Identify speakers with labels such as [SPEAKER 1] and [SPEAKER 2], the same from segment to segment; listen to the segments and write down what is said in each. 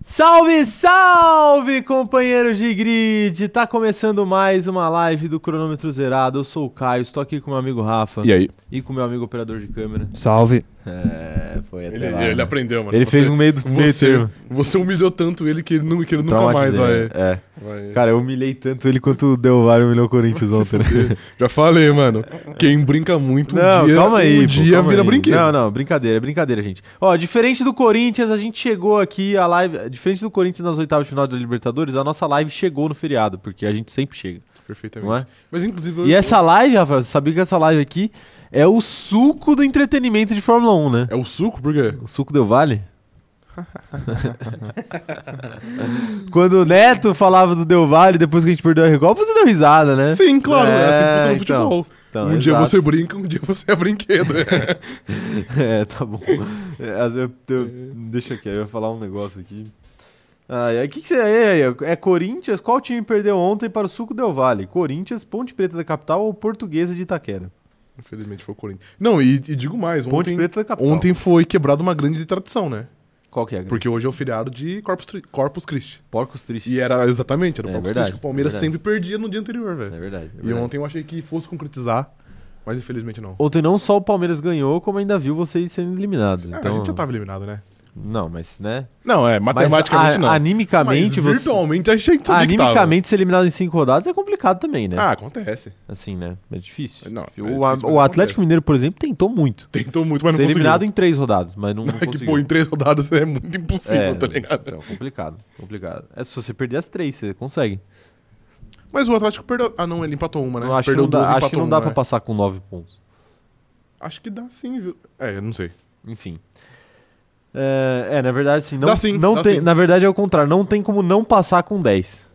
[SPEAKER 1] Salve, salve, companheiros de grid! Tá começando mais uma live do Cronômetro Zerado. Eu sou o Caio, estou aqui com meu amigo Rafa
[SPEAKER 2] E aí?
[SPEAKER 1] e com meu amigo operador de câmera.
[SPEAKER 3] Salve.
[SPEAKER 1] É, foi até
[SPEAKER 2] Ele,
[SPEAKER 1] lá.
[SPEAKER 2] ele
[SPEAKER 1] né?
[SPEAKER 2] aprendeu, mano.
[SPEAKER 1] Ele
[SPEAKER 2] Você-
[SPEAKER 1] fez um meio do meio
[SPEAKER 2] Você,
[SPEAKER 1] termo.
[SPEAKER 2] você humilhou tanto ele que ele, nu- que ele nunca mais
[SPEAKER 1] Traumatizei,
[SPEAKER 2] vai.
[SPEAKER 1] É.
[SPEAKER 2] vai-
[SPEAKER 1] Cara, eu humilhei tanto ele quanto o Del Valle humilhou o Corinthians ontem. né?
[SPEAKER 2] Já falei, mano. Quem brinca muito um
[SPEAKER 1] Não,
[SPEAKER 2] dia,
[SPEAKER 1] calma aí.
[SPEAKER 2] um
[SPEAKER 1] pô,
[SPEAKER 2] dia
[SPEAKER 1] calma
[SPEAKER 2] vira
[SPEAKER 1] aí.
[SPEAKER 2] brinquedo.
[SPEAKER 1] Não, não, brincadeira, é brincadeira, gente. Ó, diferente do Corinthians, a gente chegou aqui, a live. Diferente do Corinthians nas oitavas de final da Libertadores, a nossa live chegou no feriado, porque a gente sempre chega,
[SPEAKER 2] Perfeitamente.
[SPEAKER 1] não é?
[SPEAKER 2] Mas inclusive eu-
[SPEAKER 1] E essa live, Rafael, você sabia que essa live aqui é o suco do entretenimento de Fórmula 1, né?
[SPEAKER 2] É o suco, por quê?
[SPEAKER 1] O suco deu vale? Quando o Neto falava do Del Valle, depois que a gente perdeu a Recopa, você deu risada, né?
[SPEAKER 2] Sim, claro, é,
[SPEAKER 1] É,
[SPEAKER 2] assim que funciona o
[SPEAKER 1] então.
[SPEAKER 2] futebol.
[SPEAKER 1] Então,
[SPEAKER 2] um dia
[SPEAKER 1] exato.
[SPEAKER 2] você brinca, um dia você é brinquedo.
[SPEAKER 1] É, tá bom. É, às vezes eu- eu-
[SPEAKER 2] É.
[SPEAKER 1] deixa aqui, eu ia falar um negócio aqui. Ah, e aí, que que você, é, é, é Corinthians? Qual time perdeu ontem para o Suco Del Vale? Corinthians, Ponte Preta da Capital ou Portuguesa de Itaquera?
[SPEAKER 2] Infelizmente foi o Corinthians. Não, e, e digo mais,
[SPEAKER 1] Ponte
[SPEAKER 2] ontem,
[SPEAKER 1] Preta da Capital.
[SPEAKER 2] ontem foi quebrada uma grande tradição, né?
[SPEAKER 1] Qual que é? Grande?
[SPEAKER 2] Porque hoje é o feriado de Corpus, Tri- Corpus Christi.
[SPEAKER 1] Porcos tristes.
[SPEAKER 2] E era exatamente, era o
[SPEAKER 1] É
[SPEAKER 2] Corpus
[SPEAKER 1] verdade,
[SPEAKER 2] Christi. que O Palmeiras
[SPEAKER 1] é verdade.
[SPEAKER 2] sempre perdia no dia anterior, velho.
[SPEAKER 1] É verdade. é
[SPEAKER 2] E
[SPEAKER 1] verdade.
[SPEAKER 2] ontem eu achei que fosse concretizar, mas infelizmente não.
[SPEAKER 1] Ontem não só o Palmeiras ganhou, como ainda viu vocês sendo eliminados.
[SPEAKER 2] Ah,
[SPEAKER 1] então...
[SPEAKER 2] a gente já tava eliminado, né?
[SPEAKER 1] Não, mas, né?
[SPEAKER 2] Não, é,
[SPEAKER 1] Mas
[SPEAKER 2] matematicamente
[SPEAKER 1] a-
[SPEAKER 2] não.
[SPEAKER 1] Animicamente,
[SPEAKER 2] mas
[SPEAKER 1] você...
[SPEAKER 2] virtualmente a gente sabia que tava.
[SPEAKER 1] Animicamente, ser eliminado em cinco rodadas é complicado também, né?
[SPEAKER 2] Ah, acontece.
[SPEAKER 1] Assim, né? É difícil.
[SPEAKER 2] Não, é
[SPEAKER 1] o,
[SPEAKER 2] difícil,
[SPEAKER 1] a-
[SPEAKER 2] mas
[SPEAKER 1] o Atlético
[SPEAKER 2] acontece.
[SPEAKER 1] Mineiro, por exemplo, tentou muito.
[SPEAKER 2] Tentou muito, mas não
[SPEAKER 1] ser
[SPEAKER 2] conseguiu.
[SPEAKER 1] eliminado em três rodadas, mas não, não
[SPEAKER 2] É que,
[SPEAKER 1] conseguiu.
[SPEAKER 2] pô, em três rodadas é muito impossível,
[SPEAKER 1] É,
[SPEAKER 2] tá ligado?
[SPEAKER 1] Então, complicado, complicado. É se você perder as três, você consegue.
[SPEAKER 2] Né? Mas o Atlético perdeu... Ah, não, ele empatou uma, né?
[SPEAKER 1] Eu acho que
[SPEAKER 2] perdeu
[SPEAKER 1] não dá,
[SPEAKER 2] duas,
[SPEAKER 1] acho que
[SPEAKER 2] empatou
[SPEAKER 1] não dá
[SPEAKER 2] uma,
[SPEAKER 1] pra
[SPEAKER 2] né?
[SPEAKER 1] passar com nove pontos.
[SPEAKER 2] Acho que dá sim, viu? É, eu não sei.
[SPEAKER 1] Enfim. É, é, na verdade, assim, não,
[SPEAKER 2] Dá sim,
[SPEAKER 1] não
[SPEAKER 2] dá
[SPEAKER 1] tem,
[SPEAKER 2] sim.
[SPEAKER 1] na verdade é o contrário, não tem como não passar com 10.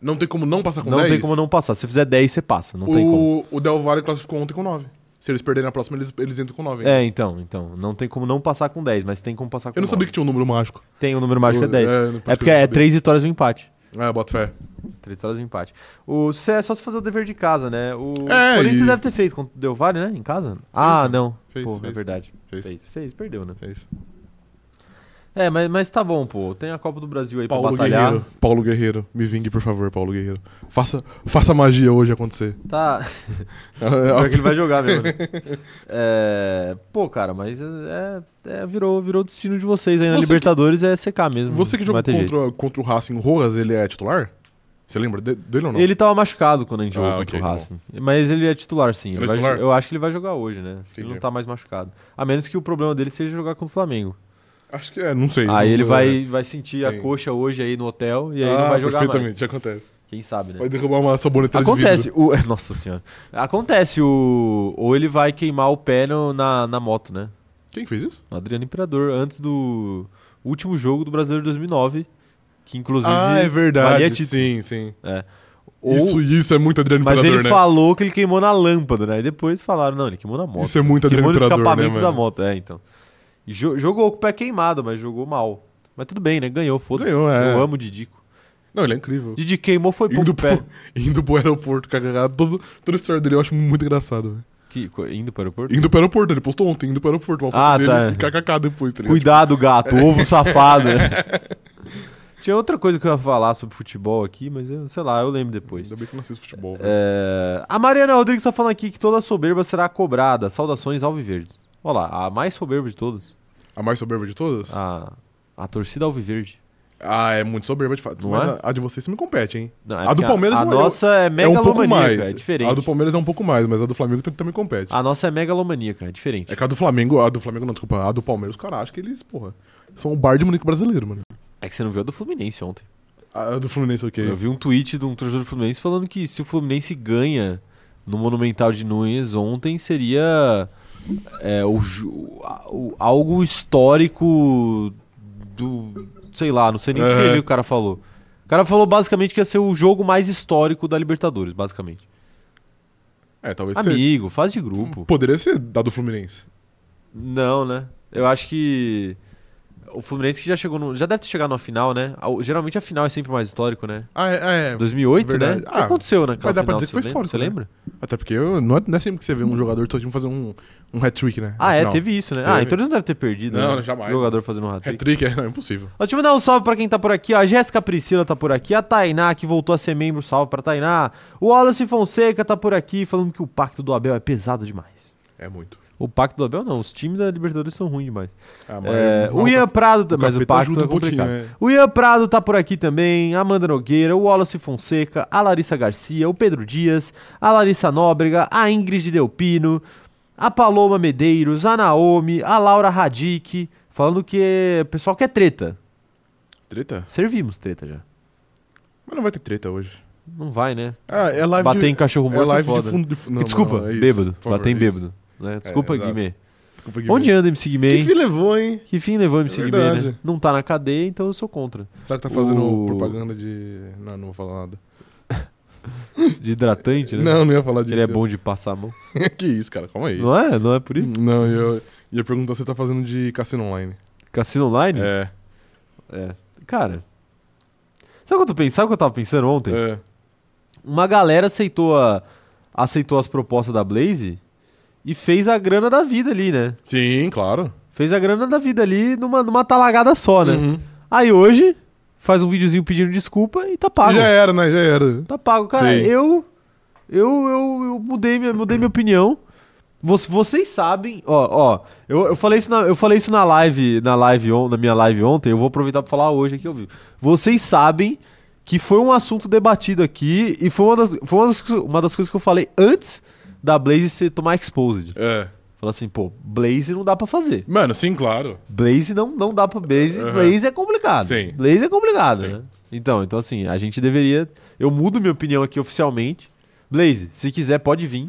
[SPEAKER 2] Não tem como não passar com
[SPEAKER 1] não
[SPEAKER 2] 10?
[SPEAKER 1] tem como não passar. Se fizer 10, você passa, não
[SPEAKER 2] o...
[SPEAKER 1] tem como.
[SPEAKER 2] O Del Valle classificou ontem com 9. Se eles perderem na próxima, eles, eles entram com 9.
[SPEAKER 1] É, então, então, não tem como não passar com 10, mas tem como passar com
[SPEAKER 2] Eu não sabia
[SPEAKER 1] nove.
[SPEAKER 2] que tinha um número mágico.
[SPEAKER 1] Tem, o número mágico é
[SPEAKER 2] Eu-
[SPEAKER 1] 10.
[SPEAKER 2] é, não
[SPEAKER 1] É,
[SPEAKER 2] pode
[SPEAKER 1] porque
[SPEAKER 2] crer, eu
[SPEAKER 1] é
[SPEAKER 2] sabia.
[SPEAKER 1] três vitórias e um empate.
[SPEAKER 2] É, bota fé.
[SPEAKER 1] Três vitórias e um empate. O C é só se fazer o dever de casa, né? O
[SPEAKER 2] É,
[SPEAKER 1] Corinthians
[SPEAKER 2] e-
[SPEAKER 1] deve ter feito contra o Del Valle, né? Em casa? ah, não.
[SPEAKER 2] Fez,
[SPEAKER 1] pô, é
[SPEAKER 2] fez.
[SPEAKER 1] verdade. Fez.
[SPEAKER 2] Fez.
[SPEAKER 1] fez, perdeu, né?
[SPEAKER 2] É isso.
[SPEAKER 1] É, mas, mas tá bom, pô. Tem a Copa do Brasil aí pra
[SPEAKER 2] Paulo
[SPEAKER 1] batalhar.
[SPEAKER 2] Guerreiro, Paulo Guerreiro, me vingue, por favor, Paulo Guerreiro. Faça, faça magia hoje acontecer.
[SPEAKER 1] Tá. Pior que ele vai jogar mesmo. Né? É, Pô, cara, mas é, é, virou, virou o destino de vocês aí na
[SPEAKER 2] Você que-
[SPEAKER 1] Libertadores é secar mesmo.
[SPEAKER 2] Você que
[SPEAKER 1] não
[SPEAKER 2] jogou
[SPEAKER 1] vai ter jeito.
[SPEAKER 2] contra, contra o Racing, o Rojas, ele é titular? Você lembra de- dele ou não?
[SPEAKER 1] Ele tava machucado quando a gente jogou
[SPEAKER 2] Ah,
[SPEAKER 1] contra
[SPEAKER 2] ok,
[SPEAKER 1] o
[SPEAKER 2] tá
[SPEAKER 1] Racing. Mas ele é titular, sim.
[SPEAKER 2] Ele
[SPEAKER 1] Ele
[SPEAKER 2] é
[SPEAKER 1] vai
[SPEAKER 2] titular?
[SPEAKER 1] jo- Eu acho que ele vai jogar hoje, né? Acho que ele não
[SPEAKER 2] Entendi.
[SPEAKER 1] tá mais machucado. A menos que o problema dele seja jogar contra o Flamengo.
[SPEAKER 2] Acho que é, não sei.
[SPEAKER 1] Aí
[SPEAKER 2] Não-
[SPEAKER 1] Ah, ele vai, vai sentir a
[SPEAKER 2] é. Sim.
[SPEAKER 1] coxa hoje aí no hotel e aí
[SPEAKER 2] ah,
[SPEAKER 1] não vai jogar mais.
[SPEAKER 2] perfeitamente, acontece.
[SPEAKER 1] Quem sabe, né?
[SPEAKER 2] Vai derrubar uma saboneteira de
[SPEAKER 1] Acontece. O... Nossa senhora. Acontece o... Ou ele vai queimar o pé no- na, na moto, né?
[SPEAKER 2] vidro. Quem fez isso?
[SPEAKER 1] No Adriano Imperador, antes do último jogo do Brasileiro de 2009, que inclusive...
[SPEAKER 2] ah,
[SPEAKER 1] valia
[SPEAKER 2] é verdade.
[SPEAKER 1] título.
[SPEAKER 2] Sim, sim.
[SPEAKER 1] Ou...
[SPEAKER 2] Isso, isso é muito Adriano
[SPEAKER 1] Mas
[SPEAKER 2] Imperador,
[SPEAKER 1] ele
[SPEAKER 2] né?
[SPEAKER 1] falou que ele queimou na lâmpada, né? E depois falaram, não, ele queimou na moto.
[SPEAKER 2] Isso é muito Adriano
[SPEAKER 1] queimou no
[SPEAKER 2] Imperador, né,
[SPEAKER 1] escapamento da
[SPEAKER 2] mano?
[SPEAKER 1] moto, é, então. E jo- jogou com o pé queimado, mas jogou mal. Mas tudo bem, né? Ganhou, foda-se.
[SPEAKER 2] Ganhou, é.
[SPEAKER 1] Eu amo o Didico.
[SPEAKER 2] Não, ele é incrível.
[SPEAKER 1] Didi queimou foi pouco
[SPEAKER 2] Indo pro,
[SPEAKER 1] pé.
[SPEAKER 2] indo pro aeroporto, cagado. Todo, toda a história dele eu acho muito engraçado, velho.
[SPEAKER 1] Que, co- indo para o aeroporto?
[SPEAKER 2] Indo pro aeroporto, ele postou ontem, indo pro aeroporto, uma foto
[SPEAKER 1] Ah,
[SPEAKER 2] dele
[SPEAKER 1] tá.
[SPEAKER 2] e kkk depois, tá ligado?
[SPEAKER 1] Cuidado, gato, ovo safado. Tinha outra coisa que eu ia falar sobre futebol aqui, mas eu, sei lá, eu lembro depois.
[SPEAKER 2] Ainda bem que eu não assisto futebol, velho.
[SPEAKER 1] É, A Mariana Rodrigues tá falando aqui que toda soberba será cobrada. Saudações Alviverdes. Olha lá, a mais soberba de todas.
[SPEAKER 2] A mais soberba de todas? Ah,
[SPEAKER 1] A, a torcida Alviverde.
[SPEAKER 2] é muito soberba de fato.
[SPEAKER 1] Não
[SPEAKER 2] Mas
[SPEAKER 1] é?
[SPEAKER 2] a- a de vocês se me compete, hein?
[SPEAKER 1] Não, é
[SPEAKER 2] A do
[SPEAKER 1] porque
[SPEAKER 2] Palmeiras
[SPEAKER 1] a,
[SPEAKER 2] não é-
[SPEAKER 1] nossa é
[SPEAKER 2] É um pouco mais.
[SPEAKER 1] megalomaníaca, é, diferente.
[SPEAKER 2] A do Palmeiras é um pouco mais, mas a do Flamengo tam- também compete.
[SPEAKER 1] A nossa é megalomaníaca, é diferente.
[SPEAKER 2] É que a do Flamengo, a do Flamengo não, desculpa, a do Palmeiras, cara, acho que eles, porra, são o bar de Munique brasileiro, mano.
[SPEAKER 1] É que você não viu a do Fluminense ontem.
[SPEAKER 2] A do Fluminense, ok.
[SPEAKER 1] Eu vi um tweet de um torcedor do Fluminense falando que se o Fluminense ganha no Monumental de Nunes ontem seria é, o ju- o- a- o- algo histórico do. Sei lá, não sei nem descrever
[SPEAKER 2] É.
[SPEAKER 1] o que o cara falou. O cara falou basicamente que ia ser o jogo mais histórico da Libertadores, basicamente.
[SPEAKER 2] É, talvez seja.
[SPEAKER 1] Amigo, fase de grupo.
[SPEAKER 2] Poderia ser da do Fluminense.
[SPEAKER 1] Não, né? Eu acho que. O Fluminense que já chegou no, já deve ter chegado na final, né? Ah, o- Geralmente a final é sempre mais histórico, né?
[SPEAKER 2] Ah, é, é.
[SPEAKER 1] 2008,
[SPEAKER 2] verdade.
[SPEAKER 1] né? O que
[SPEAKER 2] Ah,
[SPEAKER 1] aconteceu naquela
[SPEAKER 2] mas dá pra
[SPEAKER 1] final?
[SPEAKER 2] dizer que foi
[SPEAKER 1] você lembra?
[SPEAKER 2] histórico,
[SPEAKER 1] Você
[SPEAKER 2] né?
[SPEAKER 1] lembra?
[SPEAKER 2] Até porque eu- não é, não é sempre que você vê um jogador do seu time fazer um, um hat-trick, né?
[SPEAKER 1] Ah, é, teve isso, né? Ah,
[SPEAKER 2] Teve.
[SPEAKER 1] então eles não devem ter perdido.
[SPEAKER 2] Não,
[SPEAKER 1] né?
[SPEAKER 2] jamais.
[SPEAKER 1] O jogador fazendo um hat-trick.
[SPEAKER 2] Hat-trick é, não, é impossível.
[SPEAKER 1] Ó, Deixa eu mandar um salve pra quem tá por aqui, ó. A Jéssica Priscila tá por aqui, a Tainá, que voltou a ser membro, salve pra Tainá. O Wallace Fonseca tá por aqui, falando que o pacto do Abel é pesado demais.
[SPEAKER 2] É muito.
[SPEAKER 1] O pacto do Abel não, os times da Libertadores são ruins demais.
[SPEAKER 2] Ah,
[SPEAKER 1] É,
[SPEAKER 2] mas-
[SPEAKER 1] o Ian Prado,
[SPEAKER 2] o
[SPEAKER 1] mas o
[SPEAKER 2] capeta
[SPEAKER 1] pacto
[SPEAKER 2] ajuda
[SPEAKER 1] é
[SPEAKER 2] um pouquinho,
[SPEAKER 1] complicado.
[SPEAKER 2] né?
[SPEAKER 1] O Ian Prado tá por aqui também, a Amanda Nogueira, o Wallace Fonseca, a Larissa Garcia, o Pedro Dias, a Larissa Nóbrega, a Ingrid Delpino, a Paloma Medeiros, a Naomi, a Laura Radic, falando que o pessoal quer treta.
[SPEAKER 2] Treta?
[SPEAKER 1] Servimos treta já.
[SPEAKER 2] Mas não vai ter treta hoje.
[SPEAKER 1] Não vai, né?
[SPEAKER 2] Ah, é live
[SPEAKER 1] Bater
[SPEAKER 2] de...
[SPEAKER 1] em cachorro
[SPEAKER 2] É
[SPEAKER 1] morto é
[SPEAKER 2] live
[SPEAKER 1] foda.
[SPEAKER 2] de fundo de fu- não,
[SPEAKER 1] E desculpa,
[SPEAKER 2] não, não, é isso.
[SPEAKER 1] bêbado.
[SPEAKER 2] Por favor,
[SPEAKER 1] Bater em
[SPEAKER 2] é isso.
[SPEAKER 1] bêbado. né? Desculpa,
[SPEAKER 2] exato.
[SPEAKER 1] Guimê.
[SPEAKER 2] Desculpa, Guimê.
[SPEAKER 1] Onde anda MC Guimê?
[SPEAKER 2] Que
[SPEAKER 1] hein?
[SPEAKER 2] fim levou, hein?
[SPEAKER 1] Que fim levou MC
[SPEAKER 2] É
[SPEAKER 1] Guimê, né?
[SPEAKER 2] verdade.
[SPEAKER 1] Não tá na cadeia, então eu sou contra.
[SPEAKER 2] O cara tá fazendo
[SPEAKER 1] O-
[SPEAKER 2] propaganda de... Não, não vou falar nada.
[SPEAKER 1] De hidratante, né?
[SPEAKER 2] Não, não ia falar disso.
[SPEAKER 1] Ele é bom de passar a mão.
[SPEAKER 2] que isso, cara, calma aí.
[SPEAKER 1] Não é? Não é por isso?
[SPEAKER 2] Não, eu ia perguntar se você tá fazendo de cassino online.
[SPEAKER 1] Hum. Cassino online?
[SPEAKER 2] É,
[SPEAKER 1] É. Cara. Sabe o que eu tô pensando? Sabe o que eu tava pensando ontem?
[SPEAKER 2] é.
[SPEAKER 1] Uma galera aceitou a- aceitou as propostas da Blaze e fez a grana da vida ali, né?
[SPEAKER 2] Sim, claro.
[SPEAKER 1] Fez a grana da vida ali numa, numa talagada só, né?
[SPEAKER 2] Uhum.
[SPEAKER 1] Aí hoje faz um videozinho pedindo desculpa e tá pago.
[SPEAKER 2] Já era, né? Já era.
[SPEAKER 1] Tá pago, cara.
[SPEAKER 2] Sim.
[SPEAKER 1] Eu, eu eu eu mudei minha mudei minha opinião. Vo- Vocês sabem, ó, ó, eu, eu falei isso na eu falei isso na live, na live on, na minha live ontem, eu vou aproveitar pra falar hoje aqui ao vivo. Vocês sabem que foi um assunto debatido aqui e foi uma das foi uma das, co- uma das coisas que eu falei antes da Blaze ser tomar exposed.
[SPEAKER 2] É.
[SPEAKER 1] Falar assim, pô, Blaze não dá pra fazer.
[SPEAKER 2] Mano, sim, claro.
[SPEAKER 1] Blaze não, não dá pra Blaze.
[SPEAKER 2] Aham.
[SPEAKER 1] Blaze é complicado.
[SPEAKER 2] Sim.
[SPEAKER 1] Blaze é complicado,
[SPEAKER 2] Sim.
[SPEAKER 1] né? Então, então assim, a gente deveria. Eu mudo minha opinião aqui oficialmente. Blaze, se quiser, pode vir.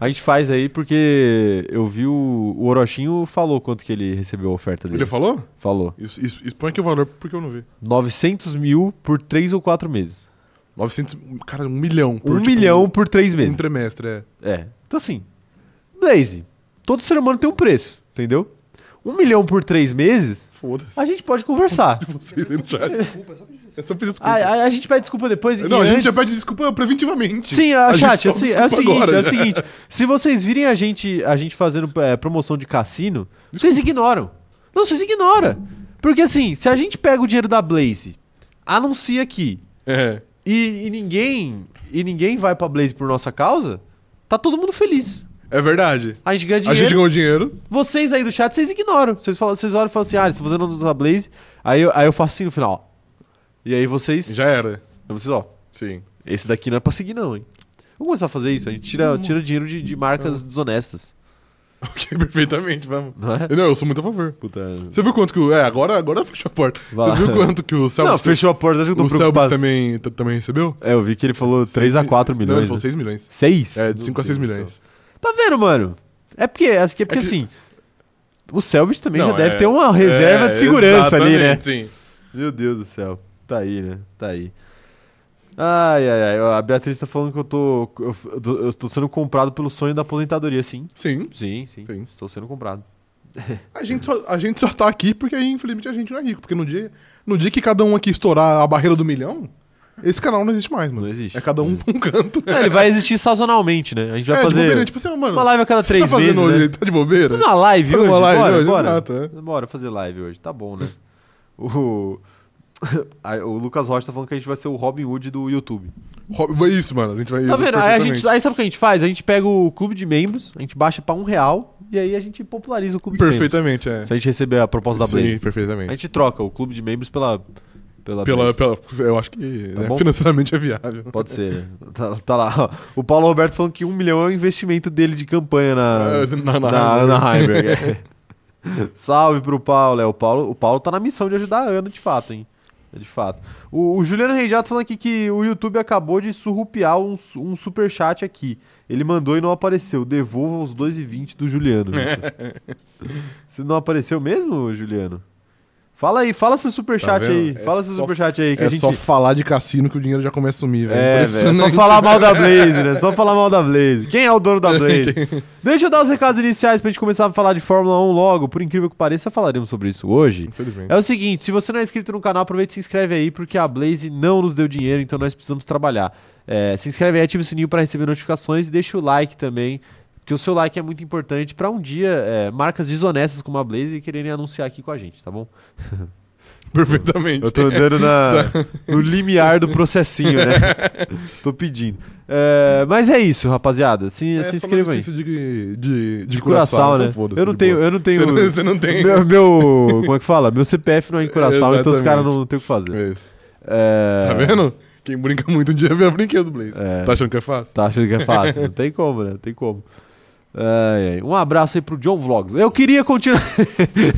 [SPEAKER 1] a gente faz aí, porque eu vi o, o Orochinho falou quanto que ele recebeu a oferta dele.
[SPEAKER 2] Ele falou?
[SPEAKER 1] Falou.
[SPEAKER 2] Isso, isso, expõe aqui o valor porque eu não vi.
[SPEAKER 1] 900 mil por 3 ou 4 meses.
[SPEAKER 2] 900. Cara, um milhão. por,
[SPEAKER 1] 1
[SPEAKER 2] tipo,
[SPEAKER 1] milhão por 3
[SPEAKER 2] Um
[SPEAKER 1] meses.
[SPEAKER 2] trimestre, é.
[SPEAKER 1] É. Então assim, Blaze, todo ser humano tem um preço, entendeu? 1 milhão por 3 meses,
[SPEAKER 2] Foda-se.
[SPEAKER 1] a gente pode conversar.
[SPEAKER 2] de vocês aí no chat. É só pedir desculpa.
[SPEAKER 1] Ah, A, a- a gente pede desculpa depois. e
[SPEAKER 2] não, a gente
[SPEAKER 1] antes-
[SPEAKER 2] já pede desculpa preventivamente.
[SPEAKER 1] Sim, a,
[SPEAKER 2] A gente
[SPEAKER 1] chat,
[SPEAKER 2] só
[SPEAKER 1] assim, é o
[SPEAKER 2] desculpa
[SPEAKER 1] seguinte,
[SPEAKER 2] agora,
[SPEAKER 1] é o
[SPEAKER 2] né?
[SPEAKER 1] seguinte. Se vocês virem a gente, a gente fazendo é, promoção de cassino, vocês ignoram. Não, vocês ignoram. Porque assim, se a gente pega o dinheiro da Blaze, anuncia aqui,
[SPEAKER 2] É.
[SPEAKER 1] e, e ninguém e ninguém vai pra Blaze por nossa causa, tá todo mundo feliz.
[SPEAKER 2] É verdade.
[SPEAKER 1] A gente ganha
[SPEAKER 2] A
[SPEAKER 1] dinheiro.
[SPEAKER 2] gente ganhou dinheiro.
[SPEAKER 1] Vocês aí do chat, vocês ignoram. Vocês, falam, vocês olham e falam assim, ah, eles estão fazendo anúncio da Blaze. Aí eu, aí eu faço assim no final. ó. E aí vocês, aí
[SPEAKER 2] Já era.
[SPEAKER 1] vocês, ó,
[SPEAKER 2] Sim.
[SPEAKER 1] Esse daqui não é pra seguir, não, hein? Vamos começar a fazer isso. A gente tira, tira dinheiro de, de marcas desonestas.
[SPEAKER 2] Ok, perfeitamente, vamos.
[SPEAKER 1] Não é?
[SPEAKER 2] Não, eu sou muito a favor.
[SPEAKER 1] Puta.
[SPEAKER 2] Você viu quanto que o. É, agora, agora fechou a porta.
[SPEAKER 1] Vai lá.
[SPEAKER 2] Você viu quanto que o Celso.
[SPEAKER 1] Não, fechou a porta, acho que eu tô
[SPEAKER 2] O Selbit
[SPEAKER 1] preocupado.
[SPEAKER 2] também, t- também recebeu?
[SPEAKER 1] É, eu vi que ele falou 3 a
[SPEAKER 2] Seis mi-
[SPEAKER 1] 4
[SPEAKER 2] Não, ele
[SPEAKER 1] milhões.
[SPEAKER 2] falou
[SPEAKER 1] né?
[SPEAKER 2] 6 milhões.
[SPEAKER 1] 6?
[SPEAKER 2] É, de 5 a 6 milhões.
[SPEAKER 1] Tá vendo, mano? É porque, é porque,
[SPEAKER 2] que-
[SPEAKER 1] assim. O Selbit também
[SPEAKER 2] Não,
[SPEAKER 1] já deve
[SPEAKER 2] é-
[SPEAKER 1] ter uma reserva
[SPEAKER 2] é,
[SPEAKER 1] de segurança ali, né?
[SPEAKER 2] exatamente, Sim.
[SPEAKER 1] Meu Deus do céu. Tá aí, né? Tá aí. Ai, ai, ai. ó, A Beatriz tá falando que eu tô. Eu, tô- eu tô sendo comprado pelo sonho da aposentadoria, sim.
[SPEAKER 2] Sim.
[SPEAKER 1] Sim, sim.
[SPEAKER 2] Sim.
[SPEAKER 1] Estou sendo comprado.
[SPEAKER 2] A gente, só, a gente só tá aqui porque, infelizmente, a gente não é rico. Porque no dia, no dia que cada um aqui estourar a barreira do milhão, esse canal não existe mais, mano.
[SPEAKER 1] Não existe.
[SPEAKER 2] É cada um pra um canto.
[SPEAKER 1] Não, ele vai existir sazonalmente, né? A gente vai
[SPEAKER 2] é, de
[SPEAKER 1] fazer
[SPEAKER 2] bobeira, tipo assim, ah, mano,
[SPEAKER 1] uma live a cada
[SPEAKER 2] você tá
[SPEAKER 1] três
[SPEAKER 2] fazendo
[SPEAKER 1] meses, né?
[SPEAKER 2] hoje, tá de bobeira?
[SPEAKER 1] Vamos fazer uma live
[SPEAKER 2] Fazer
[SPEAKER 1] hoje?
[SPEAKER 2] uma live
[SPEAKER 1] bora,
[SPEAKER 2] hoje,
[SPEAKER 1] bora.
[SPEAKER 2] exato, é.
[SPEAKER 1] Bora fazer live hoje, tá bom, né? o... Aí, o Lucas Rocha tá falando que a gente vai ser o Robin Hood do YouTube.
[SPEAKER 2] Rob- É isso, mano. A gente vai...
[SPEAKER 1] Tá vendo? Aí, a gente,
[SPEAKER 2] perfeitamente.
[SPEAKER 1] aí sabe o que a gente faz? A gente pega o clube de membros, a gente baixa pra um real e aí a gente populariza o clube de membros.
[SPEAKER 2] Perfeitamente, é.
[SPEAKER 1] Se a gente receber a proposta da
[SPEAKER 2] Sim,
[SPEAKER 1] Blaze.
[SPEAKER 2] perfeitamente.
[SPEAKER 1] A gente troca o clube de membros pela... Pela,
[SPEAKER 2] Pela,
[SPEAKER 1] Blaze.
[SPEAKER 2] pela, eu acho que
[SPEAKER 1] Tá
[SPEAKER 2] né,
[SPEAKER 1] bom?
[SPEAKER 2] financeiramente é viável.
[SPEAKER 1] Pode ser. né? Tá, tá lá. ó. O Paulo Roberto falando que um milhão é o investimento dele de campanha na,
[SPEAKER 2] É, na- na
[SPEAKER 1] na
[SPEAKER 2] Heimberg.
[SPEAKER 1] Ana Heimberg. é. Salve pro Paulo, é. O Paulo, o Paulo tá na missão de ajudar a Ana, de fato, hein? É, De fato. O, o Juliano Reijato falando aqui que o YouTube acabou de surrupiar um, su- um superchat aqui. Ele mandou e não apareceu. Devolva os 2,20 do Juliano. Você não apareceu mesmo, Juliano? Fala aí, fala seu superchat
[SPEAKER 2] Tá
[SPEAKER 1] aí.
[SPEAKER 2] vendo?
[SPEAKER 1] Fala
[SPEAKER 2] É
[SPEAKER 1] seu
[SPEAKER 2] só-
[SPEAKER 1] superchat aí que
[SPEAKER 2] é
[SPEAKER 1] a gente.
[SPEAKER 2] só falar de cassino que o dinheiro já começa a sumir, velho.
[SPEAKER 1] É, velho, é só
[SPEAKER 2] Impressionante.
[SPEAKER 1] falar mal da Blaze, né? Só falar mal da Blaze. Quem é o dono da Blaze? Deixa eu dar os recados iniciais pra gente começar a falar de Fórmula 1 logo. Por incrível que pareça, falaremos sobre isso hoje.
[SPEAKER 2] Infelizmente.
[SPEAKER 1] É o seguinte, se você não é inscrito no canal, aproveita e se inscreve aí, porque a Blaze não nos deu dinheiro, então nós precisamos trabalhar. É, se inscreve aí, ativa o sininho para receber notificações e deixa o like também, porque o seu like é muito importante para um dia é, marcas desonestas como a Blaze quererem anunciar aqui com a gente, tá bom?
[SPEAKER 2] Perfeitamente.
[SPEAKER 1] Eu tô andando na-
[SPEAKER 2] Tá.
[SPEAKER 1] no limiar do processinho, né? tô pedindo. É, mas é isso, rapaziada. Se,
[SPEAKER 2] É
[SPEAKER 1] se
[SPEAKER 2] só
[SPEAKER 1] inscreva
[SPEAKER 2] uma
[SPEAKER 1] aí.
[SPEAKER 2] notícia de, de, de,
[SPEAKER 1] De Curaçao,
[SPEAKER 2] Curaçao,
[SPEAKER 1] né?
[SPEAKER 2] então foda-se,
[SPEAKER 1] eu não
[SPEAKER 2] de
[SPEAKER 1] tenho,
[SPEAKER 2] boa.
[SPEAKER 1] eu não tenho.
[SPEAKER 2] Você não- Você não tem.
[SPEAKER 1] Meu, meu- como é que fala? Meu CPF não é em Curaçao, então os
[SPEAKER 2] Exatamente.
[SPEAKER 1] caras não tem o que fazer.
[SPEAKER 2] É isso.
[SPEAKER 1] É,
[SPEAKER 2] Tá vendo? Quem brinca muito um dia vê o brinquedo, Blaze.
[SPEAKER 1] É.
[SPEAKER 2] Tá achando que é fácil?
[SPEAKER 1] Tá achando que é fácil? Não tem como, né? Não tem como. Ai, ai. Um abraço aí pro John Vlogs. Eu queria continuar.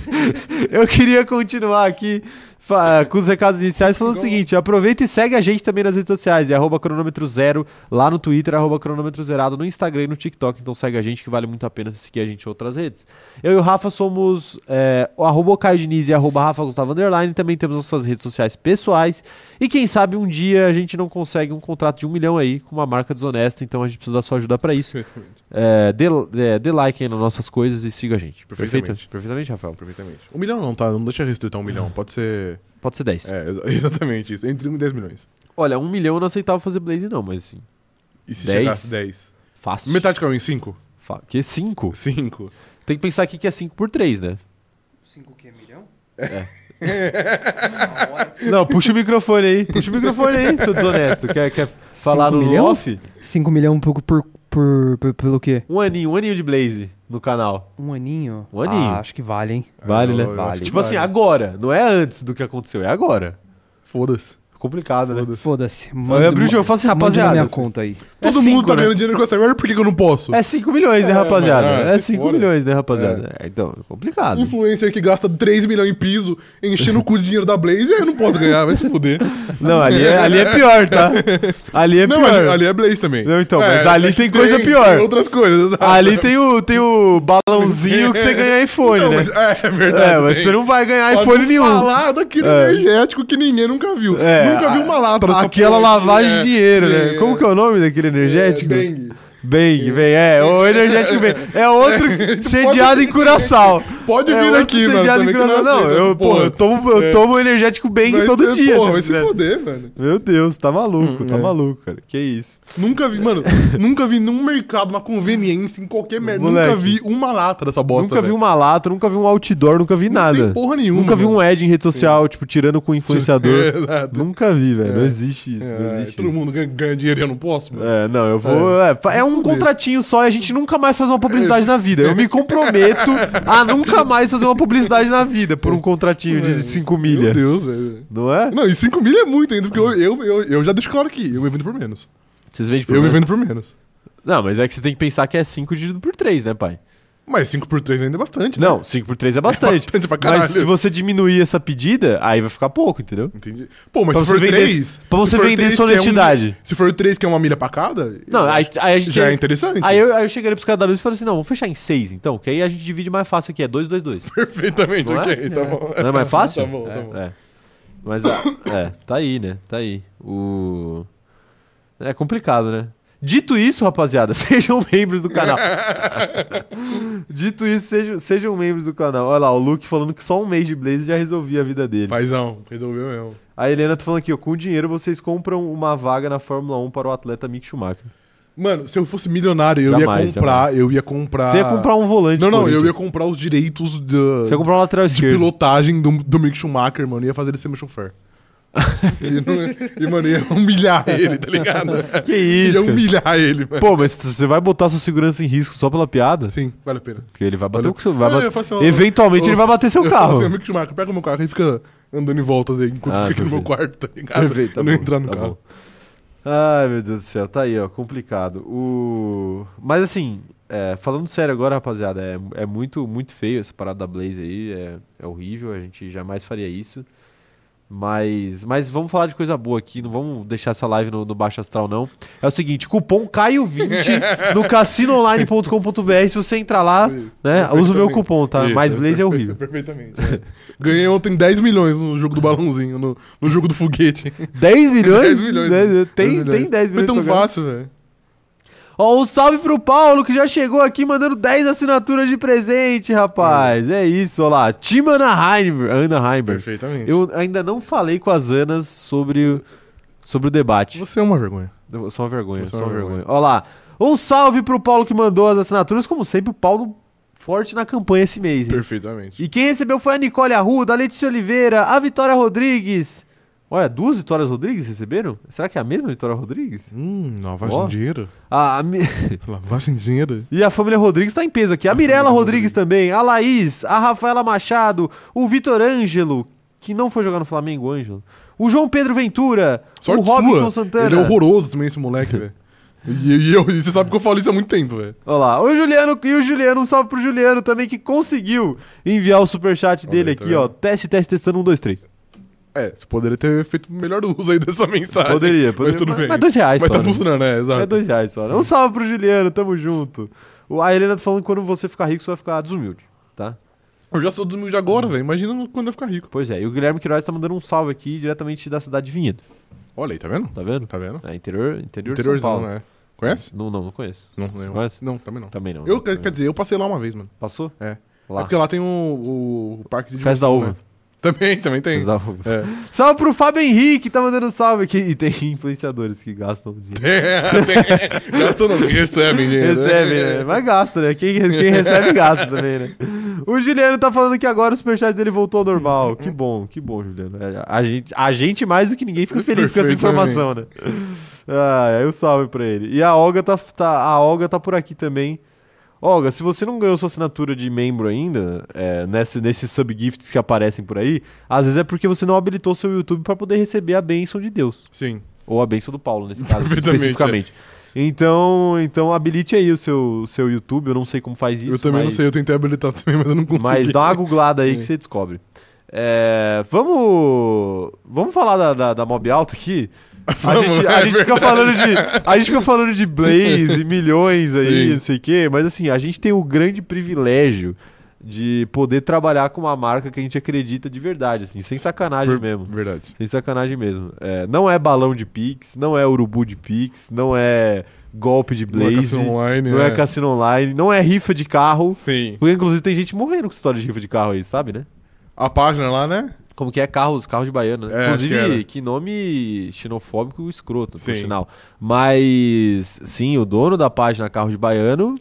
[SPEAKER 1] Eu queria continuar aqui fa- com os recados iniciais falando o
[SPEAKER 2] Igual-
[SPEAKER 1] seguinte: aproveita e segue a gente também nas redes sociais. É arroba cronômetro zero lá no Twitter, arroba cronômetro zerado no Instagram e no TikTok. Então segue a gente que vale muito a pena seguir a gente em outras redes. Eu e o Rafa somos é, o arroba Caio Diniz e arroba Rafa Gustavo Underline. Também temos nossas redes sociais pessoais. E quem sabe um dia a gente não consegue um contrato de um milhão aí com uma marca desonesta. Então a gente precisa da sua ajuda pra isso.
[SPEAKER 2] Perfeitamente.
[SPEAKER 1] É, dê, é, dê like aí nas nossas coisas e siga a gente. Perfeito?
[SPEAKER 2] Perfeitamente.
[SPEAKER 1] Perfeitamente, Rafael.
[SPEAKER 2] Perfeitamente. Um milhão não, tá? Não deixa restrito a um milhão. Pode ser.
[SPEAKER 1] Pode ser 10.
[SPEAKER 2] É, exa- exatamente isso. Entre 1 e 10 milhões.
[SPEAKER 1] Olha, um milhão eu não aceitava fazer Blaze, não, mas assim,
[SPEAKER 2] E se
[SPEAKER 1] Dez?
[SPEAKER 2] chegasse 10?
[SPEAKER 1] fácil.
[SPEAKER 2] Metade caiu em 5?
[SPEAKER 1] Fa- Que 5?
[SPEAKER 2] 5.
[SPEAKER 1] Tem que pensar aqui que é 5 por 3, né?
[SPEAKER 3] 5 que milhão?
[SPEAKER 1] É.
[SPEAKER 3] Na hora,
[SPEAKER 1] Não, puxa o microfone aí. Puxa o microfone aí, seu desonesto. Quer, quer falar no
[SPEAKER 4] milhão?
[SPEAKER 1] off?
[SPEAKER 4] 5 milhões por, por, por, por- pelo quê?
[SPEAKER 1] Um aninho, um aninho de Blaze no canal.
[SPEAKER 4] Um aninho?
[SPEAKER 1] Um aninho.
[SPEAKER 4] Ah, acho que vale, hein?
[SPEAKER 1] Vale, né?
[SPEAKER 4] Vale.
[SPEAKER 1] Tipo assim, agora. Não é antes do que aconteceu, é agora.
[SPEAKER 2] Foda-se.
[SPEAKER 1] Complicado, né?
[SPEAKER 4] Foda-se.
[SPEAKER 1] Eu abri o jogo e falo
[SPEAKER 4] Mande
[SPEAKER 1] assim,
[SPEAKER 4] na
[SPEAKER 1] rapaziada.
[SPEAKER 4] minha conta aí.
[SPEAKER 2] Todo
[SPEAKER 1] cinco,
[SPEAKER 2] mundo tá
[SPEAKER 1] né?
[SPEAKER 2] ganhando dinheiro com essa merda, por que, que eu não posso?
[SPEAKER 1] É 5 milhões, né,
[SPEAKER 2] É,
[SPEAKER 1] rapaziada?
[SPEAKER 2] mano, é,
[SPEAKER 1] é
[SPEAKER 2] se
[SPEAKER 1] 5
[SPEAKER 2] for, né?
[SPEAKER 1] milhões, né, rapaziada? É, então, é complicado.
[SPEAKER 2] Influencer que gasta 3 milhões em piso, enchendo o cu de dinheiro da Blaze, aí eu não posso ganhar, vai se fuder.
[SPEAKER 1] Não, ali é, ali é pior, tá? Ali é
[SPEAKER 2] não,
[SPEAKER 1] pior.
[SPEAKER 2] ali, ali é Blaze também.
[SPEAKER 1] Não, então, mas
[SPEAKER 2] É,
[SPEAKER 1] ali
[SPEAKER 2] é que
[SPEAKER 1] tem coisa pior.
[SPEAKER 2] tem outras coisas. exato.
[SPEAKER 1] Ali tem o, tem o balãozinho que você ganha iPhone,
[SPEAKER 2] Não,
[SPEAKER 1] né?
[SPEAKER 2] mas- é, é verdade.
[SPEAKER 1] é, mas
[SPEAKER 2] tem.
[SPEAKER 1] você não vai ganhar
[SPEAKER 2] Pode
[SPEAKER 1] iPhone nenhum.
[SPEAKER 2] falar daquilo
[SPEAKER 1] É.
[SPEAKER 2] energético que ninguém nunca viu.
[SPEAKER 1] É,
[SPEAKER 2] nunca viu uma lata. É,
[SPEAKER 1] Aquela lavagem de dinheiro, né? Como que é o nome daquele energético?
[SPEAKER 2] energético?
[SPEAKER 1] Bang, Bang, é. O energético Bang. É outro sediado em Curaçao.
[SPEAKER 2] Pode
[SPEAKER 1] É
[SPEAKER 2] vir
[SPEAKER 1] outro
[SPEAKER 2] aqui, mano.
[SPEAKER 1] sediado em
[SPEAKER 2] também, que
[SPEAKER 1] Curaçao. Não,
[SPEAKER 2] aceito
[SPEAKER 1] eu,
[SPEAKER 2] essa
[SPEAKER 1] porra, eu tomo, eu
[SPEAKER 2] É.
[SPEAKER 1] tomo energético Bang
[SPEAKER 2] Vai
[SPEAKER 1] todo
[SPEAKER 2] ser-
[SPEAKER 1] dia.
[SPEAKER 2] Porra,
[SPEAKER 1] se
[SPEAKER 2] vai se
[SPEAKER 1] quiser.
[SPEAKER 2] foder, mano.
[SPEAKER 1] Meu Deus, tá maluco, tá
[SPEAKER 2] é.
[SPEAKER 1] maluco, cara. Que isso.
[SPEAKER 2] Nunca vi, mano, nunca vi num mercado, uma conveniência, em qualquer merda. Nunca
[SPEAKER 1] Moleque.
[SPEAKER 2] vi uma lata dessa bosta.
[SPEAKER 1] nunca vi
[SPEAKER 2] velho.
[SPEAKER 1] uma lata, nunca vi um outdoor, nunca vi nada.
[SPEAKER 2] Não tem porra nenhuma.
[SPEAKER 1] Nunca vi
[SPEAKER 2] mano.
[SPEAKER 1] um ad em rede social, tipo, tirando com influenciador.
[SPEAKER 2] Exato.
[SPEAKER 1] Nunca vi, velho. Não
[SPEAKER 2] É.
[SPEAKER 1] existe isso. não
[SPEAKER 2] É,
[SPEAKER 1] existe
[SPEAKER 2] todo
[SPEAKER 1] isso.
[SPEAKER 2] mundo ganha, ganha dinheiro e eu não posso, mano.
[SPEAKER 1] É, não, eu vou. É, é um contratinho só e a gente nunca mais faz uma publicidade na vida. Eu me comprometo a nunca mais fazer uma publicidade na vida por um contratinho de 5
[SPEAKER 2] Meu
[SPEAKER 1] milha.
[SPEAKER 2] Deus, velho.
[SPEAKER 1] Não é?
[SPEAKER 2] Não, e 5 milha é muito ainda, porque eu, eu, eu, eu já deixo claro aqui, eu me vendo por menos.
[SPEAKER 1] Vocês vendem
[SPEAKER 2] Eu me vendo por menos.
[SPEAKER 1] Não, mas é que você tem que pensar que é 5 dividido por 3, né, pai?
[SPEAKER 2] Mas 5 por 3 ainda é bastante, né?
[SPEAKER 1] Não, 5 por 3 é bastante.
[SPEAKER 2] bastante pra caralho.
[SPEAKER 1] mas se você diminuir essa pedida, aí vai ficar pouco, entendeu?
[SPEAKER 2] Entendi. Pô, mas
[SPEAKER 1] Pra
[SPEAKER 2] se
[SPEAKER 1] você
[SPEAKER 2] for
[SPEAKER 1] vender-
[SPEAKER 2] 3.
[SPEAKER 1] pra você vender sua honestidade.
[SPEAKER 2] um se for 3 que é uma milha pra cada.
[SPEAKER 1] Não,
[SPEAKER 2] eu
[SPEAKER 1] aí,
[SPEAKER 2] acho-
[SPEAKER 1] aí a gente.
[SPEAKER 2] Já é interessante.
[SPEAKER 1] Aí eu, aí eu chegaria pros caras da mesa e falei assim: não, vamos fechar em 6 então, que aí a gente divide mais fácil aqui, é 2, 2, 2.
[SPEAKER 2] Perfeitamente,
[SPEAKER 1] Não é?
[SPEAKER 2] ok, tá bom.
[SPEAKER 1] Não é mais fácil?
[SPEAKER 2] Tá bom, tá bom.
[SPEAKER 1] É. Mas, ah, é, tá aí, né? Tá aí. O... É complicado, né? Dito isso, rapaziada, sejam membros do canal. Dito isso, sejam, sejam membros do canal. Olha lá, o Luke falando que só um mês de Blaze já resolvia a vida dele.
[SPEAKER 2] Paizão, resolveu mesmo.
[SPEAKER 1] A Helena tá falando aqui, ó, com dinheiro vocês compram uma vaga na Fórmula 1 para o atleta Mick Schumacher.
[SPEAKER 2] Mano, se eu fosse milionário, eu
[SPEAKER 1] Jamais,
[SPEAKER 2] ia comprar. Eu ia comprar.
[SPEAKER 1] Você ia comprar um volante.
[SPEAKER 2] Ah. Não, não, eu ia
[SPEAKER 1] Corinthians.
[SPEAKER 2] comprar os direitos da-
[SPEAKER 1] Você ia comprar um lateral
[SPEAKER 2] de
[SPEAKER 1] esquerdo.
[SPEAKER 2] pilotagem do, do Mick Schumacher, mano. Ia fazer ele ser meu chofer. e, não- e, mano, ia humilhar ele, tá ligado?
[SPEAKER 1] Que
[SPEAKER 2] Ia
[SPEAKER 1] isso? cara?
[SPEAKER 2] humilhar ele, é um mano.
[SPEAKER 1] Pô, mas você vai botar sua segurança em risco só pela piada?
[SPEAKER 2] Sim, vale a pena.
[SPEAKER 1] Porque ele vai bater
[SPEAKER 2] Olha-
[SPEAKER 1] o seu. Vai
[SPEAKER 2] Não,
[SPEAKER 1] bater-
[SPEAKER 2] eu ia falar assim, ó,
[SPEAKER 1] Eventualmente
[SPEAKER 2] eu-
[SPEAKER 1] ele vai bater seu
[SPEAKER 2] Eu
[SPEAKER 1] carro.
[SPEAKER 2] falo assim, o Mick Schumacher pega o meu carro e fica andando em voltas aí enquanto
[SPEAKER 1] Ah,
[SPEAKER 2] fica aqui no meu quarto, tá ligado? eu não entrar no
[SPEAKER 1] tá
[SPEAKER 2] carro.
[SPEAKER 1] bom. Ai, meu Deus do céu, tá aí, ó, complicado. O... Mas assim, é, falando sério agora, rapaziada, é, é muito, muito feio essa parada da Blaze aí, é, é horrível, a gente jamais faria isso. Mas, mas vamos falar de coisa boa aqui, não vamos deixar essa live no, no baixo astral, não. É o seguinte, cupom CAIO20 no cassinoonline.com.br. Se você entrar lá,
[SPEAKER 2] Isso,
[SPEAKER 1] né, usa o meu
[SPEAKER 2] perfeitamente.
[SPEAKER 1] cupom, tá?
[SPEAKER 2] Isso,
[SPEAKER 1] Mas Blaze é horrível.
[SPEAKER 2] Perfeitamente. é. Ganhei ontem 10 milhões no jogo do balãozinho, no, no jogo do foguete.
[SPEAKER 1] 10 milhões?
[SPEAKER 2] 10 milhões,
[SPEAKER 1] Né? Tem 10 milhões.
[SPEAKER 2] 10 milhões. Então
[SPEAKER 1] Tem 10
[SPEAKER 2] Foi
[SPEAKER 1] milhões
[SPEAKER 2] tão
[SPEAKER 1] pra ganhar.
[SPEAKER 2] fácil, velho.
[SPEAKER 1] Ó, um salve pro Paulo, que já chegou aqui mandando 10 assinaturas de presente, rapaz. É, isso, ó lá. Tim Anaheim, Anaheimberg.
[SPEAKER 2] Perfeitamente.
[SPEAKER 1] Eu ainda não falei com as Anas sobre, o- sobre o debate.
[SPEAKER 2] Você é uma vergonha.
[SPEAKER 1] Eu- Só uma vergonha,
[SPEAKER 2] Você
[SPEAKER 1] só
[SPEAKER 2] é
[SPEAKER 1] uma
[SPEAKER 2] uma
[SPEAKER 1] vergonha. Ó lá. Um salve pro Paulo que mandou as assinaturas. Como sempre, o Paulo forte na campanha esse mês, hein?
[SPEAKER 2] Perfeitamente.
[SPEAKER 1] E quem recebeu foi a Nicole Arruda, a Letícia Oliveira, a Vitória Rodrigues. Olha, duas Vitórias Rodrigues receberam? Será que é a mesma Vitória Rodrigues?
[SPEAKER 2] Hum, lavagem
[SPEAKER 1] Ó.
[SPEAKER 2] de dinheiro.
[SPEAKER 1] A, a, Mi-
[SPEAKER 2] Lavagem de dinheiro.
[SPEAKER 1] E a família Rodrigues tá em peso aqui. A, Mirella
[SPEAKER 2] família
[SPEAKER 1] Rodrigues, também, a Laís, a Rafaela Machado, o Vitor Ângelo, que não foi jogar no Flamengo, Ângelo. O João Pedro Ventura,
[SPEAKER 2] Sorte
[SPEAKER 1] o Robinson
[SPEAKER 2] sua.
[SPEAKER 1] Santana.
[SPEAKER 2] Ele é horroroso também, esse moleque, velho. E, e eu, e você sabe que eu falo isso há muito tempo, velho.
[SPEAKER 1] Olha lá, o Juliano e o Juliano, um salve pro Juliano também que conseguiu enviar o superchat
[SPEAKER 2] Olha
[SPEAKER 1] dele
[SPEAKER 2] aí, tá
[SPEAKER 1] aqui, ó. Teste, teste, testando, um, dois, três.
[SPEAKER 2] É, você poderia ter feito o melhor uso aí dessa mensagem.
[SPEAKER 1] Poderia, poderia.
[SPEAKER 2] Mas tudo bem.
[SPEAKER 1] Mas dois reais,
[SPEAKER 2] Mas
[SPEAKER 1] só,
[SPEAKER 2] tá
[SPEAKER 1] né?
[SPEAKER 2] funcionando, é, exato.
[SPEAKER 1] É dois reais só. né? Um salve pro Juliano, tamo junto. O- A Helena tá falando que quando você ficar rico, você vai ficar desumilde, tá?
[SPEAKER 2] Eu já sou dos mil de agora, velho. Imagina no- quando eu ficar rico.
[SPEAKER 1] Pois é, e o Guilherme Queiroz tá mandando um salve aqui diretamente da cidade de Vinhedo,
[SPEAKER 2] Olha aí, tá vendo?
[SPEAKER 1] tá vendo?
[SPEAKER 2] Tá vendo?
[SPEAKER 1] É interior, interior, de São
[SPEAKER 2] Interiorzão,
[SPEAKER 1] Paulo.
[SPEAKER 2] né? Conhece?
[SPEAKER 1] Não, não, não conheço.
[SPEAKER 2] Não,
[SPEAKER 1] Você
[SPEAKER 2] não.
[SPEAKER 1] conhece?
[SPEAKER 2] Não, também não.
[SPEAKER 1] Também não.
[SPEAKER 2] Eu,
[SPEAKER 1] né?
[SPEAKER 2] quer, quer dizer, eu passei lá uma vez, mano.
[SPEAKER 1] Passou?
[SPEAKER 2] É.
[SPEAKER 1] Lá.
[SPEAKER 2] É porque lá tem o, o, o parque de
[SPEAKER 1] Festa da
[SPEAKER 2] diversão,
[SPEAKER 1] uva.
[SPEAKER 2] né? Também, também tem.
[SPEAKER 1] Mas dá pra-
[SPEAKER 2] É.
[SPEAKER 1] Salve pro Fábio Henrique, tá mandando um salve aqui. E tem influenciadores que gastam dinheiro.
[SPEAKER 2] É, tem. Gastam não, que recebem dinheiro. né?
[SPEAKER 1] Recebe, né? Mas gasta, né? Quem, quem recebe, gasta também, né? O Juliano tá falando que agora o superchat dele voltou ao normal. Que bom, que bom, Juliano. É, A gente, a gente mais do que ninguém fica feliz com essa
[SPEAKER 2] Perfeitamente.
[SPEAKER 1] informação, né? Ah, aí o salve pra ele. E a Olga tá, tá- a Olga tá por aqui também. Olga, se você não ganhou sua assinatura de membro ainda, é, nesse, nesses subgifts que aparecem por aí, às vezes é porque você não habilitou seu YouTube pra poder receber a bênção de Deus.
[SPEAKER 2] Sim.
[SPEAKER 1] Ou a bênção do Paulo, nesse caso,
[SPEAKER 2] Perfeitamente,
[SPEAKER 1] especificamente. Então, então habilite aí o seu, o seu YouTube, eu não sei como faz isso.
[SPEAKER 2] eu também não
[SPEAKER 1] mas-
[SPEAKER 2] sei, eu tentei habilitar também, mas eu não consegui.
[SPEAKER 1] Mas dá uma googlada aí que você descobre. É, vamos, vamos falar da, da, da Mob Alta aqui? A
[SPEAKER 2] Vamos,
[SPEAKER 1] gente, a
[SPEAKER 2] é
[SPEAKER 1] gente fica
[SPEAKER 2] verdade.
[SPEAKER 1] falando de, a gente fica falando de Blaze e milhões aí,
[SPEAKER 2] Sim.
[SPEAKER 1] não sei o quê, mas assim, a gente tem o grande privilégio de poder trabalhar com uma marca que a gente acredita de verdade, assim, sem sacanagem
[SPEAKER 2] Ver-
[SPEAKER 1] mesmo.
[SPEAKER 2] Verdade.
[SPEAKER 1] Sem sacanagem mesmo. É, não é balão de Pix, não é urubu de Pix, não é golpe de
[SPEAKER 2] Não é
[SPEAKER 1] Blaze,
[SPEAKER 2] cassino online,
[SPEAKER 1] não é
[SPEAKER 2] né?
[SPEAKER 1] cassino online, não é rifa de carro.
[SPEAKER 2] Sim.
[SPEAKER 1] Porque, inclusive, tem gente morrendo com história de rifa de carro aí, sabe, né?
[SPEAKER 2] A página lá, né?
[SPEAKER 1] Como que é carros, carros de baiano, né?
[SPEAKER 2] É, acho que
[SPEAKER 1] inclusive, que,
[SPEAKER 2] era.
[SPEAKER 1] nome xenofóbico escroto, por
[SPEAKER 2] Sim.
[SPEAKER 1] sinal. Mas, sim, o dono da página Carro de Baiano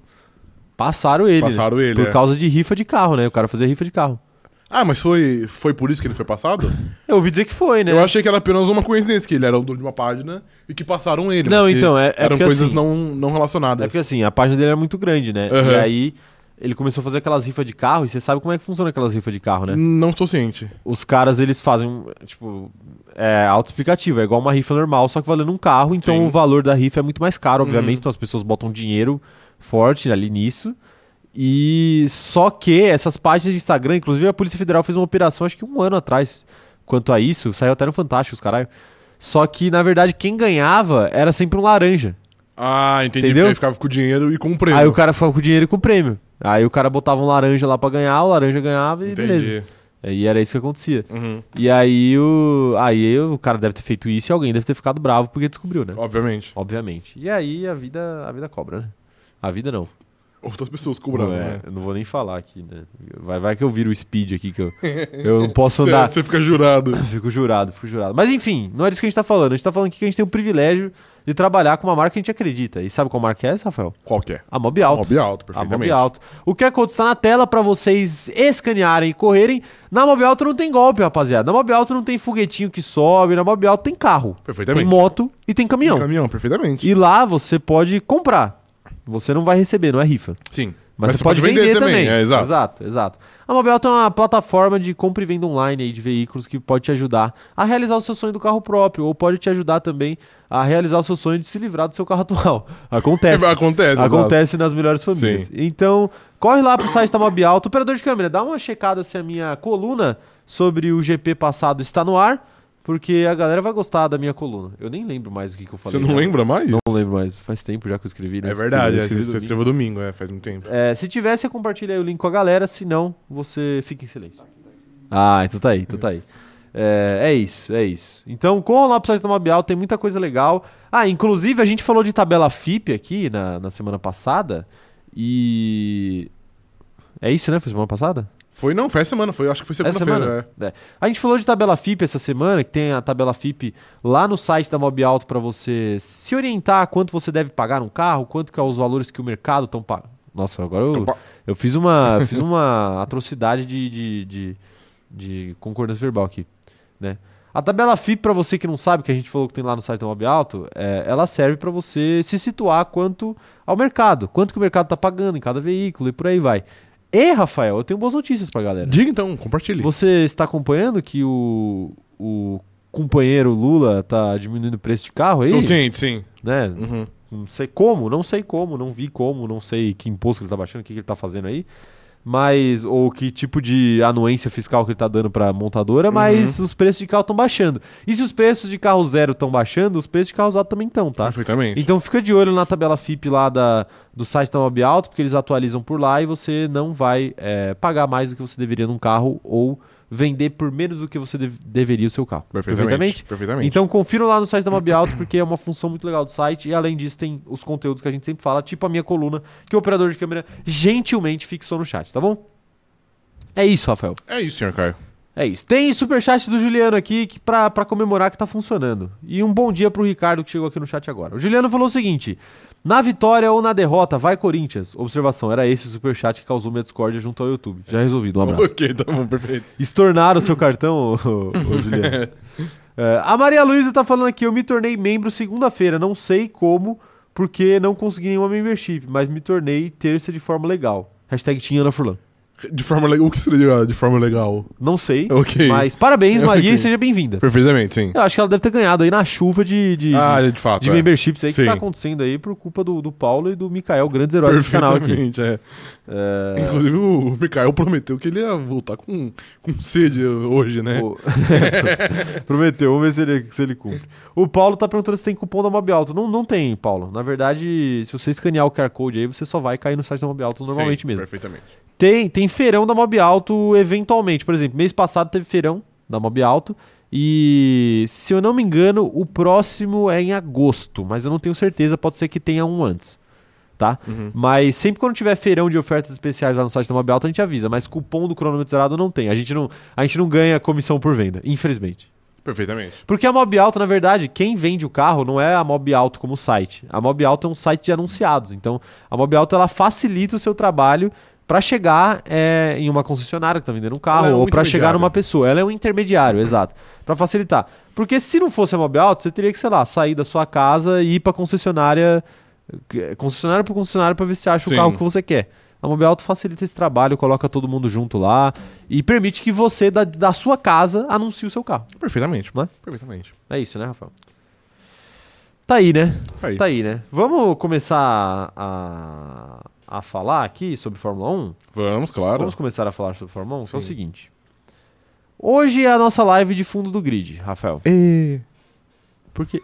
[SPEAKER 1] passaram ele. né?
[SPEAKER 2] Passaram ele,
[SPEAKER 1] Por
[SPEAKER 2] é.
[SPEAKER 1] causa de rifa de carro, né? O cara fazia rifa de carro.
[SPEAKER 2] Ah, mas foi, foi por isso que ele foi passado?
[SPEAKER 1] Eu ouvi dizer que foi, né?
[SPEAKER 2] Eu achei que era apenas uma coincidência, que ele era o dono de uma página e que passaram ele.
[SPEAKER 1] Não,
[SPEAKER 2] mas que
[SPEAKER 1] então, é- é
[SPEAKER 2] Eram
[SPEAKER 1] porque
[SPEAKER 2] coisas
[SPEAKER 1] assim-
[SPEAKER 2] não, não relacionadas.
[SPEAKER 1] É porque assim, a página dele era muito grande, né? E
[SPEAKER 2] Aham.
[SPEAKER 1] aí ele começou a fazer aquelas rifas de carro, e você sabe como é que funciona aquelas rifas de carro, né?
[SPEAKER 2] Não estou ciente.
[SPEAKER 1] Os caras, eles fazem, tipo, é autoexplicativo, é igual uma rifa normal, só que valendo um carro, então
[SPEAKER 2] Sim.
[SPEAKER 1] o valor da rifa é muito mais caro, obviamente,
[SPEAKER 2] Uhum.
[SPEAKER 1] então as pessoas botam dinheiro forte ali nisso. E só que essas páginas de Instagram, inclusive a Polícia Federal fez uma operação, acho que um ano atrás, quanto a isso, saiu até no Fantástico, os caralho. Só que, na verdade, quem ganhava era sempre um laranja.
[SPEAKER 2] Ah, entendi.
[SPEAKER 1] Entendeu?
[SPEAKER 2] Porque ele ficava com o dinheiro e com o prêmio.
[SPEAKER 1] Aí o cara ficava com o dinheiro e com o prêmio. Aí o cara botava um laranja lá pra ganhar, o laranja ganhava e
[SPEAKER 2] Entendi.
[SPEAKER 1] beleza. E era isso que acontecia.
[SPEAKER 2] Uhum.
[SPEAKER 1] E aí o. Aí o cara deve ter feito isso e alguém deve ter ficado bravo porque descobriu, né?
[SPEAKER 2] Obviamente.
[SPEAKER 1] Obviamente. E aí a vida, a vida cobra, né? A vida não.
[SPEAKER 2] Outras pessoas cobrando,
[SPEAKER 1] não, é,
[SPEAKER 2] né?
[SPEAKER 1] eu não vou nem falar aqui, né? Vai, vai que eu viro o speed aqui que eu, eu não posso andar.
[SPEAKER 2] Você é um fica jurado.
[SPEAKER 1] Fico jurado, fico jurado. Mas enfim, não é disso que a gente tá falando. A gente tá falando aqui que a gente tem o privilégio de trabalhar com uma marca que a gente acredita. E sabe qual marca é essa, Rafael?
[SPEAKER 2] Qualquer.
[SPEAKER 1] A Mob Alto.
[SPEAKER 2] Mob alto,
[SPEAKER 1] A
[SPEAKER 2] perfeitamente.
[SPEAKER 1] Tá, Mob Alto. O QR Code está na tela para vocês escanearem e correrem. Na Mob Alto não tem golpe, rapaziada. Na Mob Alto não tem foguetinho que sobe. Na Mob Alto tem carro, tem
[SPEAKER 2] Perfeitamente.
[SPEAKER 1] moto e tem
[SPEAKER 2] Tem
[SPEAKER 1] caminhão.
[SPEAKER 2] Caminhão, perfeitamente.
[SPEAKER 1] E lá você pode comprar. Você não vai receber, não é rifa.
[SPEAKER 2] Sim.
[SPEAKER 1] Mas, você, pode, vender, também.
[SPEAKER 2] É, exato.
[SPEAKER 1] exato, exato. A Mobile tem uma plataforma de compra e venda online aí de veículos que pode te ajudar a realizar o seu sonho do carro próprio, ou pode te ajudar também a realizar o seu sonho de se livrar do seu carro atual. Acontece.
[SPEAKER 2] Acontece, exato.
[SPEAKER 1] Acontece nas melhores famílias.
[SPEAKER 2] Sim.
[SPEAKER 1] Então, corre lá pro site tá da Mob Alto. Operador de câmera, dá uma checada se a minha coluna sobre o GP passado está no ar. Porque a galera vai gostar da minha coluna. Eu nem lembro mais o que, que eu
[SPEAKER 2] Você
[SPEAKER 1] falei.
[SPEAKER 2] não
[SPEAKER 1] já.
[SPEAKER 2] lembra mais?
[SPEAKER 1] Não lembro mais. Faz tempo já que eu escrevi, né?
[SPEAKER 2] É verdade,
[SPEAKER 1] Eu
[SPEAKER 2] é,
[SPEAKER 1] escrevi
[SPEAKER 2] você
[SPEAKER 1] domingo.
[SPEAKER 2] escreveu domingo, é, faz um tempo.
[SPEAKER 1] É, se tiver, você compartilha aí o link com a galera, se não, você fica em silêncio. Ah, então tá aí, então tá aí. É, é isso, é isso. Então, com o Lapsódio Tomabial tem muita coisa legal. Ah, inclusive a gente falou de tabela FIP aqui na, na semana passada. E. É isso, né? Foi semana passada?
[SPEAKER 2] Foi não, foi essa semana, foi, acho que foi
[SPEAKER 1] Essa
[SPEAKER 2] segunda-feira.
[SPEAKER 1] semana? É. A gente falou de tabela FIP essa semana, que tem a tabela FIP lá no site da Mob Alto para você se orientar quanto você deve pagar um carro, quanto que é os valores que o mercado estão pagando. Nossa, agora
[SPEAKER 2] é.
[SPEAKER 1] eu,
[SPEAKER 2] Opa,
[SPEAKER 1] eu fiz uma, fiz uma atrocidade de, de, de, de concordância verbal aqui, né? A tabela FIP, para você que não sabe, que a gente falou que tem lá no site da Mob Alto, é, ela serve para você se situar quanto ao mercado, quanto que o mercado está pagando em cada veículo e por aí vai. E, Rafael, eu tenho boas notícias para galera.
[SPEAKER 2] Diga então, compartilhe.
[SPEAKER 1] Você está acompanhando que o, o companheiro Lula tá diminuindo o preço de carro aí?
[SPEAKER 2] Estou ciente, sim.
[SPEAKER 1] Né?
[SPEAKER 2] Uhum.
[SPEAKER 1] Não sei como, não sei como, não vi como, não sei que imposto que ele tá baixando, o que, que ele tá fazendo aí. Mas, ou que tipo de anuência fiscal que ele tá dando pra montadora, mas os preços de carro estão baixando. E se os preços de carro zero estão baixando, os preços de carro usado também estão, tá?
[SPEAKER 2] Perfeitamente.
[SPEAKER 1] Então fica de olho na tabela FIP lá da, do site da Mob Alto, porque eles atualizam por lá e você não vai é, pagar mais do que você deveria num carro ou vender por menos do que você dev- deveria o seu carro.
[SPEAKER 2] Perfeitamente. Perfeitamente.
[SPEAKER 1] Então confiram lá no site da Mob Alto, porque é uma função muito legal do site. E além disso, tem os conteúdos que a gente sempre fala, tipo a minha coluna, que o operador de câmera gentilmente fixou no chat, tá bom? É isso, Rafael.
[SPEAKER 2] É isso, senhor Caio.
[SPEAKER 1] É isso. Tem superchat do Juliano aqui que pra, pra comemorar que tá funcionando. E um bom dia pro Ricardo que chegou aqui no chat agora. O Juliano falou o seguinte: na vitória ou na derrota, vai Corinthians. Observação, era esse o superchat que causou minha discórdia junto ao YouTube. Já resolvido, um abraço.
[SPEAKER 2] Ok, tá bom, perfeito.
[SPEAKER 1] Estornaram o seu cartão, ô, ô, ô, Juliano. É, a Maria Luísa tá falando aqui: eu me tornei membro segunda-feira, não sei como, porque não consegui nenhuma membership, mas me tornei terça de forma legal. Hashtag tinha Ana Furlan.
[SPEAKER 2] De forma legal. O que seria de forma legal?
[SPEAKER 1] Não sei,
[SPEAKER 2] Ok.
[SPEAKER 1] mas parabéns, Maria,
[SPEAKER 2] Ok.
[SPEAKER 1] e seja bem-vinda.
[SPEAKER 2] Perfeitamente, sim.
[SPEAKER 1] Eu acho que ela deve ter ganhado aí na chuva de, de,
[SPEAKER 2] Ah,
[SPEAKER 1] de,
[SPEAKER 2] de fato.
[SPEAKER 1] de
[SPEAKER 2] é.
[SPEAKER 1] memberships aí
[SPEAKER 2] Sim.
[SPEAKER 1] que tá acontecendo aí por culpa do, do Paulo e do Mikael, grandes heróis desse canal aqui.
[SPEAKER 2] Perfeitamente, é.
[SPEAKER 1] É,
[SPEAKER 2] Inclusive, o Mikael prometeu que ele ia voltar com, com sede hoje, né?
[SPEAKER 1] o- Prometeu, vamos ver se ele, se ele cumpre. O Paulo tá perguntando se tem cupom da Mob Alto. Não, não tem, Paulo. Na verdade, se você escanear o QR Code aí, você só vai cair no site da Mob Alto normalmente
[SPEAKER 2] Sim,
[SPEAKER 1] mesmo.
[SPEAKER 2] Perfeitamente.
[SPEAKER 1] Tem, tem feirão da Mob Alto eventualmente. Por exemplo, mês passado teve feirão da Mob Alto. E se eu não me engano, o próximo é em agosto, mas eu não tenho certeza, pode ser que tenha um antes. Tá?
[SPEAKER 2] Uhum.
[SPEAKER 1] Mas sempre quando tiver feirão de ofertas especiais lá no site da Mob Alto, a gente avisa. Mas cupom do cronômetro zerado não tem. A gente não, a gente não ganha comissão por venda, infelizmente.
[SPEAKER 2] Perfeitamente.
[SPEAKER 1] Porque a Mob Alto, na verdade, quem vende o carro não é a Mob Alto como site. A Mob Alto é um site de anunciados. Então, a Mob Alto ela facilita o seu trabalho para chegar é, em uma concessionária que está vendendo um carro
[SPEAKER 2] Ela é um
[SPEAKER 1] ou para chegar
[SPEAKER 2] intermediário.
[SPEAKER 1] numa pessoa. Ela é um intermediário, exato. Para facilitar. Porque se não fosse a Mob Alto, você teria que, sei lá, sair da sua casa e ir para concessionária, eh, concessionária por concessionária para ver se acha
[SPEAKER 2] Sim.
[SPEAKER 1] o carro que você quer. A Mob Alto facilita esse trabalho, coloca todo mundo junto lá e permite que você, da, da sua casa, anuncie o seu carro.
[SPEAKER 2] Perfeitamente.
[SPEAKER 1] Né?
[SPEAKER 2] Perfeitamente.
[SPEAKER 1] É isso, né, Rafael? Tá aí, né?
[SPEAKER 2] Tá aí.
[SPEAKER 1] Tá aí, né? Vamos começar a, a falar aqui sobre Fórmula 1?
[SPEAKER 2] Vamos, claro.
[SPEAKER 1] Vamos começar a falar sobre Fórmula 1? Que é o
[SPEAKER 2] Sim.
[SPEAKER 1] seguinte. Hoje é a nossa live de fundo do grid, Rafael.
[SPEAKER 2] E...
[SPEAKER 1] Porque.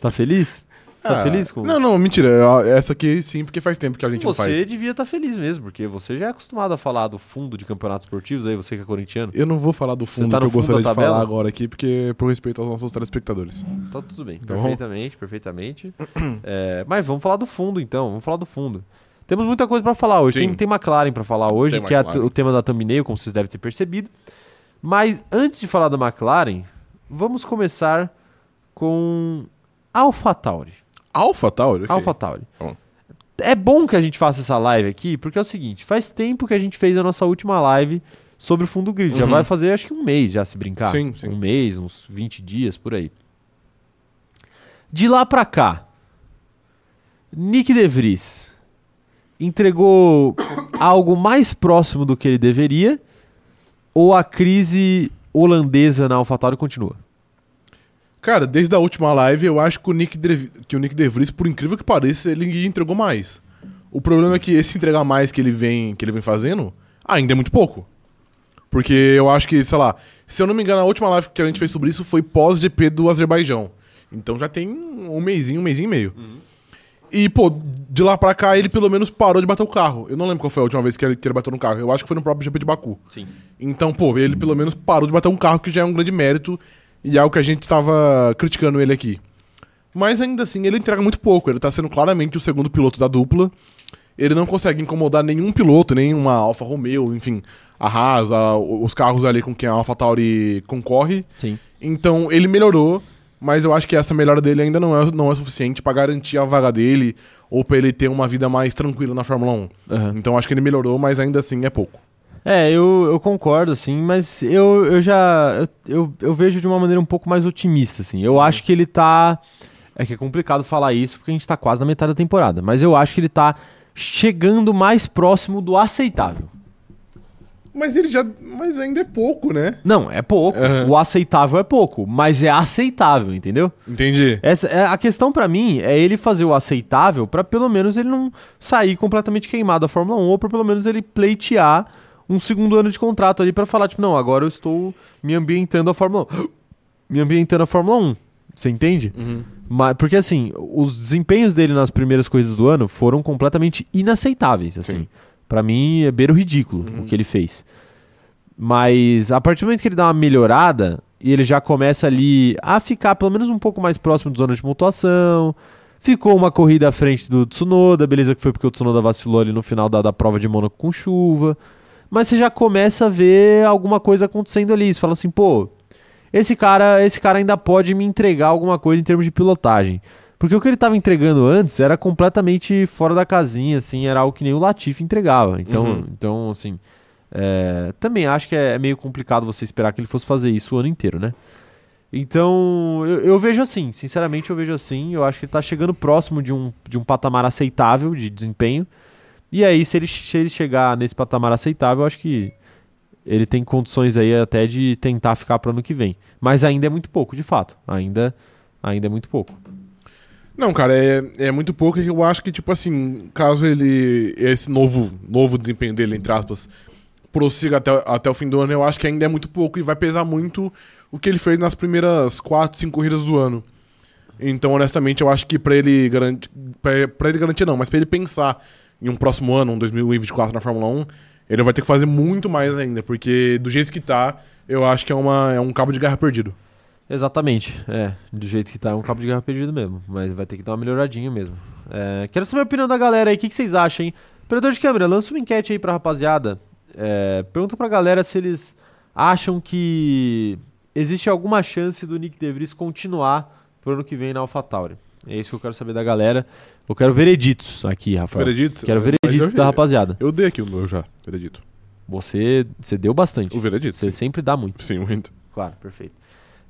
[SPEAKER 1] tá feliz? Tá
[SPEAKER 2] É. Ah,
[SPEAKER 1] feliz com
[SPEAKER 2] Não, não, mentira. Eu- Essa aqui sim, porque faz tempo que a gente não
[SPEAKER 1] Você
[SPEAKER 2] faz.
[SPEAKER 1] devia estar feliz mesmo, porque você já é acostumado a falar do fundo de campeonatos esportivos aí, você que é corintiano.
[SPEAKER 2] Eu não vou falar do fundo
[SPEAKER 1] tá
[SPEAKER 2] que
[SPEAKER 1] no
[SPEAKER 2] eu
[SPEAKER 1] fundo
[SPEAKER 2] gostaria
[SPEAKER 1] da
[SPEAKER 2] de falar
[SPEAKER 1] tabela?
[SPEAKER 2] agora aqui, porque é por respeito aos nossos telespectadores.
[SPEAKER 1] Tá tudo bem.
[SPEAKER 2] Tá bom?
[SPEAKER 1] perfeitamente, perfeitamente. É, mas vamos falar do fundo, então. Vamos falar do fundo. Temos muita coisa pra falar hoje. Tem,
[SPEAKER 2] Sim.
[SPEAKER 1] tem McLaren pra falar hoje,
[SPEAKER 2] Tem
[SPEAKER 1] que é a-
[SPEAKER 2] McLaren.
[SPEAKER 1] o tema da thumbnail, como vocês devem ter percebido. Mas antes de falar da McLaren, vamos começar com AlphaTauri.
[SPEAKER 2] Alpha Tauri? ok.
[SPEAKER 1] AlphaTauri.
[SPEAKER 2] Tá bom.
[SPEAKER 1] É bom que a gente faça essa live aqui, porque é o seguinte, faz tempo que a gente fez a nossa última live sobre o fundo grid. Já
[SPEAKER 2] Uhum.
[SPEAKER 1] vai fazer acho que um mês já se brincar.
[SPEAKER 2] Sim, sim.
[SPEAKER 1] Um mês, uns 20 dias por aí. De lá pra cá, Nick DeVries entregou algo mais próximo do que ele deveria ou a crise holandesa na AlphaTauri continua?
[SPEAKER 2] Cara, desde a última live, eu acho que o Nick De, que o Nick De Vries, por incrível que pareça, ele entregou mais. O problema é que esse entregar mais que ele vem, que ele vem fazendo, ainda é muito pouco. Porque eu acho que, sei lá, se eu não me engano, a última live que a gente fez sobre isso foi pós-GP do Azerbaijão. Então já tem um mêsinho, um mêsinho e meio. E, pô, de lá pra cá ele pelo menos parou de bater o carro. Eu não lembro qual foi a última vez que ele, que ele bateu no carro. Eu acho que foi no próprio GP de Baku.
[SPEAKER 1] Sim.
[SPEAKER 2] Então, pô, ele pelo menos parou de bater um carro, que já é um grande mérito. E é o que a gente tava criticando ele aqui. Mas ainda assim, ele entrega muito pouco. Ele tá sendo claramente o segundo piloto da dupla. Ele não consegue incomodar nenhum piloto, nem uma Alfa Romeo, enfim, a Haas, a- os carros ali com quem a Alfa Tauri concorre.
[SPEAKER 1] Sim.
[SPEAKER 2] Então ele melhorou, mas eu acho que essa melhora dele ainda não é, não é suficiente pra garantir a vaga dele ou pra ele ter uma vida mais tranquila na Fórmula 1. Então acho que ele melhorou, mas ainda assim é pouco.
[SPEAKER 1] É, eu, eu concordo, assim, mas eu, eu já. Eu, eu, eu vejo de uma maneira um pouco mais otimista, assim. Eu acho que ele tá. É que é complicado falar isso porque a gente tá quase na metade da temporada, mas eu acho que ele tá chegando mais próximo do aceitável.
[SPEAKER 2] Mas ele já. Mas ainda é pouco, né?
[SPEAKER 1] Não, é pouco.
[SPEAKER 2] Aham.
[SPEAKER 1] O aceitável é pouco, mas é aceitável, entendeu?
[SPEAKER 2] Entendi.
[SPEAKER 1] Essa, é- a questão pra mim é ele fazer o aceitável pra pelo menos ele não sair completamente queimado da Fórmula 1 ou pra pelo menos ele pleitear um segundo ano de contrato ali pra falar tipo, não, agora eu estou me ambientando à Fórmula 1. Me ambientando à Fórmula 1. Você entende? Mas, porque assim, os desempenhos dele nas primeiras corridas do ano foram completamente inaceitáveis, assim.
[SPEAKER 2] Sim.
[SPEAKER 1] Pra mim é beira o ridículo o que ele fez. Mas a partir do momento que ele dá uma melhorada e ele já começa ali a ficar pelo menos um pouco mais próximo de zona de pontuação. Ficou uma corrida à frente do Tsunoda, beleza que foi porque o Tsunoda vacilou ali no final da, da prova de Mônaco com chuva. Mas você já começa a ver alguma coisa acontecendo ali. Você fala assim, pô, esse cara, esse cara ainda pode me entregar alguma coisa em termos de pilotagem. Porque o que ele estava entregando antes era completamente fora da casinha, assim, era algo que nem o Latifi entregava. Então,
[SPEAKER 2] Uhum.
[SPEAKER 1] então assim, é, também acho que é meio complicado você esperar que ele fosse fazer isso o ano inteiro, né? Então, eu, eu vejo assim, sinceramente eu vejo assim, eu acho que ele tá chegando próximo de um, de um patamar aceitável de desempenho. E aí, se ele, se ele chegar nesse patamar aceitável, eu acho que ele tem condições aí até de tentar ficar pro ano que vem. Mas ainda é muito pouco, de fato. Ainda, ainda é muito pouco.
[SPEAKER 2] Não, cara, é, é muito pouco. e Eu acho que, tipo assim, caso ele. Esse novo, novo desempenho dele, entre aspas, prossiga até, até o fim do ano, eu acho que ainda é muito pouco e vai pesar muito o que ele fez nas primeiras 4, 5 corridas do ano. Então, honestamente, eu acho que pra ele garantir. Pra, pra ele garantir, não, mas pra ele pensar em um próximo ano, um 2024 na Fórmula 1, ele vai ter que fazer muito mais ainda, porque do jeito que tá, eu acho que é, uma, é um cabo de guerra perdido.
[SPEAKER 1] Exatamente, é. Do jeito que tá, é um cabo de guerra perdido mesmo. Mas vai ter que dar uma melhoradinha mesmo. É, quero saber a opinião da galera aí, o que, que vocês acham, hein? Operador de câmera, lança uma enquete aí pra rapaziada. É, pergunta pra galera se eles acham que existe alguma chance do Nick DeVries continuar pro ano que vem na AlphaTauri. É isso que eu quero saber da galera. Eu quero vereditos aqui, Rafael.
[SPEAKER 2] Veredito?
[SPEAKER 1] Quero
[SPEAKER 2] Mas eu
[SPEAKER 1] vereditos
[SPEAKER 2] vi-
[SPEAKER 1] da rapaziada.
[SPEAKER 2] Eu dei aqui o meu já, veredito.
[SPEAKER 1] Você, você deu bastante.
[SPEAKER 2] O veredito.
[SPEAKER 1] Você sempre dá muito.
[SPEAKER 2] Sim, muito.
[SPEAKER 1] Claro, perfeito.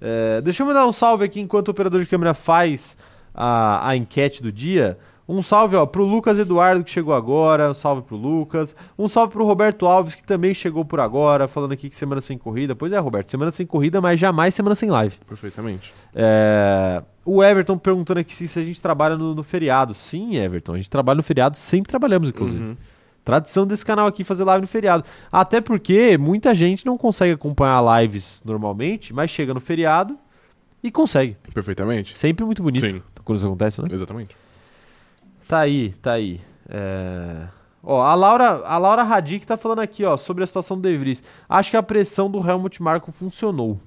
[SPEAKER 1] É, deixa eu mandar um salve aqui enquanto o operador de câmera faz a, a enquete do dia. Um salve ó, pro Lucas Eduardo que chegou agora, um salve pro Lucas. Um salve pro Roberto Alves que também chegou por agora, falando aqui que semana sem corrida. Pois é, Roberto, semana sem corrida, mas jamais semana sem live.
[SPEAKER 2] Perfeitamente.
[SPEAKER 1] É, o Everton perguntando aqui se se a gente trabalha no, no feriado. Sim, Everton, a gente trabalha no feriado, sempre trabalhamos, inclusive. Tradição desse canal aqui fazer live no feriado. Até porque muita gente não consegue acompanhar lives normalmente, mas chega no feriado e consegue.
[SPEAKER 2] Perfeitamente?
[SPEAKER 1] Sempre muito bonito
[SPEAKER 2] Sim,
[SPEAKER 1] quando isso acontece, né?
[SPEAKER 2] exatamente.
[SPEAKER 1] Tá aí, tá aí. É, Ó, a Laura, a Laura Radic tá falando aqui, ó, sobre a situação do De Vries. Acho que a pressão do Helmut Marko funcionou.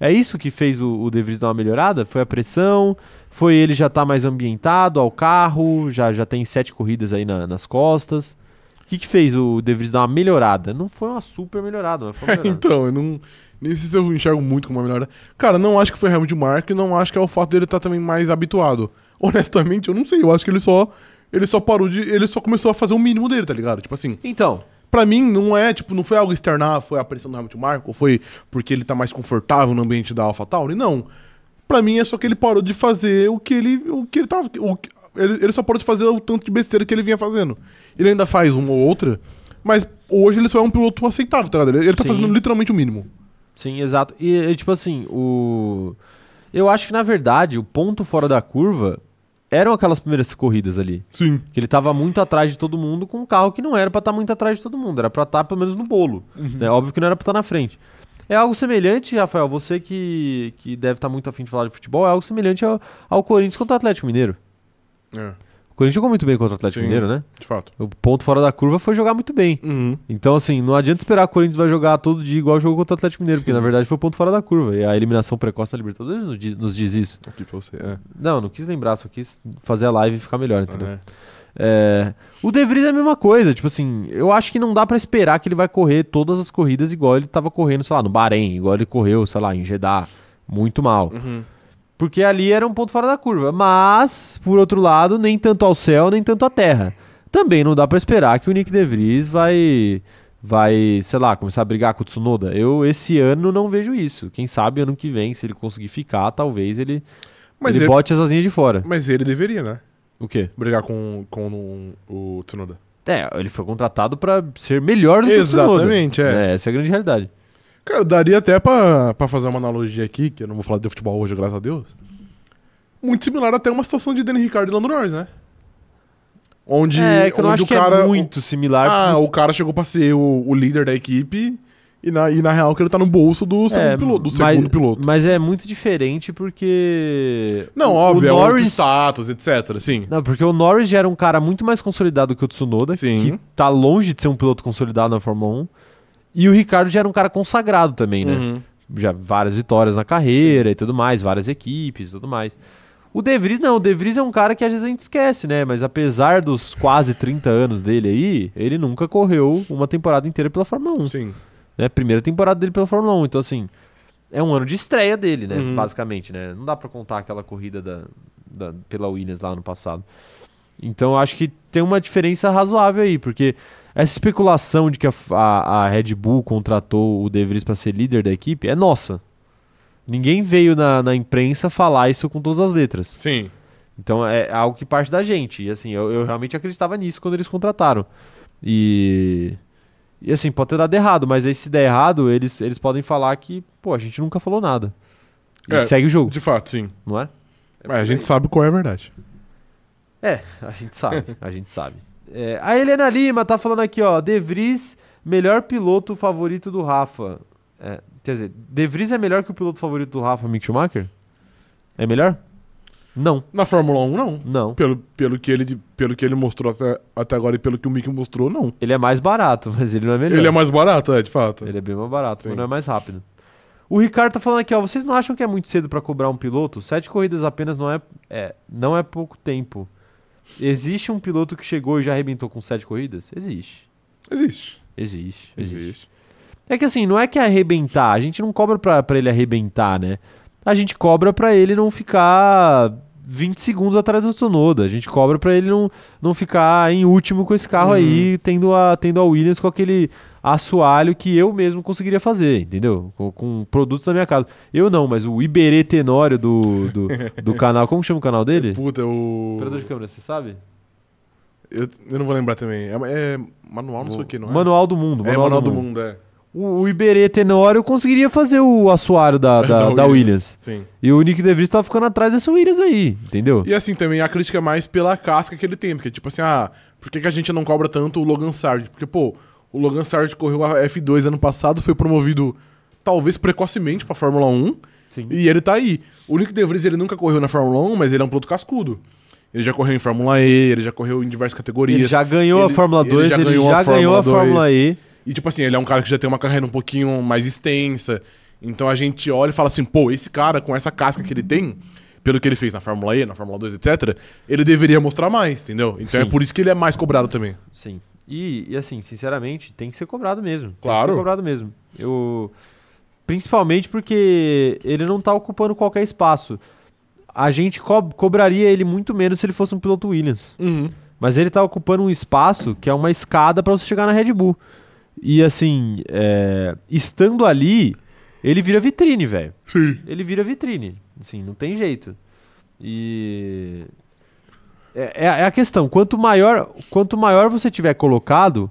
[SPEAKER 1] É isso que fez o, o De Vries dar uma melhorada? Foi a pressão, foi ele já tá mais ambientado ao carro, já, já tem sete corridas aí na- nas costas. O que, que fez o De Vries dar uma melhorada? Não foi uma super melhorada, mas foi uma melhorada.
[SPEAKER 2] então, eu não. Nem sei se eu enxergo muito como uma melhora. Cara, não acho que foi realmente o Mark e não acho que é o fato dele estar também mais habituado. Honestamente, eu não sei. Eu acho que ele só. Ele só parou de. Ele só começou a fazer o mínimo dele, tá ligado? Tipo assim,
[SPEAKER 1] Então,
[SPEAKER 2] pra mim não é, tipo, não foi algo externar, foi a pressão do Hamilton Marco, foi porque ele tá mais confortável no ambiente da AlphaTauri, não. Pra mim é só que ele parou de fazer o que ele. O que ele tava. o que- ele, ele só parou de fazer o tanto de besteira que ele vinha fazendo. Ele ainda faz uma ou outra, mas hoje ele só é um piloto aceitável, tá ligado? Ele, ele tá
[SPEAKER 1] Sim.
[SPEAKER 2] fazendo literalmente o mínimo.
[SPEAKER 1] Sim, exato. E, e, tipo assim, o. Eu acho que na verdade o ponto fora da curva eram aquelas primeiras corridas ali.
[SPEAKER 2] Sim.
[SPEAKER 1] Que ele tava muito atrás de todo mundo com um carro que não era pra estar muito atrás de todo mundo, era pra estar pelo menos no bolo. Né? Óbvio que não era pra estar na frente. É algo semelhante, Rafael, você que, que deve estar muito afim de falar de futebol, é algo semelhante ao, ao Corinthians contra o Atlético Mineiro.
[SPEAKER 2] É,
[SPEAKER 1] O Corinthians jogou muito bem contra o Atlético
[SPEAKER 2] Sim.
[SPEAKER 1] Mineiro, né?
[SPEAKER 2] de fato.
[SPEAKER 1] O ponto fora da curva foi jogar muito bem. Então, assim, não adianta esperar que o Corinthians vai jogar todo dia igual jogou contra o Atlético Mineiro, porque na verdade foi o ponto fora da curva. E a eliminação precoce da Libertadores nos di- nos diz isso.
[SPEAKER 2] Aqui pra você. É.
[SPEAKER 1] Não, não quis lembrar, só quis fazer a live e ficar melhor, entendeu?
[SPEAKER 2] É.
[SPEAKER 1] É, o De Vries é a mesma coisa, tipo assim, eu acho que não dá pra esperar que ele vai correr todas as corridas igual ele tava correndo, sei lá, no Bahrein, igual ele correu, sei lá, em Jeddah, muito mal. Porque ali era um ponto fora da curva, mas por outro lado, nem tanto ao céu, nem tanto à terra. Também não dá pra esperar que o Nick De Vries vai vai, sei lá, começar a brigar com o Tsunoda. Eu esse ano não vejo isso. Quem sabe ano que vem, se ele conseguir ficar, talvez ele
[SPEAKER 2] Mas,
[SPEAKER 1] ele
[SPEAKER 2] ele,
[SPEAKER 1] bote as asinhas de fora.
[SPEAKER 2] mas ele deveria, né?
[SPEAKER 1] O quê?
[SPEAKER 2] Brigar com, com o, o Tsunoda.
[SPEAKER 1] É, ele foi contratado pra ser melhor do
[SPEAKER 2] Exatamente,
[SPEAKER 1] que o Tsunoda.
[SPEAKER 2] é.
[SPEAKER 1] é. Essa é a grande realidade.
[SPEAKER 2] Cara, daria até pra, pra fazer uma analogia aqui, que eu não vou falar de futebol hoje, graças a Deus. Muito similar até uma situação de Danny Ricardo e Lando Norris, né? Onde,
[SPEAKER 1] é, que eu não
[SPEAKER 2] onde
[SPEAKER 1] acho
[SPEAKER 2] o
[SPEAKER 1] que
[SPEAKER 2] cara,
[SPEAKER 1] é muito similar.
[SPEAKER 2] Ah, o cara chegou pra ser o, o líder da equipe e na, e na real que ele tá no bolso do segundo,
[SPEAKER 1] É,
[SPEAKER 2] piloto, do
[SPEAKER 1] mas-
[SPEAKER 2] segundo piloto.
[SPEAKER 1] Mas é muito diferente porque...
[SPEAKER 2] Não,
[SPEAKER 1] o,
[SPEAKER 2] óbvio,
[SPEAKER 1] o
[SPEAKER 2] é outro
[SPEAKER 1] Norris...
[SPEAKER 2] status, etc. Sim.
[SPEAKER 1] Não, porque o Norris já era um cara muito mais consolidado que o Tsunoda,
[SPEAKER 2] Sim.
[SPEAKER 1] que tá longe de ser um piloto consolidado na Fórmula 1. E o Ricardo já era um cara consagrado também, né?
[SPEAKER 2] Uhum.
[SPEAKER 1] já várias vitórias na carreira e tudo mais, várias equipes e tudo mais. O De Vries não, o De Vries é um cara que às vezes a gente esquece, né? Mas apesar dos quase 30 anos dele aí, ele nunca correu uma temporada inteira pela Fórmula 1,
[SPEAKER 2] Sim.
[SPEAKER 1] né? Primeira temporada dele pela Fórmula 1, então assim, é um ano de estreia dele, né?
[SPEAKER 2] Uhum.
[SPEAKER 1] Basicamente, né? Não dá pra contar aquela corrida da, da- pela Williams lá no passado. Então eu acho que tem uma diferença razoável aí, porque essa especulação de que a, a- a Red Bull contratou o De Vries para ser líder da equipe é nossa. Ninguém veio na, na imprensa falar isso com todas as letras.
[SPEAKER 2] Sim.
[SPEAKER 1] Então é algo que parte da gente. E assim, eu, eu realmente acreditava nisso quando eles contrataram. E. E assim, pode ter dado errado, mas aí se der errado, eles, eles podem falar que, pô, a gente nunca falou nada. E
[SPEAKER 2] É.
[SPEAKER 1] segue o jogo,
[SPEAKER 2] De fato, sim.
[SPEAKER 1] não é?
[SPEAKER 2] Mas a gente sabe qual é a verdade.
[SPEAKER 1] É, a gente sabe, a gente sabe. É, a Helena Lima tá falando aqui, ó, De Vries, melhor piloto favorito do Rafa. É, quer dizer, De Vries é melhor que o piloto favorito do Rafa, Mick Schumacher? É melhor? Não,
[SPEAKER 2] Na Fórmula 1, não.
[SPEAKER 1] não.
[SPEAKER 2] Pelo, pelo, que, ele, pelo que ele mostrou até, até agora e pelo que o Mickey mostrou, não.
[SPEAKER 1] Ele é mais barato, mas ele não é melhor.
[SPEAKER 2] Ele é mais barato, é, de fato.
[SPEAKER 1] Ele é bem mais barato,
[SPEAKER 2] Sim.
[SPEAKER 1] mas não é mais rápido. O Ricardo tá falando aqui, ó. Vocês não acham que é muito cedo pra cobrar um piloto? Sete corridas apenas não é, é, não é pouco tempo. Existe um piloto que chegou e já arrebentou com sete corridas? Existe.
[SPEAKER 2] Existe.
[SPEAKER 1] Existe. Existe. É que assim, não é que é arrebentar. A gente não cobra pra, pra ele arrebentar, né? A gente cobra pra ele não ficar 20 segundos atrás do Tsunoda. A gente cobra pra ele não, não ficar em último com esse carro
[SPEAKER 2] Uhum.
[SPEAKER 1] aí, tendo a, tendo a Williams com aquele assoalho que eu mesmo conseguiria fazer, entendeu? Com, com produtos da minha casa. Eu não, mas o Iberê Tenório do, do, do canal... Como chama o canal dele?
[SPEAKER 2] Puta, o.
[SPEAKER 1] Operador de câmera, você sabe?
[SPEAKER 2] Eu, eu não vou lembrar também. É, é manual, não sei o que, não é?
[SPEAKER 1] Manual do Mundo.
[SPEAKER 2] É manual do mundo, é.
[SPEAKER 1] O, o Iberê Tenório conseguiria fazer o assoalho da, da, da Williams.
[SPEAKER 2] Sim.
[SPEAKER 1] E o Nick DeVries tá ficando atrás dessa Williams aí, entendeu?
[SPEAKER 2] E assim, também a crítica é mais pela casca que ele tem, porque tipo assim, ah, por que, que a gente não cobra tanto o Logan Sargent? Porque, pô, o Logan Sargent correu a F2 ano passado, foi promovido talvez precocemente pra Fórmula 1,
[SPEAKER 1] Sim.
[SPEAKER 2] e ele tá aí. O Nick De Vries, ele nunca correu na Fórmula 1, mas ele é um piloto cascudo. Ele já correu em Fórmula E, ele já correu em diversas categorias.
[SPEAKER 1] Ele já ganhou a
[SPEAKER 2] Ele-
[SPEAKER 1] Fórmula
[SPEAKER 2] ele
[SPEAKER 1] 2, ele
[SPEAKER 2] já
[SPEAKER 1] já,
[SPEAKER 2] ganhou a
[SPEAKER 1] ganhou a
[SPEAKER 2] Fórmula
[SPEAKER 1] Fórmula E.
[SPEAKER 2] E tipo assim, ele é um cara que já tem uma carreira um pouquinho mais extensa. Então a gente olha e fala assim, pô, esse cara com essa casca que ele tem, pelo que ele fez na Fórmula E, na Fórmula 2, etc, ele deveria mostrar mais, entendeu? Então é
[SPEAKER 1] Sim.
[SPEAKER 2] por isso que ele é mais cobrado também.
[SPEAKER 1] Sim. E, e assim, sinceramente, tem que ser cobrado mesmo. Tem que
[SPEAKER 2] Claro.
[SPEAKER 1] ser cobrado mesmo. Eu... Principalmente porque ele não tá ocupando qualquer espaço. A gente co- cobraria ele muito menos se ele fosse um piloto Williams. Mas ele tá ocupando um espaço que é uma escada pra você chegar na Red Bull. E assim, é, estando ali, ele vira vitrine, velho.
[SPEAKER 2] Sim.
[SPEAKER 1] Ele vira vitrine. Assim, não tem jeito. E. É, é- é a questão. Quanto maior, quanto maior você tiver colocado,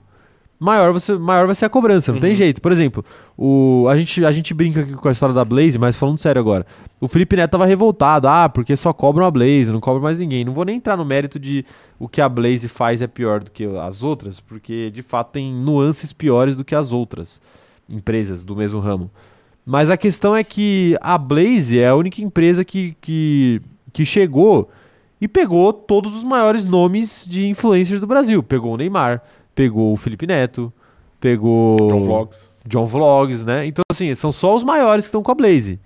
[SPEAKER 1] maior, você, maior vai ser a cobrança, não tem
[SPEAKER 2] Uhum.
[SPEAKER 1] jeito. Por exemplo, o, a, gente, a gente brinca aqui com a história da Blaze, mas falando sério agora. O Felipe Neto tava revoltado, ah, porque só cobram a Blaze, não cobra mais ninguém. Não vou nem entrar no mérito de o que a Blaze faz é pior do que as outras, porque de fato tem nuances piores do que as outras empresas do mesmo ramo. Mas a questão é que a Blaze é a única empresa que, que, que chegou e pegou todos os maiores nomes de influencers do Brasil. Pegou o Neymar, pegou o Felipe Neto, pegou.
[SPEAKER 2] John Vlogs.
[SPEAKER 1] John Vlogs, né? Então, assim, são só os maiores que estão com a Blaze.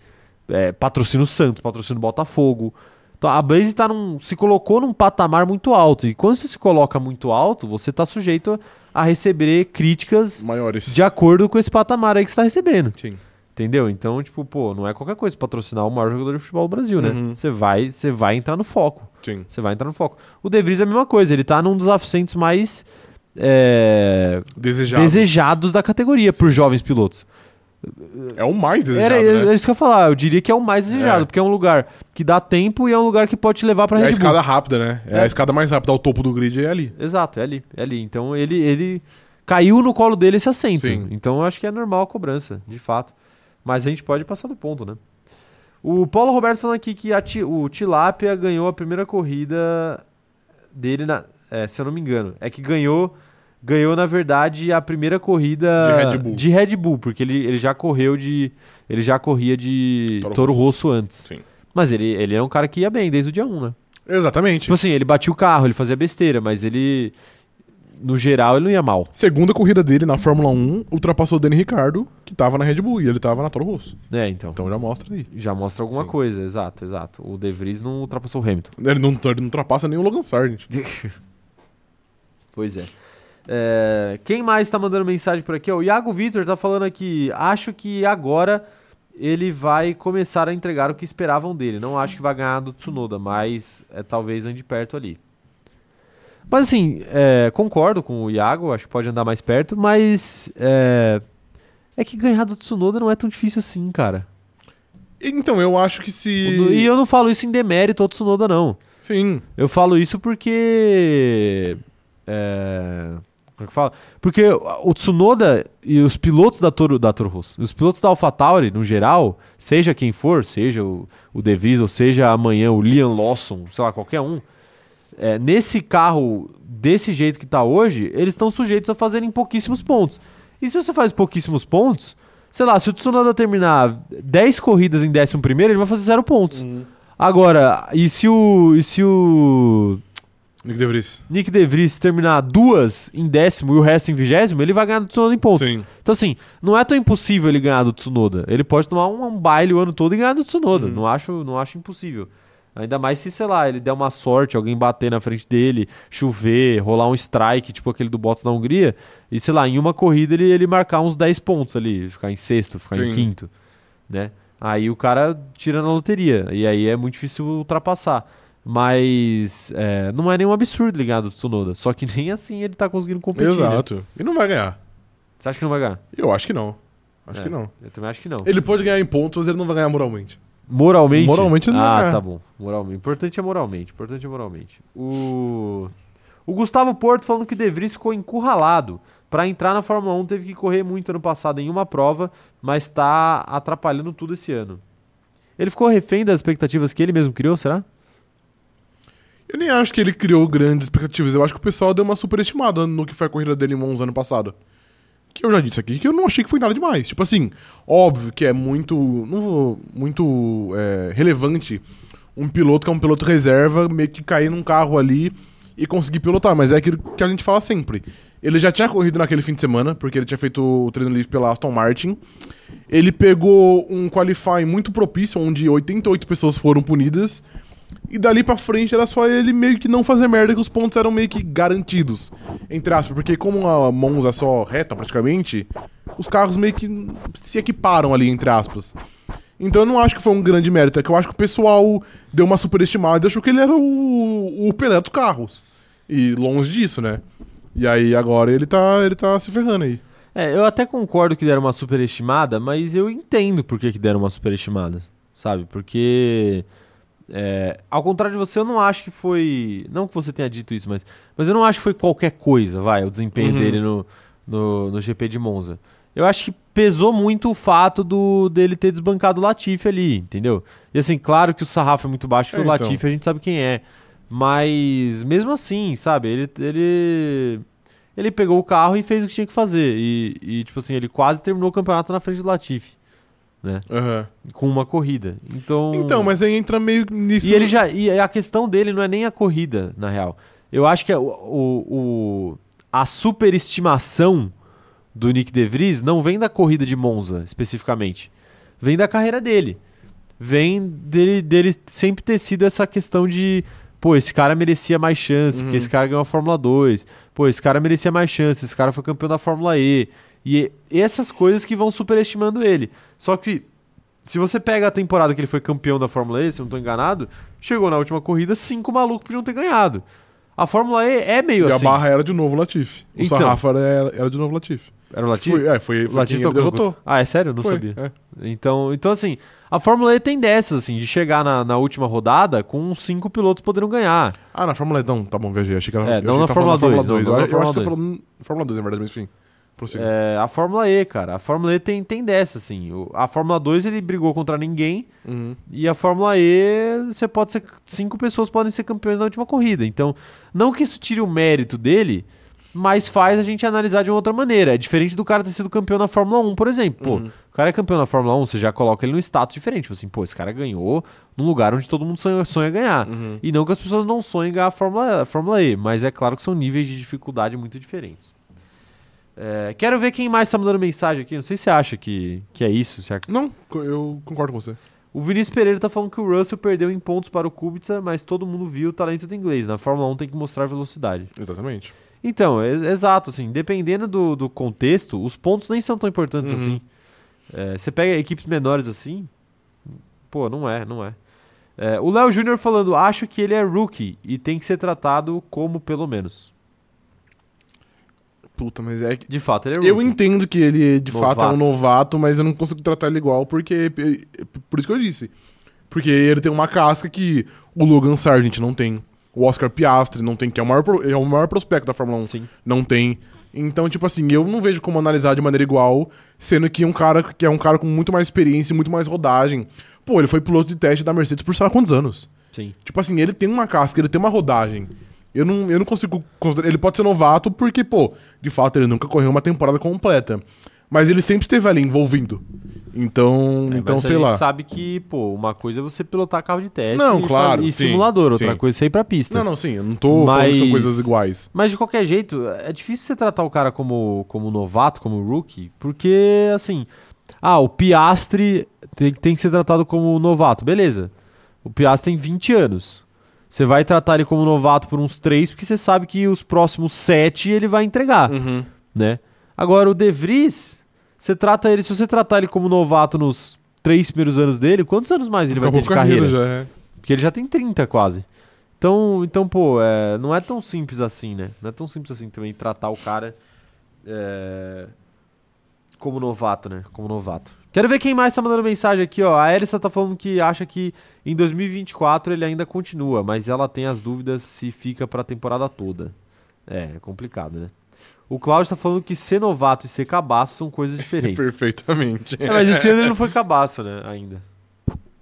[SPEAKER 1] É, patrocina o Santos, patrocina o Botafogo. Então, a Blaze tá num, se colocou num patamar muito alto. E quando você se coloca muito alto, você tá sujeito a receber críticas
[SPEAKER 2] Maiores.
[SPEAKER 1] de acordo com esse patamar aí que você tá recebendo.
[SPEAKER 2] Sim.
[SPEAKER 1] Entendeu? Então, tipo, pô, não é qualquer coisa patrocinar o maior jogador de futebol do Brasil, né?
[SPEAKER 2] Uhum.
[SPEAKER 1] Você vai, você vai entrar no foco.
[SPEAKER 2] Sim.
[SPEAKER 1] Você vai entrar no foco. O De Vries é a mesma coisa, ele tá num dos assentos mais é,
[SPEAKER 2] Desejados.
[SPEAKER 1] desejados da categoria por jovens pilotos.
[SPEAKER 2] É o mais desejado,
[SPEAKER 1] era, era
[SPEAKER 2] né?
[SPEAKER 1] isso que eu ia falar, eu diria que é o mais desejado,
[SPEAKER 2] É.
[SPEAKER 1] porque é um lugar que dá tempo e é um lugar que pode te levar pra
[SPEAKER 2] É a
[SPEAKER 1] Red Bull.
[SPEAKER 2] escada rápida, né? É,
[SPEAKER 1] É.
[SPEAKER 2] a escada mais rápida ao topo do grid é ali.
[SPEAKER 1] Exato, é ali, é ali. Então ele, ele caiu no colo dele esse assento.
[SPEAKER 2] Sim.
[SPEAKER 1] Então eu acho que é normal a cobrança, de fato. Mas a gente pode passar do ponto, né? O Paulo Roberto falando aqui que a Ti- o Tilápia ganhou a primeira corrida dele, na, é, se eu não me engano. É que ganhou, ganhou na verdade, a primeira corrida
[SPEAKER 2] De Red Bull.
[SPEAKER 1] de Red Bull, porque ele, ele já correu de. Ele já corria de
[SPEAKER 2] Toro
[SPEAKER 1] Toro, Rosso. antes.
[SPEAKER 2] Sim.
[SPEAKER 1] Mas ele, ele é um cara que ia bem desde o dia 1, né?
[SPEAKER 2] Exatamente.
[SPEAKER 1] Tipo assim, ele batia o carro, ele fazia besteira, mas ele. No geral, ele não ia mal.
[SPEAKER 2] Segunda corrida dele na Fórmula 1, ultrapassou o Dani Ricardo, que tava na Red Bull, e ele tava na Toro Rosso.
[SPEAKER 1] né? então.
[SPEAKER 2] Então já mostra aí.
[SPEAKER 1] Já mostra alguma
[SPEAKER 2] Sim.
[SPEAKER 1] coisa, exato, exato. O De Vries não ultrapassou o Hamilton.
[SPEAKER 2] Ele não, ele não ultrapassa nem o Logan Sargent.
[SPEAKER 1] Pois é. É, Quem mais tá mandando mensagem por aqui? ó? O Iago Vitor tá falando aqui. Acho que agora ele vai começar a entregar o que esperavam dele. Não acho que vai ganhar do Tsunoda, mas é, talvez ande perto ali. Mas assim, é, concordo com o Iago, acho que pode andar mais perto, mas é, é que ganhar do Tsunoda não é tão difícil assim, cara.
[SPEAKER 2] Então, eu acho que se.
[SPEAKER 1] E eu não falo isso em demérito ao Tsunoda, não.
[SPEAKER 2] Sim.
[SPEAKER 1] Eu falo isso porque. É, como é que fala? Porque o Tsunoda e os pilotos da Toro, da Toro Rosso, os pilotos da AlphaTauri, no geral, seja quem for, seja o, o De Vries, ou seja amanhã o Liam Lawson, sei lá, qualquer um, é, nesse carro, desse jeito que tá hoje, eles estão sujeitos a fazerem pouquíssimos pontos. E se você faz pouquíssimos pontos, sei lá, se o Tsunoda terminar 10 corridas em 11 primeiro, ele vai fazer zero pontos. Agora, e se o. E se o.
[SPEAKER 2] Nick De Vries.
[SPEAKER 1] Nick DeVries terminar duas em décimo e o resto em vigésimo, ele vai ganhar do Tsunoda em pontos.
[SPEAKER 2] Sim.
[SPEAKER 1] Então, assim, não é tão impossível ele ganhar do Tsunoda. Ele pode tomar um, um baile o ano todo e ganhar do Tsunoda.
[SPEAKER 2] Uhum.
[SPEAKER 1] Não, acho, não acho impossível. Ainda mais se, sei lá, ele der uma sorte, alguém bater na frente dele, chover, rolar um strike, tipo aquele do Bottas na Hungria, e sei lá, em uma corrida ele, ele marcar uns 10 pontos ali, ficar em sexto, ficar em
[SPEAKER 2] Sim.
[SPEAKER 1] quinto, né? Aí o cara tira na loteria, e aí é muito difícil ultrapassar. Mas é, não é nenhum absurdo ligado do Tsunoda, só que nem assim ele tá conseguindo competir. né?
[SPEAKER 2] Exato. E não vai ganhar.
[SPEAKER 1] Você acha que não vai ganhar?
[SPEAKER 2] Eu acho que não. Acho
[SPEAKER 1] É.
[SPEAKER 2] que não.
[SPEAKER 1] Eu também acho que não.
[SPEAKER 2] Ele pode ganhar em pontos, mas ele não vai ganhar moralmente.
[SPEAKER 1] Moralmente?
[SPEAKER 2] Moralmente não
[SPEAKER 1] Ah,
[SPEAKER 2] é.
[SPEAKER 1] tá bom. Moralmente. Importante é moralmente. Importante é moralmente. O... o Gustavo Porto falando que o De Vries ficou encurralado. Pra entrar na Fórmula 1 teve que correr muito ano passado em uma prova, mas tá atrapalhando tudo esse ano. Ele ficou refém das expectativas que ele mesmo criou, será?
[SPEAKER 2] Eu nem acho que ele criou grandes expectativas. Eu acho que o pessoal deu uma superestimada no que foi a corrida dele em Monza ano passado. Que eu já disse aqui que eu não achei que foi nada demais. Tipo assim, óbvio que é muito. Não vou. Muito é, relevante um piloto que é um piloto reserva meio que cair num carro ali e conseguir pilotar. Mas é aquilo que a gente fala sempre. Ele já tinha corrido naquele fim de semana, porque ele tinha feito o treino livre pela Aston Martin. Ele pegou um qualifying muito propício, onde 88 pessoas foram punidas. E dali pra frente era só ele meio que não fazer merda, que os pontos eram meio que garantidos. Entre aspas, porque como a Monza é só reta praticamente, os carros meio que se equiparam ali, entre aspas. Então eu não acho que foi um grande mérito, é que eu acho que o pessoal deu uma superestimada e achou que ele era o, o Pelé dos carros. E longe disso, né? E aí agora ele tá, ele tá se ferrando aí.
[SPEAKER 1] É, eu até concordo que deram uma superestimada, mas eu entendo por que, que deram uma superestimada, sabe? Porque. é, ao contrário de você, eu não acho que foi. Não que você tenha dito isso, mas. Mas eu não acho que foi qualquer coisa, vai, o desempenho
[SPEAKER 2] Uhum.
[SPEAKER 1] dele no, no, no GP de Monza. Eu acho que pesou muito o fato do dele ter desbancado o Latifi ali, entendeu? E assim, claro que o sarrafo é muito baixo, porque
[SPEAKER 2] É,
[SPEAKER 1] o
[SPEAKER 2] então.
[SPEAKER 1] Latifi a gente sabe quem é. Mas mesmo assim, sabe, ele, ele. Ele pegou o carro e fez o que tinha que fazer. E, e, tipo assim, ele quase terminou o campeonato na frente do Latifi,
[SPEAKER 2] Aham.
[SPEAKER 1] com uma corrida. Então.
[SPEAKER 2] Então, mas aí entra meio nisso.
[SPEAKER 1] E ele já. E a questão dele não é nem a corrida, na real. Eu acho que a, o, o- a superestimação do Nick De Vries não vem da corrida de Monza, especificamente. Vem da carreira dele. Vem dele, dele sempre ter sido essa questão de. Pô, esse cara merecia mais chance,
[SPEAKER 2] Uhum.
[SPEAKER 1] porque esse cara ganhou a Fórmula 2. Pô, esse cara merecia mais chance, esse cara foi campeão da Fórmula E. E essas coisas que vão superestimando ele. Só que se você pega a temporada que ele foi campeão da Fórmula E, se eu não tô enganado, chegou na última corrida, cinco malucos podiam ter ganhado. A Fórmula E é meio
[SPEAKER 2] E a
[SPEAKER 1] assim.
[SPEAKER 2] barra era de novo o Latifi. O
[SPEAKER 1] Então.
[SPEAKER 2] sarrafo era, era de novo o Latifi.
[SPEAKER 1] Era o Latifi?
[SPEAKER 2] Foi, é, foi,
[SPEAKER 1] O
[SPEAKER 2] foi
[SPEAKER 1] Latifi
[SPEAKER 2] quem ele
[SPEAKER 1] tocou no
[SPEAKER 2] derrotou.
[SPEAKER 1] cu. Ah, é sério? Eu não
[SPEAKER 2] Foi,
[SPEAKER 1] sabia.
[SPEAKER 2] é.
[SPEAKER 1] Então, então, assim, a Fórmula E tem dessas, assim, de chegar na, na última rodada com cinco pilotos podendo ganhar.
[SPEAKER 2] Ah, na Fórmula 1. Não, tá bom, viajei. Achei que era
[SPEAKER 1] É,
[SPEAKER 2] eu
[SPEAKER 1] não
[SPEAKER 2] achei
[SPEAKER 1] na
[SPEAKER 2] que tava falando
[SPEAKER 1] Fórmula
[SPEAKER 2] da
[SPEAKER 1] 2, não
[SPEAKER 2] Eu,
[SPEAKER 1] na
[SPEAKER 2] eu acho que
[SPEAKER 1] Fórmula
[SPEAKER 2] você falou na Fórmula 2, na verdade, mas enfim. Prossiga.
[SPEAKER 1] É, a Fórmula E, cara, a Fórmula E tem, tem dessa, assim. O- A Fórmula 2 ele brigou contra ninguém,
[SPEAKER 2] Uhum.
[SPEAKER 1] E a Fórmula E, você pode ser. Cinco pessoas podem ser campeões na última corrida. Então, não que isso tire o mérito dele, mas faz a gente analisar de uma outra maneira. É diferente do cara ter sido campeão na Fórmula 1, por exemplo. Pô, o cara é campeão na Fórmula 1, você já coloca ele num status diferente. Tipo assim, pô, esse cara ganhou num lugar onde todo mundo sonha, sonha ganhar.
[SPEAKER 2] Uhum.
[SPEAKER 1] E não que as pessoas não sonhem ganhar a Fórmula, a Fórmula E, mas é claro que são níveis de dificuldade muito diferentes. É, quero ver quem mais tá mandando mensagem aqui. Não sei se você acha que, que é isso, se a-
[SPEAKER 2] Não, co- eu concordo com você.
[SPEAKER 1] o Vinícius Pereira tá falando que o Russell perdeu em pontos para o Kubica, mas todo mundo viu o talento do inglês. Na Fórmula 1 tem que mostrar velocidade.
[SPEAKER 2] Exatamente.
[SPEAKER 1] Então, é- exato, assim, dependendo do, do contexto, os pontos nem são tão importantes
[SPEAKER 2] Uhum.
[SPEAKER 1] assim. É, você pega equipes menores assim, pô, não é, não é. É, o Léo Júnior falando, acho que ele é rookie e tem que ser tratado como pelo menos.
[SPEAKER 2] Puta, mas é que.
[SPEAKER 1] De fato, ele é
[SPEAKER 2] Eu
[SPEAKER 1] rookie.
[SPEAKER 2] entendo que ele de
[SPEAKER 1] Novato.
[SPEAKER 2] fato é um novato, mas eu não consigo tratar ele igual porque. p- Por isso que eu disse. Porque ele tem uma casca que o Logan Sargent não tem. O Oscar Piastri não tem, que é o maior, pro- é o maior prospecto da Fórmula 1.
[SPEAKER 1] Sim.
[SPEAKER 2] Não tem. Então, tipo assim, eu não vejo como analisar de maneira igual, sendo que um cara que é um cara com muito mais experiência e muito mais rodagem. Pô, ele foi piloto de teste da Mercedes por sei lá quantos anos.
[SPEAKER 1] Sim.
[SPEAKER 2] Tipo assim, ele tem uma casca, ele tem uma rodagem. Eu não, eu não consigo considerar. Ele pode ser novato porque, pô, de fato ele nunca correu uma temporada completa. Mas ele sempre esteve ali envolvido. Então,
[SPEAKER 1] É,
[SPEAKER 2] então
[SPEAKER 1] mas
[SPEAKER 2] sei
[SPEAKER 1] a
[SPEAKER 2] lá.
[SPEAKER 1] gente sabe que, pô, uma coisa é você pilotar carro de teste
[SPEAKER 2] Não,
[SPEAKER 1] e,
[SPEAKER 2] claro,
[SPEAKER 1] e
[SPEAKER 2] sim,
[SPEAKER 1] simulador, outra
[SPEAKER 2] sim.
[SPEAKER 1] coisa é você ir pra pista.
[SPEAKER 2] Não, não, sim, eu não tô falando que são
[SPEAKER 1] Mas-
[SPEAKER 2] coisas iguais.
[SPEAKER 1] Mas de qualquer jeito, é difícil você tratar o cara como, como novato, como rookie, porque, assim. Ah, o Piastre tem, tem que ser tratado como novato, beleza. O Piastre tem 20 anos. Você vai tratar ele como novato por uns 3, porque você sabe que os próximos 7 ele vai
[SPEAKER 2] Hum.
[SPEAKER 1] entregar, né? Agora, o De Vries, você trata ele, se você tratar ele como novato nos 3 primeiros anos dele, quantos anos mais ele vai ter de carreira?
[SPEAKER 2] já. é.
[SPEAKER 1] Porque ele já tem 30 quase. Então, então pô, é, não é tão simples assim, né? Não é tão simples assim também tratar o cara é, como novato, né? Como novato. Quero ver quem mais tá mandando mensagem aqui, ó. A Elissa tá falando que acha que em 2024 ele ainda continua, mas ela tem as dúvidas se fica pra temporada toda. É, é complicado, né? O Cláudio tá falando que ser novato e ser cabaço são coisas diferentes.
[SPEAKER 2] Perfeitamente.
[SPEAKER 1] É, mas esse ano ele não foi cabaço, né? Ainda.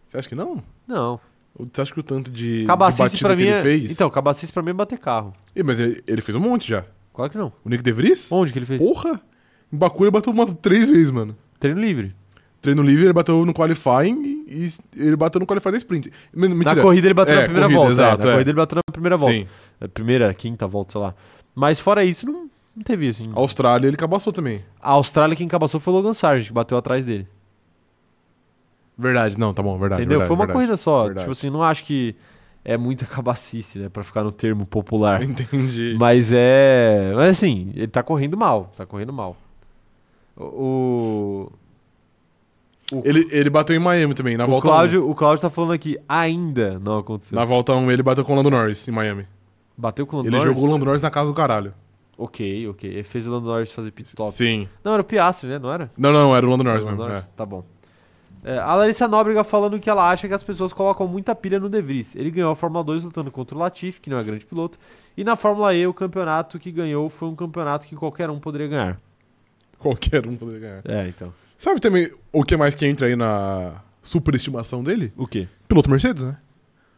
[SPEAKER 2] Você acha que não?
[SPEAKER 1] Não.
[SPEAKER 2] Ou Você acha que o tanto de, de
[SPEAKER 1] Cabacice pra
[SPEAKER 2] batida
[SPEAKER 1] mim
[SPEAKER 2] que ele
[SPEAKER 1] é...
[SPEAKER 2] fez?
[SPEAKER 1] Então, cabacice pra mim é bater carro.
[SPEAKER 2] Ih, mas ele, ele fez um monte já.
[SPEAKER 1] Claro que não.
[SPEAKER 2] O Nick De Vries?
[SPEAKER 1] Onde que ele fez?
[SPEAKER 2] Porra! Em Baku ele bateu umas três vezes, mano.
[SPEAKER 1] Treino livre.
[SPEAKER 2] Treino livre, ele bateu no qualifying e s- ele bateu no qualifying da sprint. Men- Mentira.
[SPEAKER 1] Na corrida ele bateu
[SPEAKER 2] É,
[SPEAKER 1] na primeira
[SPEAKER 2] corrida,
[SPEAKER 1] volta.
[SPEAKER 2] exato,
[SPEAKER 1] é, na
[SPEAKER 2] é.
[SPEAKER 1] corrida ele bateu na primeira volta.
[SPEAKER 2] Sim.
[SPEAKER 1] É, Primeira, quinta volta, sei lá. Mas fora isso, não, não teve isso. hein?
[SPEAKER 2] A Austrália ele cabaçou também.
[SPEAKER 1] A Austrália quem cabaçou foi o Logan Sargent, que bateu atrás dele.
[SPEAKER 2] Verdade, não, tá bom, verdade.
[SPEAKER 1] entendeu?
[SPEAKER 2] verdade,
[SPEAKER 1] foi uma
[SPEAKER 2] verdade.
[SPEAKER 1] corrida só.
[SPEAKER 2] verdade.
[SPEAKER 1] Tipo assim, não acho que é muita cabacice, né? Pra ficar no termo popular.
[SPEAKER 2] Entendi.
[SPEAKER 1] Mas é. Mas assim, ele tá correndo mal. Tá correndo mal. O. o-
[SPEAKER 2] Ele, ele bateu em Miami também, na
[SPEAKER 1] o,
[SPEAKER 2] volta
[SPEAKER 1] Cláudio, o Cláudio tá falando aqui, ainda não
[SPEAKER 2] um.
[SPEAKER 1] aconteceu.
[SPEAKER 2] Na volta 1 ele bateu com o Lando Norris em Miami.
[SPEAKER 1] Bateu com o Lando
[SPEAKER 2] ele
[SPEAKER 1] Norris?
[SPEAKER 2] jogou o Lando Norris na casa do caralho.
[SPEAKER 1] Ok, ok. Ele fez o Lando Norris fazer pit stop.
[SPEAKER 2] Sim.
[SPEAKER 1] Não, era o Piastri, né? Não era?
[SPEAKER 2] Não, não, era o Lando Norris
[SPEAKER 1] Lando
[SPEAKER 2] mesmo.
[SPEAKER 1] Norris?
[SPEAKER 2] é.
[SPEAKER 1] Tá bom. É, a Larissa Nóbrega falando que ela acha que as pessoas colocam muita pilha no De Vries. Ele ganhou a Fórmula 2 lutando contra o Latifi, que não é grande piloto. E na Fórmula E, o campeonato que ganhou foi um campeonato que qualquer um poderia ganhar.
[SPEAKER 2] Qualquer um poderia ganhar.
[SPEAKER 1] É, então.
[SPEAKER 2] Sabe também o que mais que entra aí na superestimação dele?
[SPEAKER 1] O quê?
[SPEAKER 2] Piloto Mercedes, né?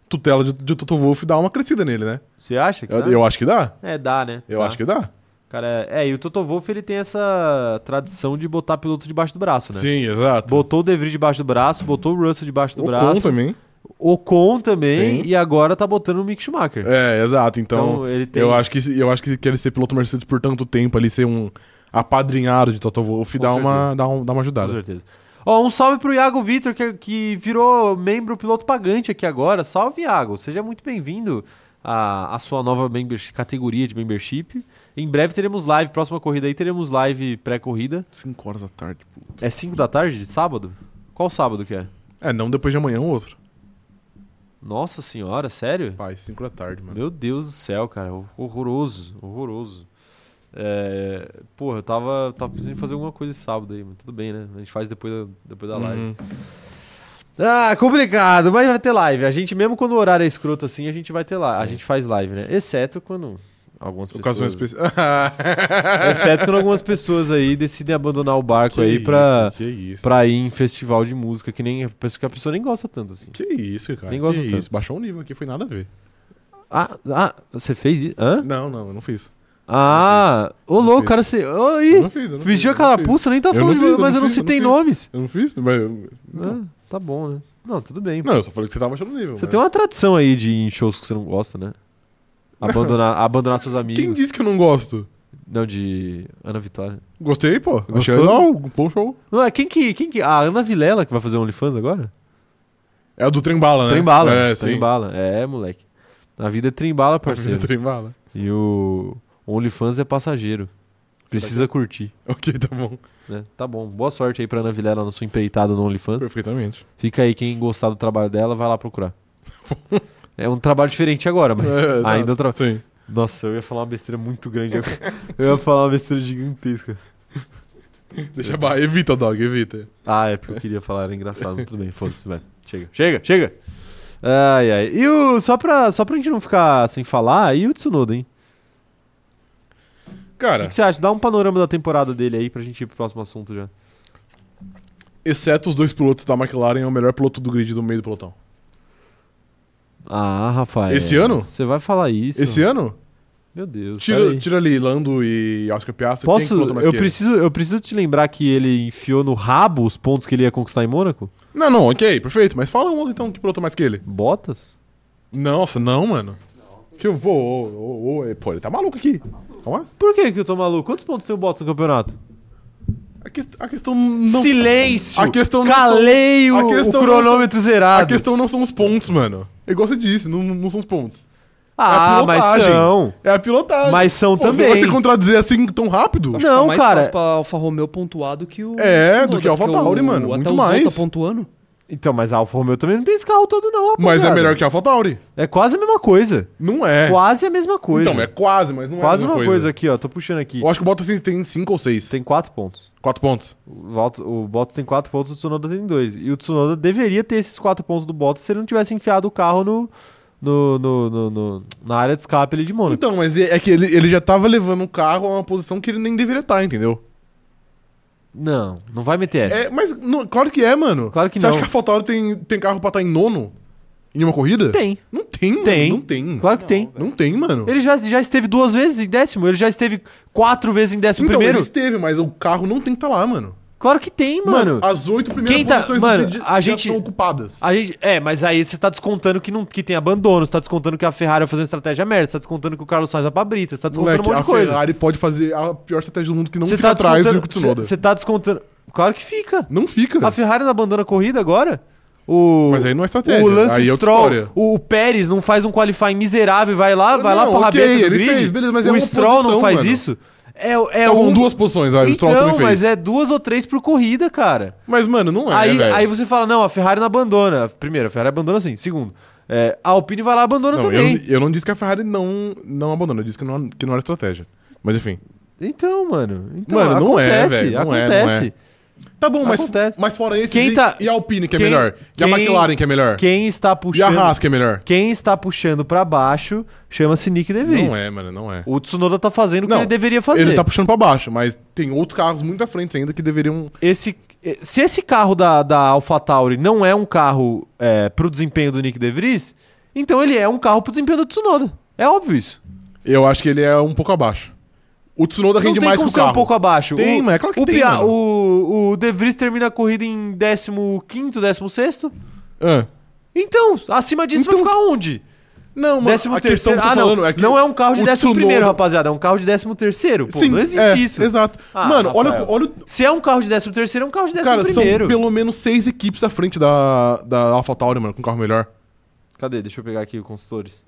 [SPEAKER 2] Tutela de, de Toto Wolff dá uma crescida nele, né?
[SPEAKER 1] Você acha que
[SPEAKER 2] Eu,
[SPEAKER 1] dá?
[SPEAKER 2] eu acho que dá.
[SPEAKER 1] É, dá, né?
[SPEAKER 2] Eu
[SPEAKER 1] Dá.
[SPEAKER 2] acho que dá.
[SPEAKER 1] Cara, é, é, e o Toto Wolff, ele tem essa tradição de botar piloto debaixo do braço, né?
[SPEAKER 2] Sim, exato.
[SPEAKER 1] Botou o De Vries debaixo do braço, botou o Russell debaixo do
[SPEAKER 2] o Con
[SPEAKER 1] braço,
[SPEAKER 2] também.
[SPEAKER 1] Ocon também,
[SPEAKER 2] Sim.
[SPEAKER 1] e agora tá botando o Mick Schumacher.
[SPEAKER 2] É, exato. Então,
[SPEAKER 1] ele tem...
[SPEAKER 2] eu acho que eu acho que, que ele ser piloto Mercedes por tanto tempo, ali ser um apadrinhado de Toto Wolff,
[SPEAKER 1] Com
[SPEAKER 2] dá
[SPEAKER 1] certeza.
[SPEAKER 2] uma, dá, um, dá uma
[SPEAKER 1] Com
[SPEAKER 2] ajudada.
[SPEAKER 1] certeza. Ó, um salve pro Iago Vitor, que, que virou membro piloto pagante aqui agora. Salve, Iago. Seja muito bem-vindo à, à sua nova membership- categoria de membership. Em breve teremos live, próxima corrida aí teremos live pré-corrida.
[SPEAKER 2] 5 horas da tarde, pô.
[SPEAKER 1] É 5 da tarde de sábado? Qual sábado que é?
[SPEAKER 2] É, não depois de amanhã ou outro.
[SPEAKER 1] Nossa senhora, sério?
[SPEAKER 2] Pai, 5 da tarde, mano.
[SPEAKER 1] Meu Deus do céu, cara. hor- Horroroso, horroroso. É, porra, eu tava, tava precisando fazer alguma coisa esse sábado aí, mas tudo bem, né? A gente faz depois da, depois da live.
[SPEAKER 2] Uhum.
[SPEAKER 1] Ah, complicado, mas vai ter live. A gente, mesmo quando o horário é escroto assim, a gente vai ter lá. A gente faz live, né? Exceto quando algumas
[SPEAKER 2] Ocasiões
[SPEAKER 1] pessoas.
[SPEAKER 2] especiais.
[SPEAKER 1] Exceto quando algumas pessoas aí decidem abandonar o barco aí pra,
[SPEAKER 2] isso, que isso.
[SPEAKER 1] pra ir em festival de música, que nem a pessoa, que a pessoa nem gosta tanto assim.
[SPEAKER 2] Que isso, cara.
[SPEAKER 1] Nem gosto
[SPEAKER 2] que
[SPEAKER 1] tanto.
[SPEAKER 2] isso. Baixou o nível aqui, foi nada a ver.
[SPEAKER 1] Ah, ah, você fez isso? Hã?
[SPEAKER 2] Não, não, eu não fiz.
[SPEAKER 1] Ah, ô
[SPEAKER 2] Não
[SPEAKER 1] louco,
[SPEAKER 2] fiz.
[SPEAKER 1] cara, você. Ô,
[SPEAKER 2] Eu
[SPEAKER 1] ih,
[SPEAKER 2] não fiz,
[SPEAKER 1] vestiu a
[SPEAKER 2] eu não fiz, eu não fiz.
[SPEAKER 1] carapuça, nem tá
[SPEAKER 2] Eu
[SPEAKER 1] falando,
[SPEAKER 2] não
[SPEAKER 1] de-
[SPEAKER 2] fiz, eu não
[SPEAKER 1] mas eu não
[SPEAKER 2] fiz, eu não
[SPEAKER 1] citei
[SPEAKER 2] fiz.
[SPEAKER 1] nomes.
[SPEAKER 2] Eu não fiz? Mas eu-
[SPEAKER 1] Ah, tá bom, né? Não, tudo bem.
[SPEAKER 2] Não, eu só falei que você tava baixando o nível.
[SPEAKER 1] Você
[SPEAKER 2] mas-
[SPEAKER 1] tem um uma tradição aí de ir em shows que você não gosta, né? Abandonar, abandonar seus amigos.
[SPEAKER 2] Quem disse que eu não gosto?
[SPEAKER 1] Não, de Ana Vitória.
[SPEAKER 2] Gostei, pô. Achei
[SPEAKER 1] Gostou?
[SPEAKER 2] legal, um bom show.
[SPEAKER 1] Não, é quem que, quem que. A Ana Vilela que vai fazer o OnlyFans agora?
[SPEAKER 2] É o do Trembala, né?
[SPEAKER 1] Trembala.
[SPEAKER 2] É, sim.
[SPEAKER 1] Trembala. É, moleque. A vida é trembala,
[SPEAKER 2] Parceiro.
[SPEAKER 1] parceiro.
[SPEAKER 2] Trembala.
[SPEAKER 1] E o OnlyFans é passageiro. Precisa curtir.
[SPEAKER 2] Ok, tá bom.
[SPEAKER 1] Né? Tá bom. Boa sorte aí pra Ana Vilela na sua empreitada no OnlyFans.
[SPEAKER 2] Perfeitamente.
[SPEAKER 1] Fica aí, quem gostar do trabalho dela, vai lá procurar. É um trabalho diferente agora, mas ainda é um tra...
[SPEAKER 2] Sim.
[SPEAKER 1] Nossa, eu ia falar uma besteira muito grande. agora. Eu ia falar uma besteira gigantesca.
[SPEAKER 2] Deixa ba... Evita, dog, evita.
[SPEAKER 1] Ah, é porque eu queria falar, era engraçado. mas Tudo bem, foda-se, vai. Chega, chega, chega. Ai, ai. E o, só, pra, só pra gente não ficar sem falar, e o Tsunoda, hein? O que,
[SPEAKER 2] Cara,
[SPEAKER 1] que você acha? Dá um panorama da temporada dele aí pra gente ir pro próximo assunto já.
[SPEAKER 2] exceto os dois pilotos da McLaren, é o melhor piloto do grid do meio do pelotão.
[SPEAKER 1] Ah, Rafael.
[SPEAKER 2] Esse ano?
[SPEAKER 1] Você vai falar isso?
[SPEAKER 2] Esse ano,
[SPEAKER 1] Meu Deus,
[SPEAKER 2] tira,
[SPEAKER 1] peraí.
[SPEAKER 2] tira ali Lando e Oscar Piastri. quem que
[SPEAKER 1] Posso,
[SPEAKER 2] pilotou mais
[SPEAKER 1] eu
[SPEAKER 2] que ele?
[SPEAKER 1] preciso, eu preciso te lembrar que ele enfiou no rabo os pontos que ele ia conquistar em Mônaco?
[SPEAKER 2] Não, não, ok, perfeito. Mas fala um outro então que pilotou mais que ele.
[SPEAKER 1] Botas?
[SPEAKER 2] Nossa, não, mano. Que eu vou. ô, ô, ô, é, Pô, ele tá maluco aqui. Calma.
[SPEAKER 1] Por que que eu tô maluco? Quantos pontos tem o Bottas no campeonato?
[SPEAKER 2] A, quest- a questão não.
[SPEAKER 1] Silêncio!
[SPEAKER 2] A questão não são-
[SPEAKER 1] Calei o,
[SPEAKER 2] a questão
[SPEAKER 1] o
[SPEAKER 2] não
[SPEAKER 1] cronômetro
[SPEAKER 2] A
[SPEAKER 1] zerado.
[SPEAKER 2] questão não são os pontos, mano. É igual você disse, não, não são os pontos.
[SPEAKER 1] Ah,
[SPEAKER 2] é a
[SPEAKER 1] mas
[SPEAKER 2] pilotagem.
[SPEAKER 1] são.
[SPEAKER 2] É a pilotagem.
[SPEAKER 1] Mas são
[SPEAKER 2] Pô, Você
[SPEAKER 1] também.
[SPEAKER 2] vai se contradizer assim tão rápido?
[SPEAKER 1] Não,
[SPEAKER 5] tá mais
[SPEAKER 1] cara.
[SPEAKER 5] fácil pra Alfa Romeo pontuar do que o.
[SPEAKER 2] É,
[SPEAKER 5] Tsunoda,
[SPEAKER 2] do que a Alfa
[SPEAKER 5] porque o-
[SPEAKER 2] Tauri, mano,
[SPEAKER 5] Até
[SPEAKER 2] muito
[SPEAKER 5] os
[SPEAKER 2] mais.
[SPEAKER 5] outros tá pontuando.
[SPEAKER 1] Então, mas a Alfa Romeo também não tem esse carro todo, não,
[SPEAKER 2] Mas é
[SPEAKER 1] rapaziada.
[SPEAKER 2] melhor que a AlphaTauri.
[SPEAKER 1] É quase a mesma coisa.
[SPEAKER 2] Não é.
[SPEAKER 1] Quase a mesma coisa.
[SPEAKER 2] Então, é quase, mas não
[SPEAKER 1] quase
[SPEAKER 2] é a
[SPEAKER 1] uma
[SPEAKER 2] mesma
[SPEAKER 1] coisa.
[SPEAKER 2] coisa.
[SPEAKER 1] aqui, ó. Tô puxando aqui.
[SPEAKER 2] Eu acho que o Bottas tem- tem 5 ou 6.
[SPEAKER 1] Tem quatro pontos.
[SPEAKER 2] 4 pontos.
[SPEAKER 1] O, Valtt- o Bottas tem quatro pontos, o Tsunoda tem dois. E o Tsunoda deveria ter esses quatro pontos do Bottas se ele não tivesse enfiado o carro no, no, no, no- no- na área de escape ali de Mônaco.
[SPEAKER 2] Então, mas é é que ele, ele já tava levando o carro a uma posição que ele nem deveria estar, entendeu?
[SPEAKER 1] Não, não vai meter essa.
[SPEAKER 2] É, mas não- claro que é, mano.
[SPEAKER 1] Claro que
[SPEAKER 2] Você
[SPEAKER 1] não.
[SPEAKER 2] acha que a AlphaTauri tem, tem carro pra estar em nono? Em uma corrida?
[SPEAKER 1] Tem,
[SPEAKER 2] Não tem, mano.
[SPEAKER 1] Tem.
[SPEAKER 2] Não tem.
[SPEAKER 1] claro que
[SPEAKER 5] Não,
[SPEAKER 1] tem.
[SPEAKER 2] Não tem, mano.
[SPEAKER 1] Ele é já, já esteve duas vezes em décimo, ele já esteve quatro vezes em décimo
[SPEAKER 2] então,
[SPEAKER 1] primeiro.
[SPEAKER 2] ele esteve, mas o carro não tem que estar lá, mano.
[SPEAKER 1] Claro que tem, mano.
[SPEAKER 2] as oito primeiras
[SPEAKER 1] quem tá-
[SPEAKER 2] posições do
[SPEAKER 1] mano,
[SPEAKER 2] grid
[SPEAKER 1] a gente-
[SPEAKER 2] já são ocupadas.
[SPEAKER 1] A gente- é, mas aí você tá descontando que, não, que tem abandono, você tá descontando que a Ferrari vai fazer uma estratégia merda, você tá descontando que o Carlos Sainz vai pra Brita, você tá descontando
[SPEAKER 2] Moleque,
[SPEAKER 1] um monte
[SPEAKER 2] a
[SPEAKER 1] de coisa.
[SPEAKER 2] Ferrari pode fazer a pior estratégia do mundo que não
[SPEAKER 1] Você
[SPEAKER 2] fica
[SPEAKER 1] tá
[SPEAKER 2] atrás do
[SPEAKER 1] descontando.
[SPEAKER 2] Yuki Tsunoda.
[SPEAKER 1] Você você tá descontando. Claro que fica.
[SPEAKER 2] Não fica.
[SPEAKER 1] A Ferrari não abandona a corrida agora? O,
[SPEAKER 2] Mas aí não é estratégia,
[SPEAKER 1] O Lance
[SPEAKER 2] aí é outra
[SPEAKER 1] Stroll,
[SPEAKER 2] história.
[SPEAKER 1] o, o Pérez não faz um qualifying miserável e vai lá, vai lá
[SPEAKER 2] Não,
[SPEAKER 1] pro
[SPEAKER 2] ok,
[SPEAKER 1] rabeta do
[SPEAKER 2] ele
[SPEAKER 1] grid.
[SPEAKER 2] fez, beleza, mas é
[SPEAKER 1] o
[SPEAKER 2] uma
[SPEAKER 1] Stroll não
[SPEAKER 2] posição,
[SPEAKER 1] faz
[SPEAKER 2] mano.
[SPEAKER 1] isso. É, é
[SPEAKER 2] Então,
[SPEAKER 1] um...
[SPEAKER 2] duas posições, a Stroll
[SPEAKER 1] Então,
[SPEAKER 2] também fez.
[SPEAKER 1] mas
[SPEAKER 2] Mas,
[SPEAKER 1] é duas ou três por corrida, cara.
[SPEAKER 2] mano, não é,
[SPEAKER 1] aí,
[SPEAKER 2] velho.
[SPEAKER 1] aí você fala, não, a Ferrari não abandona. Primeiro, a Ferrari abandona sim. Segundo, é, a Alpine vai lá e abandona
[SPEAKER 2] Não, eu,
[SPEAKER 1] também.
[SPEAKER 2] eu não disse que a Ferrari não, não abandonou, eu disse que não, que não era estratégia. Mas enfim.
[SPEAKER 1] Então, mano. Então,
[SPEAKER 2] Mano, não é,
[SPEAKER 1] acontece,
[SPEAKER 2] velho, não é,
[SPEAKER 1] acontece.
[SPEAKER 2] Tá bom, mas,
[SPEAKER 1] Acontece.
[SPEAKER 2] mas fora esse,
[SPEAKER 1] Quem
[SPEAKER 2] e,
[SPEAKER 1] tá-
[SPEAKER 2] e a Alpine que
[SPEAKER 1] quem-
[SPEAKER 2] é melhor? e a
[SPEAKER 1] quem-
[SPEAKER 2] McLaren que é melhor?
[SPEAKER 1] Quem está
[SPEAKER 2] e a
[SPEAKER 1] puxando,
[SPEAKER 2] Haas que é melhor?
[SPEAKER 1] quem está puxando para baixo chama-se Nick De Vries.
[SPEAKER 2] Não é, mano, não é.
[SPEAKER 1] O Tsunoda tá fazendo o que
[SPEAKER 2] Não,
[SPEAKER 1] ele deveria fazer.
[SPEAKER 2] Ele tá puxando pra baixo, mas tem outros carros muito à frente ainda que deveriam.
[SPEAKER 1] esse, se esse carro da, da AlphaTauri não é um carro é, pro desempenho do Nick De Vries, então ele é um carro pro desempenho do Tsunoda. É óbvio isso.
[SPEAKER 2] Eu acho que ele é um pouco abaixo. O Tsunoda
[SPEAKER 1] Não
[SPEAKER 2] rende
[SPEAKER 1] tem
[SPEAKER 2] Tá mais que
[SPEAKER 1] como
[SPEAKER 2] o
[SPEAKER 1] ser
[SPEAKER 2] carro.
[SPEAKER 1] um pouco abaixo.
[SPEAKER 2] Tem,
[SPEAKER 1] o,
[SPEAKER 2] mas é claro que
[SPEAKER 1] o
[SPEAKER 2] tem,
[SPEAKER 1] Pia-
[SPEAKER 2] mano.
[SPEAKER 1] o, o De Vries termina a corrida em 15º, 16º.
[SPEAKER 2] Ah.
[SPEAKER 1] Então, acima disso vai ficar onde?
[SPEAKER 2] Não, mas
[SPEAKER 1] Décimo
[SPEAKER 2] a questão
[SPEAKER 1] terceiro.
[SPEAKER 2] que eu tô
[SPEAKER 1] Ah, não.
[SPEAKER 2] falando é que.
[SPEAKER 1] não é um carro de
[SPEAKER 2] o
[SPEAKER 1] décimo
[SPEAKER 2] Tsunoda-
[SPEAKER 1] primeiro, rapaziada. É um carro de décimo terceiro. Pô, não existe
[SPEAKER 2] é,
[SPEAKER 1] isso.
[SPEAKER 2] Exato.
[SPEAKER 1] Ah,
[SPEAKER 2] Mano, olha,
[SPEAKER 1] Rafael.
[SPEAKER 2] olha. o-
[SPEAKER 1] Se é um carro de décimo terceiro, é um carro de décimo
[SPEAKER 2] Cara, são
[SPEAKER 1] primeiro.
[SPEAKER 2] pelo menos seis equipes à frente da, da AlphaTauri, mano, com um carro melhor.
[SPEAKER 1] Cadê? Deixa eu pegar aqui os consultores.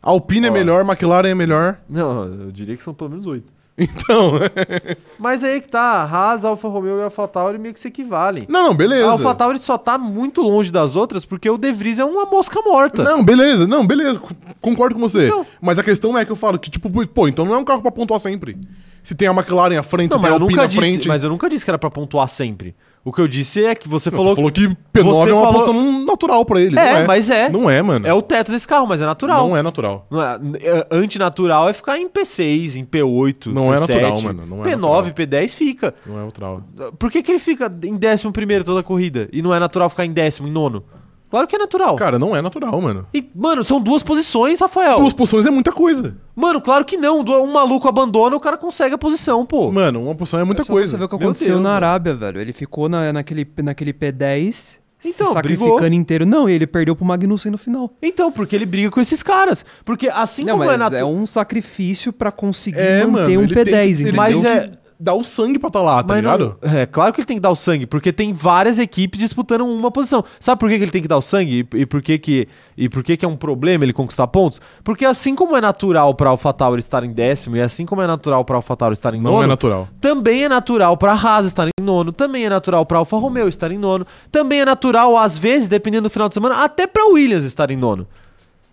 [SPEAKER 2] A Alpine
[SPEAKER 1] Ó.
[SPEAKER 2] é melhor, a McLaren é melhor.
[SPEAKER 1] Não, eu diria que são pelo menos oito.
[SPEAKER 2] Então.
[SPEAKER 1] Mas aí que tá, Haas, Alfa Romeo e Alfa Tauri meio que se equivalem.
[SPEAKER 2] não, não, beleza.
[SPEAKER 1] A Alfa Tauri só tá muito longe das outras porque o De Vries é uma mosca morta.
[SPEAKER 2] Não, beleza, não, beleza, co- concordo com você.
[SPEAKER 1] Então.
[SPEAKER 2] Mas a questão é que eu falo que, tipo, pô, então não é um carro pra pontuar sempre. Se tem a McLaren à frente,
[SPEAKER 1] Não,
[SPEAKER 2] se
[SPEAKER 1] mas,
[SPEAKER 2] tem a
[SPEAKER 1] eu
[SPEAKER 2] Alpine
[SPEAKER 1] nunca
[SPEAKER 2] à
[SPEAKER 1] disse,
[SPEAKER 2] frente.
[SPEAKER 1] mas eu nunca disse que era pra pontuar sempre. O que eu disse é que você
[SPEAKER 2] Não,
[SPEAKER 1] falou.
[SPEAKER 2] você falou que P9
[SPEAKER 1] você
[SPEAKER 2] é uma
[SPEAKER 1] falou-
[SPEAKER 2] posição natural pra ele.
[SPEAKER 1] É,
[SPEAKER 2] não é.
[SPEAKER 1] mas é.
[SPEAKER 2] Não é, mano.
[SPEAKER 1] É o teto desse carro, mas é natural.
[SPEAKER 2] Não é natural.
[SPEAKER 1] Não é- é- Antinatural é ficar em P6, em P8.
[SPEAKER 2] Não é
[SPEAKER 1] P7,
[SPEAKER 2] natural, mano, não é
[SPEAKER 1] P9,
[SPEAKER 2] natural.
[SPEAKER 1] P10 fica.
[SPEAKER 2] Não é natural.
[SPEAKER 1] Por que, que ele fica em décimo primeiro toda a corrida e não é natural ficar em décimo, em nono? Claro que é natural.
[SPEAKER 2] Cara, não é natural, mano.
[SPEAKER 1] E, mano, são duas posições, Rafael.
[SPEAKER 2] Duas posições é muita coisa.
[SPEAKER 1] Mano, claro que não. Do- Um maluco abandona, o cara consegue a posição, pô.
[SPEAKER 2] Mano, uma posição é muita
[SPEAKER 5] É só
[SPEAKER 2] coisa.
[SPEAKER 5] Você vê o que
[SPEAKER 1] Meu
[SPEAKER 5] aconteceu
[SPEAKER 1] Deus,
[SPEAKER 5] na
[SPEAKER 1] mano.
[SPEAKER 5] Arábia, velho. Ele ficou na- naquele, naquele P10
[SPEAKER 1] Então,
[SPEAKER 5] se sacrificando
[SPEAKER 1] brigou.
[SPEAKER 5] inteiro. Não, e ele perdeu pro Magnussen no final.
[SPEAKER 1] Então, porque ele briga com esses caras. Porque assim
[SPEAKER 5] não,
[SPEAKER 1] como
[SPEAKER 5] mas
[SPEAKER 1] é natural.
[SPEAKER 5] é um sacrifício pra conseguir
[SPEAKER 2] É, mano.
[SPEAKER 5] manter um
[SPEAKER 2] ele tem
[SPEAKER 5] P10,
[SPEAKER 2] que- ele
[SPEAKER 5] entendeu?
[SPEAKER 1] Mas
[SPEAKER 2] tem
[SPEAKER 1] é-
[SPEAKER 2] que Dar o sangue pra tá lá, tá
[SPEAKER 1] Mas não-
[SPEAKER 2] ligado?
[SPEAKER 1] é claro que ele tem que dar o sangue, porque tem várias equipes disputando uma posição. Sabe por que, que ele tem que dar o sangue e, e por que que e por que que é um problema ele conquistar pontos? Porque assim como é natural para AlphaTauri estar em décimo e assim como é natural para AlphaTauri estar em
[SPEAKER 2] Não
[SPEAKER 1] nono,
[SPEAKER 2] é natural.
[SPEAKER 1] também é natural para Haas estar em nono, também é natural para Alfa Romeo estar em nono, também é natural às vezes, dependendo do final de semana, até para Williams estar em nono.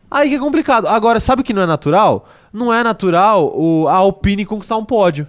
[SPEAKER 1] Aí que é complicado. Agora, sabe o que não é natural? Não é natural o, a Alpine conquistar um pódio.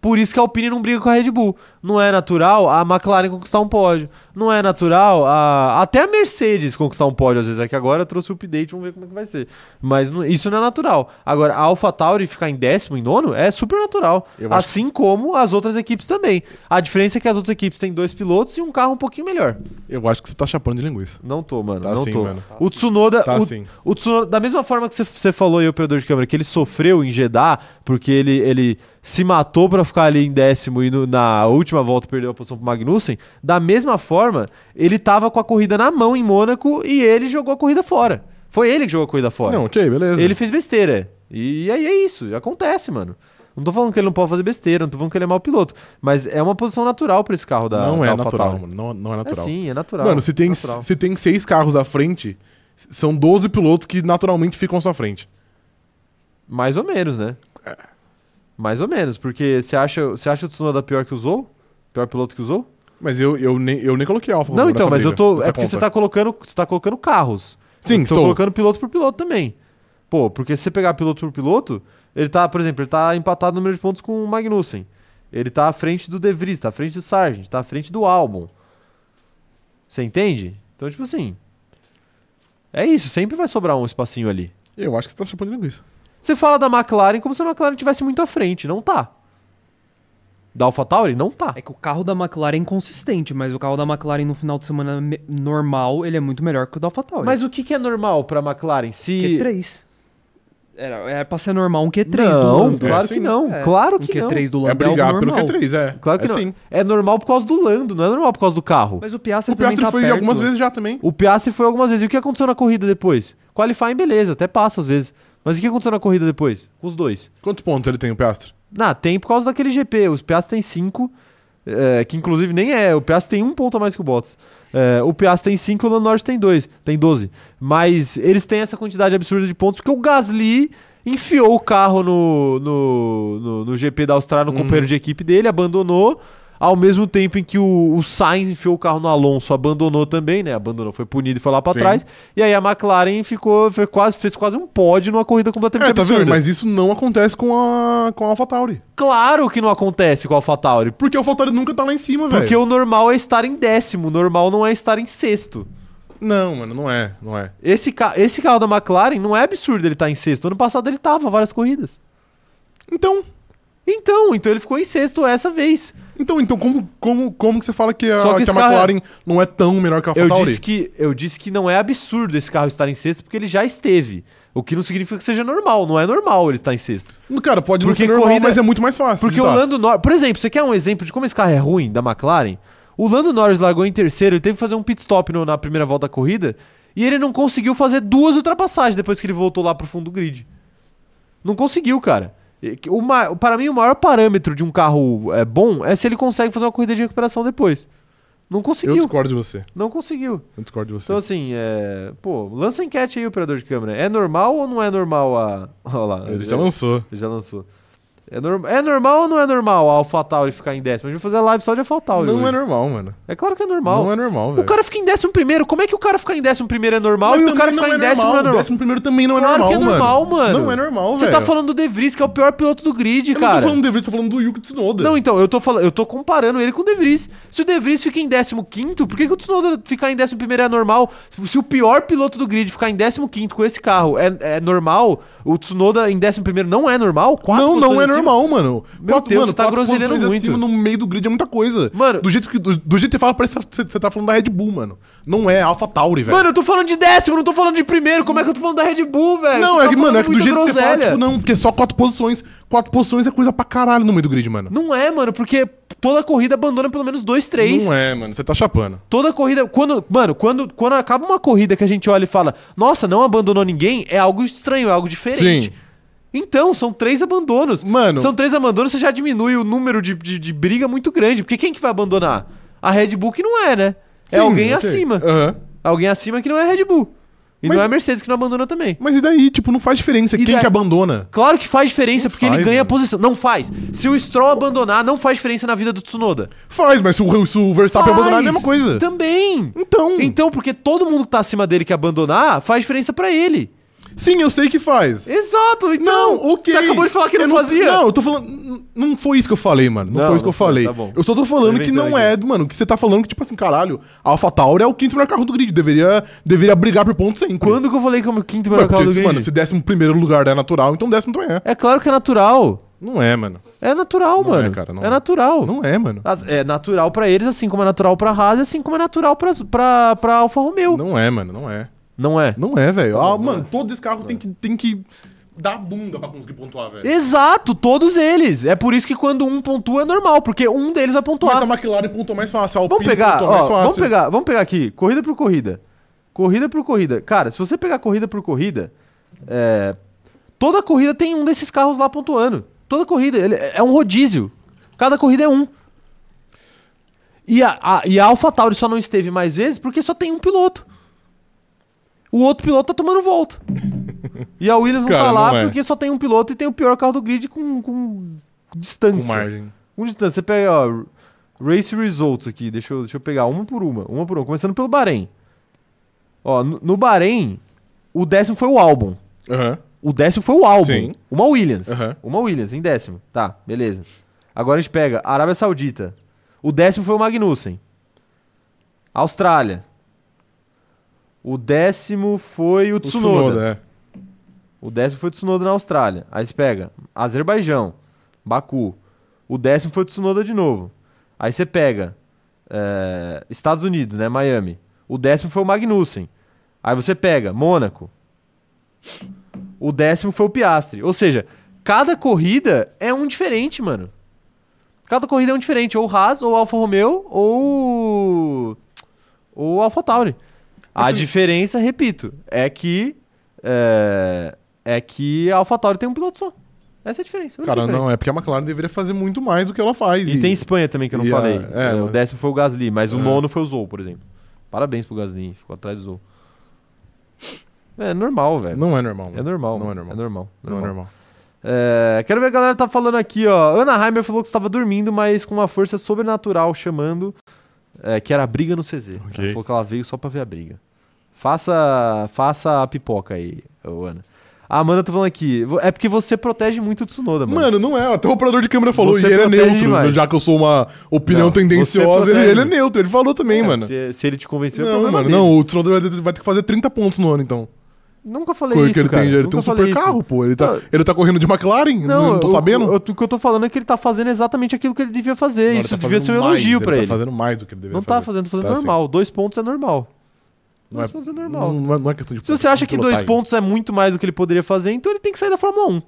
[SPEAKER 1] Por isso que a Alpine não briga com a Red Bull. Não é natural a McLaren conquistar um pódio. Não é natural a, até a Mercedes conquistar um pódio, às vezes. É que agora eu trouxe o update, vamos ver como é que vai ser. Mas não- isso não é natural. Agora, a AlphaTauri ficar em décimo, em nono, é super natural.
[SPEAKER 2] Eu acho
[SPEAKER 1] Assim como as outras equipes também. A diferença é que as outras equipes têm dois pilotos e um carro um pouquinho melhor.
[SPEAKER 2] Eu acho que você tá chapando de linguiça.
[SPEAKER 1] Não tô, mano.
[SPEAKER 2] Tá
[SPEAKER 1] não
[SPEAKER 2] sim,
[SPEAKER 1] tô.
[SPEAKER 2] mano.
[SPEAKER 1] O Tsunoda.
[SPEAKER 2] Tá
[SPEAKER 1] o,
[SPEAKER 2] sim.
[SPEAKER 1] o Tsunoda, da mesma forma que você- você falou aí, operador de câmera, que ele sofreu em Jeddah, porque ele, ele se matou pra ficar ali em décimo e no- na última volta perdeu a posição pro Magnussen. Da mesma forma, ele tava com a corrida na mão em Mônaco e ele jogou a corrida fora. Foi ele que jogou a corrida fora.
[SPEAKER 2] Não, ok, beleza.
[SPEAKER 1] Ele fez besteira. E aí é isso, acontece, mano. Não tô falando que ele não pode fazer besteira, não tô falando que ele é mau piloto. Mas é uma posição natural pra esse carro da
[SPEAKER 2] não
[SPEAKER 1] da
[SPEAKER 2] é
[SPEAKER 1] AlphaTauri.
[SPEAKER 2] natural, mano. Não, não é
[SPEAKER 1] É
[SPEAKER 2] natural.
[SPEAKER 1] sim, é natural.
[SPEAKER 2] Mano, se tem,
[SPEAKER 1] natural.
[SPEAKER 2] se tem seis carros à frente, s- são 12 pilotos que naturalmente ficam à sua frente.
[SPEAKER 1] Mais ou menos, né?
[SPEAKER 2] É.
[SPEAKER 1] Mais ou menos, porque você acha, você acha o Tsunoda pior que usou? Pior piloto que usou?
[SPEAKER 2] Mas eu, eu, nem, eu nem coloquei Alfa
[SPEAKER 1] Não,
[SPEAKER 2] Romeo
[SPEAKER 1] então,
[SPEAKER 2] nessa
[SPEAKER 1] mas eu
[SPEAKER 2] briga,
[SPEAKER 1] tô.
[SPEAKER 2] nessa
[SPEAKER 1] É porque você
[SPEAKER 2] conta.
[SPEAKER 1] tá colocando. Você tá colocando carros.
[SPEAKER 2] Sim,
[SPEAKER 1] eu tô
[SPEAKER 2] estou.
[SPEAKER 1] colocando piloto por piloto também. Pô, porque se você pegar piloto por piloto, ele tá, por exemplo, ele tá empatado no número de pontos com o Magnussen. Ele tá à frente do De Vries, tá à frente do Sargent, tá à frente do Albon. Você entende? Então, tipo assim. É isso, sempre vai sobrar um espacinho ali.
[SPEAKER 2] Eu acho que você tá chapando de linguiça.
[SPEAKER 1] Você fala da McLaren como se a McLaren tivesse muito à frente, não tá. Da AlphaTauri? Não tá.
[SPEAKER 5] É que o carro da McLaren é inconsistente, mas o carro da McLaren no final de semana me- normal, ele é muito melhor que o da AlphaTauri.
[SPEAKER 1] Mas o que, que é normal pra McLaren? Se.
[SPEAKER 5] Q3. Era, era pra ser normal um Q3 do
[SPEAKER 1] Não,
[SPEAKER 5] Lando.
[SPEAKER 1] claro
[SPEAKER 2] É,
[SPEAKER 1] que
[SPEAKER 2] sim.
[SPEAKER 1] não.
[SPEAKER 5] É,
[SPEAKER 1] Claro
[SPEAKER 5] um
[SPEAKER 1] que não.
[SPEAKER 5] Q3 do
[SPEAKER 2] é
[SPEAKER 5] Lando é,
[SPEAKER 2] brigar
[SPEAKER 5] algo
[SPEAKER 2] pelo
[SPEAKER 5] normal.
[SPEAKER 2] Q3, é.
[SPEAKER 1] Claro que
[SPEAKER 2] é
[SPEAKER 1] não.
[SPEAKER 2] sim.
[SPEAKER 1] É normal por causa do Lando, não é normal por causa do carro.
[SPEAKER 5] Mas o Piastra
[SPEAKER 2] O
[SPEAKER 5] também
[SPEAKER 2] Piastri
[SPEAKER 5] tá
[SPEAKER 2] foi
[SPEAKER 5] perto.
[SPEAKER 2] algumas vezes já também.
[SPEAKER 1] O Piastri foi algumas vezes. E o que aconteceu na corrida depois? Qualifying, beleza, até passa às vezes. Mas o que aconteceu na corrida depois? Com os dois.
[SPEAKER 2] Quantos pontos ele tem, o Piastri?
[SPEAKER 1] Não, Ah, tem por causa daquele GP. Os Piastri tem 5, que inclusive nem é. O Piastri tem um ponto a mais que o Bottas. É, o Piastri tem 5, o Lando Norris tem 2, tem 12. Mas eles têm essa quantidade absurda de pontos porque o Gasly
[SPEAKER 2] Uhum.
[SPEAKER 1] enfiou o carro no, no, no, no GP da Austrália no companheiro de equipe dele, abandonou. Ao mesmo tempo em que o, o Sainz enfiou o carro no Alonso, abandonou também, né? Abandonou, foi punido e foi lá pra
[SPEAKER 2] Sim.
[SPEAKER 1] trás. E aí a McLaren ficou, foi quase, fez quase um pódio numa corrida completamente
[SPEAKER 2] É, tá
[SPEAKER 1] absurda.
[SPEAKER 2] vendo? Mas isso não acontece com a, com a AlphaTauri.
[SPEAKER 1] Claro que não acontece com a AlphaTauri.
[SPEAKER 2] Porque a AlphaTauri nunca tá lá em cima, velho.
[SPEAKER 1] Porque o normal é estar em décimo, o normal não é estar em sexto.
[SPEAKER 2] Não, mano, não é, não é.
[SPEAKER 1] Esse, ca- esse carro da McLaren não é absurdo ele estar em sexto. Ano passado ele tava, várias corridas.
[SPEAKER 2] Então,
[SPEAKER 1] Então, então ele ficou em sexto essa vez.
[SPEAKER 2] então, então como, como, como que você fala que a,
[SPEAKER 1] Só que
[SPEAKER 2] que
[SPEAKER 1] esse
[SPEAKER 2] a
[SPEAKER 1] carro é-
[SPEAKER 2] McLaren não é tão melhor que a
[SPEAKER 1] Eu
[SPEAKER 2] AlphaTauri?
[SPEAKER 1] disse, que, eu disse que não é absurdo esse carro estar em sexto porque ele já esteve. O que não significa que seja normal. Não é normal ele estar em sexto.
[SPEAKER 2] Cara, pode não
[SPEAKER 1] Porque
[SPEAKER 2] ser normal,
[SPEAKER 1] corrida-
[SPEAKER 2] mas é muito mais fácil.
[SPEAKER 1] Porque
[SPEAKER 2] de
[SPEAKER 1] o
[SPEAKER 2] tá.
[SPEAKER 1] Lando Norris. Por exemplo, você quer um exemplo de como esse carro é ruim da McLaren? O Lando Norris largou em terceiro, ele teve que fazer um pit stop no- na primeira volta da corrida e ele não conseguiu fazer duas ultrapassagens depois que ele voltou lá pro fundo do grid. Não conseguiu, cara. E que O ma... Para mim, o maior parâmetro de um carro é, bom é se ele consegue fazer uma corrida de recuperação depois. Não
[SPEAKER 2] Eu
[SPEAKER 1] conseguiu.
[SPEAKER 2] discordo de você.
[SPEAKER 1] Não conseguiu.
[SPEAKER 2] Eu discordo de você.
[SPEAKER 1] Então, assim, é... pô, lança a enquete aí, operador de câmera. É normal ou não é normal a. Olha lá.
[SPEAKER 2] Ele já lançou.
[SPEAKER 1] Ele já lançou. É, norm- é normal ou não é normal a AlphaTauri ficar em décimo? A gente vai fazer live só de AlphaTauri.
[SPEAKER 2] Não
[SPEAKER 1] hoje.
[SPEAKER 2] é normal, mano.
[SPEAKER 1] É claro que é normal.
[SPEAKER 2] Não é normal,
[SPEAKER 1] O
[SPEAKER 2] velho.
[SPEAKER 1] cara fica em décimo primeiro. Como é que o cara ficar em décimo primeiro é normal
[SPEAKER 2] Mas
[SPEAKER 1] e o cara
[SPEAKER 2] também
[SPEAKER 1] ficar em
[SPEAKER 2] não é
[SPEAKER 1] décimo não é
[SPEAKER 2] normal.
[SPEAKER 1] normal?
[SPEAKER 2] Décimo primeiro também não é
[SPEAKER 1] claro
[SPEAKER 2] normal,
[SPEAKER 1] que é normal, mano.
[SPEAKER 2] Não é normal, velho.
[SPEAKER 1] Você tá falando do De Vries, que é o pior piloto do grid,
[SPEAKER 2] Eu
[SPEAKER 1] cara.
[SPEAKER 2] não tô falando do De Vries, tô falando do Yuki Tsunoda.
[SPEAKER 1] Não, então, eu tô falando, eu tô comparando ele com o De Vries. Se o De Vries fica em 15, por que, que o Tsunoda ficar em 11 é normal? Se- Se o pior piloto do grid ficar em 15 com esse carro é, é normal, o Tsunoda em 11 não é normal? Quatro
[SPEAKER 2] não, não
[SPEAKER 1] posições acima?
[SPEAKER 2] é normal, mano.
[SPEAKER 1] Meu Deus, você tá groselhando
[SPEAKER 2] posições acima
[SPEAKER 1] muito.
[SPEAKER 2] no meio do grid é muita coisa.
[SPEAKER 1] Mano-
[SPEAKER 2] do jeito que, do, do jeito que você fala, parece que você você tá falando da Red Bull, mano. Não é Alpha Tauri, velho.
[SPEAKER 1] Mano, eu tô falando de décimo, não tô falando de primeiro. Como é que eu tô falando da Red Bull, velho?
[SPEAKER 2] não,
[SPEAKER 1] Você
[SPEAKER 2] é
[SPEAKER 1] tá
[SPEAKER 2] que, mano,
[SPEAKER 1] falando
[SPEAKER 2] é que do
[SPEAKER 1] muita
[SPEAKER 2] jeito que você fala,
[SPEAKER 1] groselha.
[SPEAKER 2] tipo, não, porque só quatro posições. Quatro posições é coisa pra caralho no meio do grid, mano.
[SPEAKER 1] Não é, mano, porque toda corrida abandona pelo menos dois, três.
[SPEAKER 2] Não é, mano. Você tá chapando.
[SPEAKER 1] Toda corrida. Quando, mano, quando, quando acaba uma corrida que a gente olha e fala, nossa, não abandonou ninguém, é algo estranho, é algo diferente.
[SPEAKER 2] Sim.
[SPEAKER 1] Então, são três abandonos.
[SPEAKER 2] Mano-
[SPEAKER 1] São três abandonos, você já diminui o número de, de, de briga muito grande. Porque quem que vai abandonar? A Red Bull que não é, né? é
[SPEAKER 2] Sim,
[SPEAKER 1] alguém
[SPEAKER 2] ok.
[SPEAKER 1] acima.
[SPEAKER 2] Aham.
[SPEAKER 1] Alguém acima que não é a Red Bull. E
[SPEAKER 2] Mas-
[SPEAKER 1] não é a Mercedes que não abandona também.
[SPEAKER 2] Mas e daí? Tipo, não faz diferença.
[SPEAKER 1] E
[SPEAKER 2] Quem
[SPEAKER 1] daí?
[SPEAKER 2] que abandona?
[SPEAKER 1] Claro que faz diferença, porque ele
[SPEAKER 2] faz,
[SPEAKER 1] ganha
[SPEAKER 2] mano.
[SPEAKER 1] posição. Não faz. Se o Stroll abandonar, não faz diferença na vida do Tsunoda.
[SPEAKER 2] Faz, mas se o, se o Verstappen abandonar é a
[SPEAKER 1] Faz.
[SPEAKER 2] mesma coisa.
[SPEAKER 1] Também.
[SPEAKER 2] Então,
[SPEAKER 1] Então, porque todo mundo que tá acima dele que abandonar, faz diferença pra ele.
[SPEAKER 2] sim, eu sei que faz.
[SPEAKER 1] Exato, então.
[SPEAKER 2] Não, ok.
[SPEAKER 1] Você acabou de falar que
[SPEAKER 2] Eu
[SPEAKER 1] não, fazia.
[SPEAKER 2] Não, eu tô falando. n- Não foi isso que eu falei, mano. Não,
[SPEAKER 1] Não,
[SPEAKER 2] foi isso que
[SPEAKER 1] não
[SPEAKER 2] eu falei.
[SPEAKER 1] foi, tá bom.
[SPEAKER 2] Eu só tô falando
[SPEAKER 1] Tô
[SPEAKER 2] que não é,
[SPEAKER 1] inventando
[SPEAKER 2] mano, que você tá falando que, tipo assim, caralho, a AlphaTauri é o quinto melhor carro do grid. Deveria, deveria brigar por ponto sempre.
[SPEAKER 1] Quando que eu falei que é o quinto
[SPEAKER 2] Ué,
[SPEAKER 1] melhor
[SPEAKER 2] porque,
[SPEAKER 1] carro do
[SPEAKER 2] se,
[SPEAKER 1] grid?
[SPEAKER 2] mano, se décimo primeiro lugar é natural, então décimo também é.
[SPEAKER 1] É claro que é natural.
[SPEAKER 2] Não é, mano.
[SPEAKER 1] É natural,
[SPEAKER 2] Não
[SPEAKER 1] mano.
[SPEAKER 2] é, cara, não
[SPEAKER 1] é
[SPEAKER 2] é.
[SPEAKER 1] natural.
[SPEAKER 2] Não é, mano.
[SPEAKER 1] As- É natural pra eles, assim como é natural pra Haas, assim como é natural pra, pra, pra Alfa Romeo. Não,
[SPEAKER 2] Não é, mano. Não é.
[SPEAKER 1] é?
[SPEAKER 2] Não é, velho.
[SPEAKER 1] Não,
[SPEAKER 2] Ah,
[SPEAKER 1] não
[SPEAKER 2] mano,
[SPEAKER 1] é.
[SPEAKER 2] todos esses carros tem que, tem que dar bunda pra conseguir pontuar, velho.
[SPEAKER 1] Exato, todos eles. É por isso que quando um pontua é normal, porque um deles vai pontuar.
[SPEAKER 2] Mas a McLaren pontua mais fácil, a Alpine
[SPEAKER 1] Vamos pegar,
[SPEAKER 2] pontua
[SPEAKER 1] ó,
[SPEAKER 2] mais
[SPEAKER 1] vamos
[SPEAKER 2] fácil.
[SPEAKER 1] pegar, vamos pegar aqui, corrida por corrida. Corrida por corrida. Cara, se você pegar corrida por corrida, é, toda corrida tem um desses carros lá pontuando. Toda corrida, ele- é um rodízio. Cada corrida é um. E a, a, e a AlphaTauri só não esteve mais vezes porque só tem um piloto. O outro piloto tá tomando volta. E a Williams não
[SPEAKER 2] Cara,
[SPEAKER 1] tá lá
[SPEAKER 2] não é.
[SPEAKER 1] porque só tem um piloto e tem o pior carro do grid com, com distância.
[SPEAKER 2] Com margem.
[SPEAKER 1] Um de tanto, você pega, ó, Race Results aqui, deixa eu, deixa eu pegar uma por uma, uma por uma, começando pelo Bahrein. Ó, no, no Bahrein, o décimo foi o álbum.
[SPEAKER 2] Aham.
[SPEAKER 1] O décimo foi o álbum.
[SPEAKER 2] Sim.
[SPEAKER 1] Uma Williams.
[SPEAKER 2] Aham.
[SPEAKER 1] Uma Williams, em décimo. Tá, beleza. Agora a gente pega Arábia Saudita. O décimo foi o Magnussen. Austrália. O décimo foi o
[SPEAKER 2] O
[SPEAKER 1] Tsunoda.
[SPEAKER 2] Tsunoda, é.
[SPEAKER 1] O décimo foi o Tsunoda na Austrália. Aí você pega Azerbaijão, Baku. O décimo foi o Tsunoda de novo. Aí você pega é, Estados Unidos, né? Miami. O décimo foi o Magnussen. Aí você pega Mônaco. O décimo foi o Piastre. Ou seja, cada corrida é um diferente, mano. Cada corrida é um diferente. Ou Haas, ou Alfa Romeo, ou. Ou Alfa Tauri. A
[SPEAKER 2] Assim-
[SPEAKER 1] diferença, repito, é que. É, é que a Alfa Tauri tem um piloto só. Essa é a diferença. a única
[SPEAKER 2] Cara,
[SPEAKER 1] diferença.
[SPEAKER 2] não, é porque a McLaren deveria fazer muito mais do que ela faz.
[SPEAKER 1] E tem Espanha também, que eu não
[SPEAKER 2] e a-
[SPEAKER 1] falei.
[SPEAKER 2] é,
[SPEAKER 1] É, O
[SPEAKER 2] mas-
[SPEAKER 1] décimo foi o Gasly, mas o
[SPEAKER 2] É.
[SPEAKER 1] nono foi o Zou, por exemplo. Parabéns pro Gasly, ficou atrás do Zou. É normal, velho.
[SPEAKER 2] Não é normal.
[SPEAKER 1] É
[SPEAKER 2] mano.
[SPEAKER 1] normal.
[SPEAKER 2] Não é
[SPEAKER 1] mano.
[SPEAKER 2] normal.
[SPEAKER 1] É normal.
[SPEAKER 2] Não é normal.
[SPEAKER 1] É, quero ver a galera tá falando aqui, ó. Ana Heimer falou que estava dormindo, mas com uma força sobrenatural chamando, é, que era a briga no CZ.
[SPEAKER 2] Ok.
[SPEAKER 1] Ela falou que ela veio só pra ver a briga. Faça, faça a pipoca aí, ô Ana. A Amanda tá falando aqui. vo- É porque você protege muito o Tsunoda, mano.
[SPEAKER 2] Mano, não é. Até o operador de câmera falou,
[SPEAKER 1] Você
[SPEAKER 2] e ele é
[SPEAKER 1] protege
[SPEAKER 2] neutro.
[SPEAKER 1] demais.
[SPEAKER 2] Já que eu sou uma opinião
[SPEAKER 1] Não, você
[SPEAKER 2] tendenciosa, ele,
[SPEAKER 1] protege.
[SPEAKER 2] ele é neutro. Ele falou também,
[SPEAKER 1] É,
[SPEAKER 2] mano.
[SPEAKER 1] Se, se ele te convenceu, é
[SPEAKER 2] Não,
[SPEAKER 1] problema
[SPEAKER 2] mano,
[SPEAKER 1] dele.
[SPEAKER 2] não, o Tsunoda vai, vai ter que fazer 30 pontos no ano, então.
[SPEAKER 1] Nunca falei
[SPEAKER 2] Porque
[SPEAKER 1] isso,
[SPEAKER 2] ele
[SPEAKER 1] cara.
[SPEAKER 2] tem, ele
[SPEAKER 1] Nunca
[SPEAKER 2] tem um
[SPEAKER 1] falei
[SPEAKER 2] super
[SPEAKER 1] isso.
[SPEAKER 2] carro, pô. Ele tá,
[SPEAKER 1] Tá.
[SPEAKER 2] ele tá correndo de McLaren? Não, não tô
[SPEAKER 1] eu-
[SPEAKER 2] sabendo.
[SPEAKER 1] eu- o que eu tô falando é que ele tá fazendo exatamente aquilo que ele devia fazer.
[SPEAKER 2] Não, ele
[SPEAKER 1] Isso
[SPEAKER 2] tá
[SPEAKER 1] devia
[SPEAKER 2] fazendo
[SPEAKER 1] ser um
[SPEAKER 2] mais,
[SPEAKER 1] elogio pra ele.
[SPEAKER 2] Tá fazendo mais do que ele deveria
[SPEAKER 1] Não tá
[SPEAKER 2] fazer.
[SPEAKER 1] fazendo, tá fazendo
[SPEAKER 2] Tá,
[SPEAKER 1] normal. Dois pontos é normal.
[SPEAKER 2] Não
[SPEAKER 1] Dois
[SPEAKER 2] é-
[SPEAKER 1] pontos é normal.
[SPEAKER 2] Não, não é, não é questão de
[SPEAKER 1] Se você acha que dois pontos é muito mais do que ele poderia fazer, então ele tem que sair da Fórmula 1.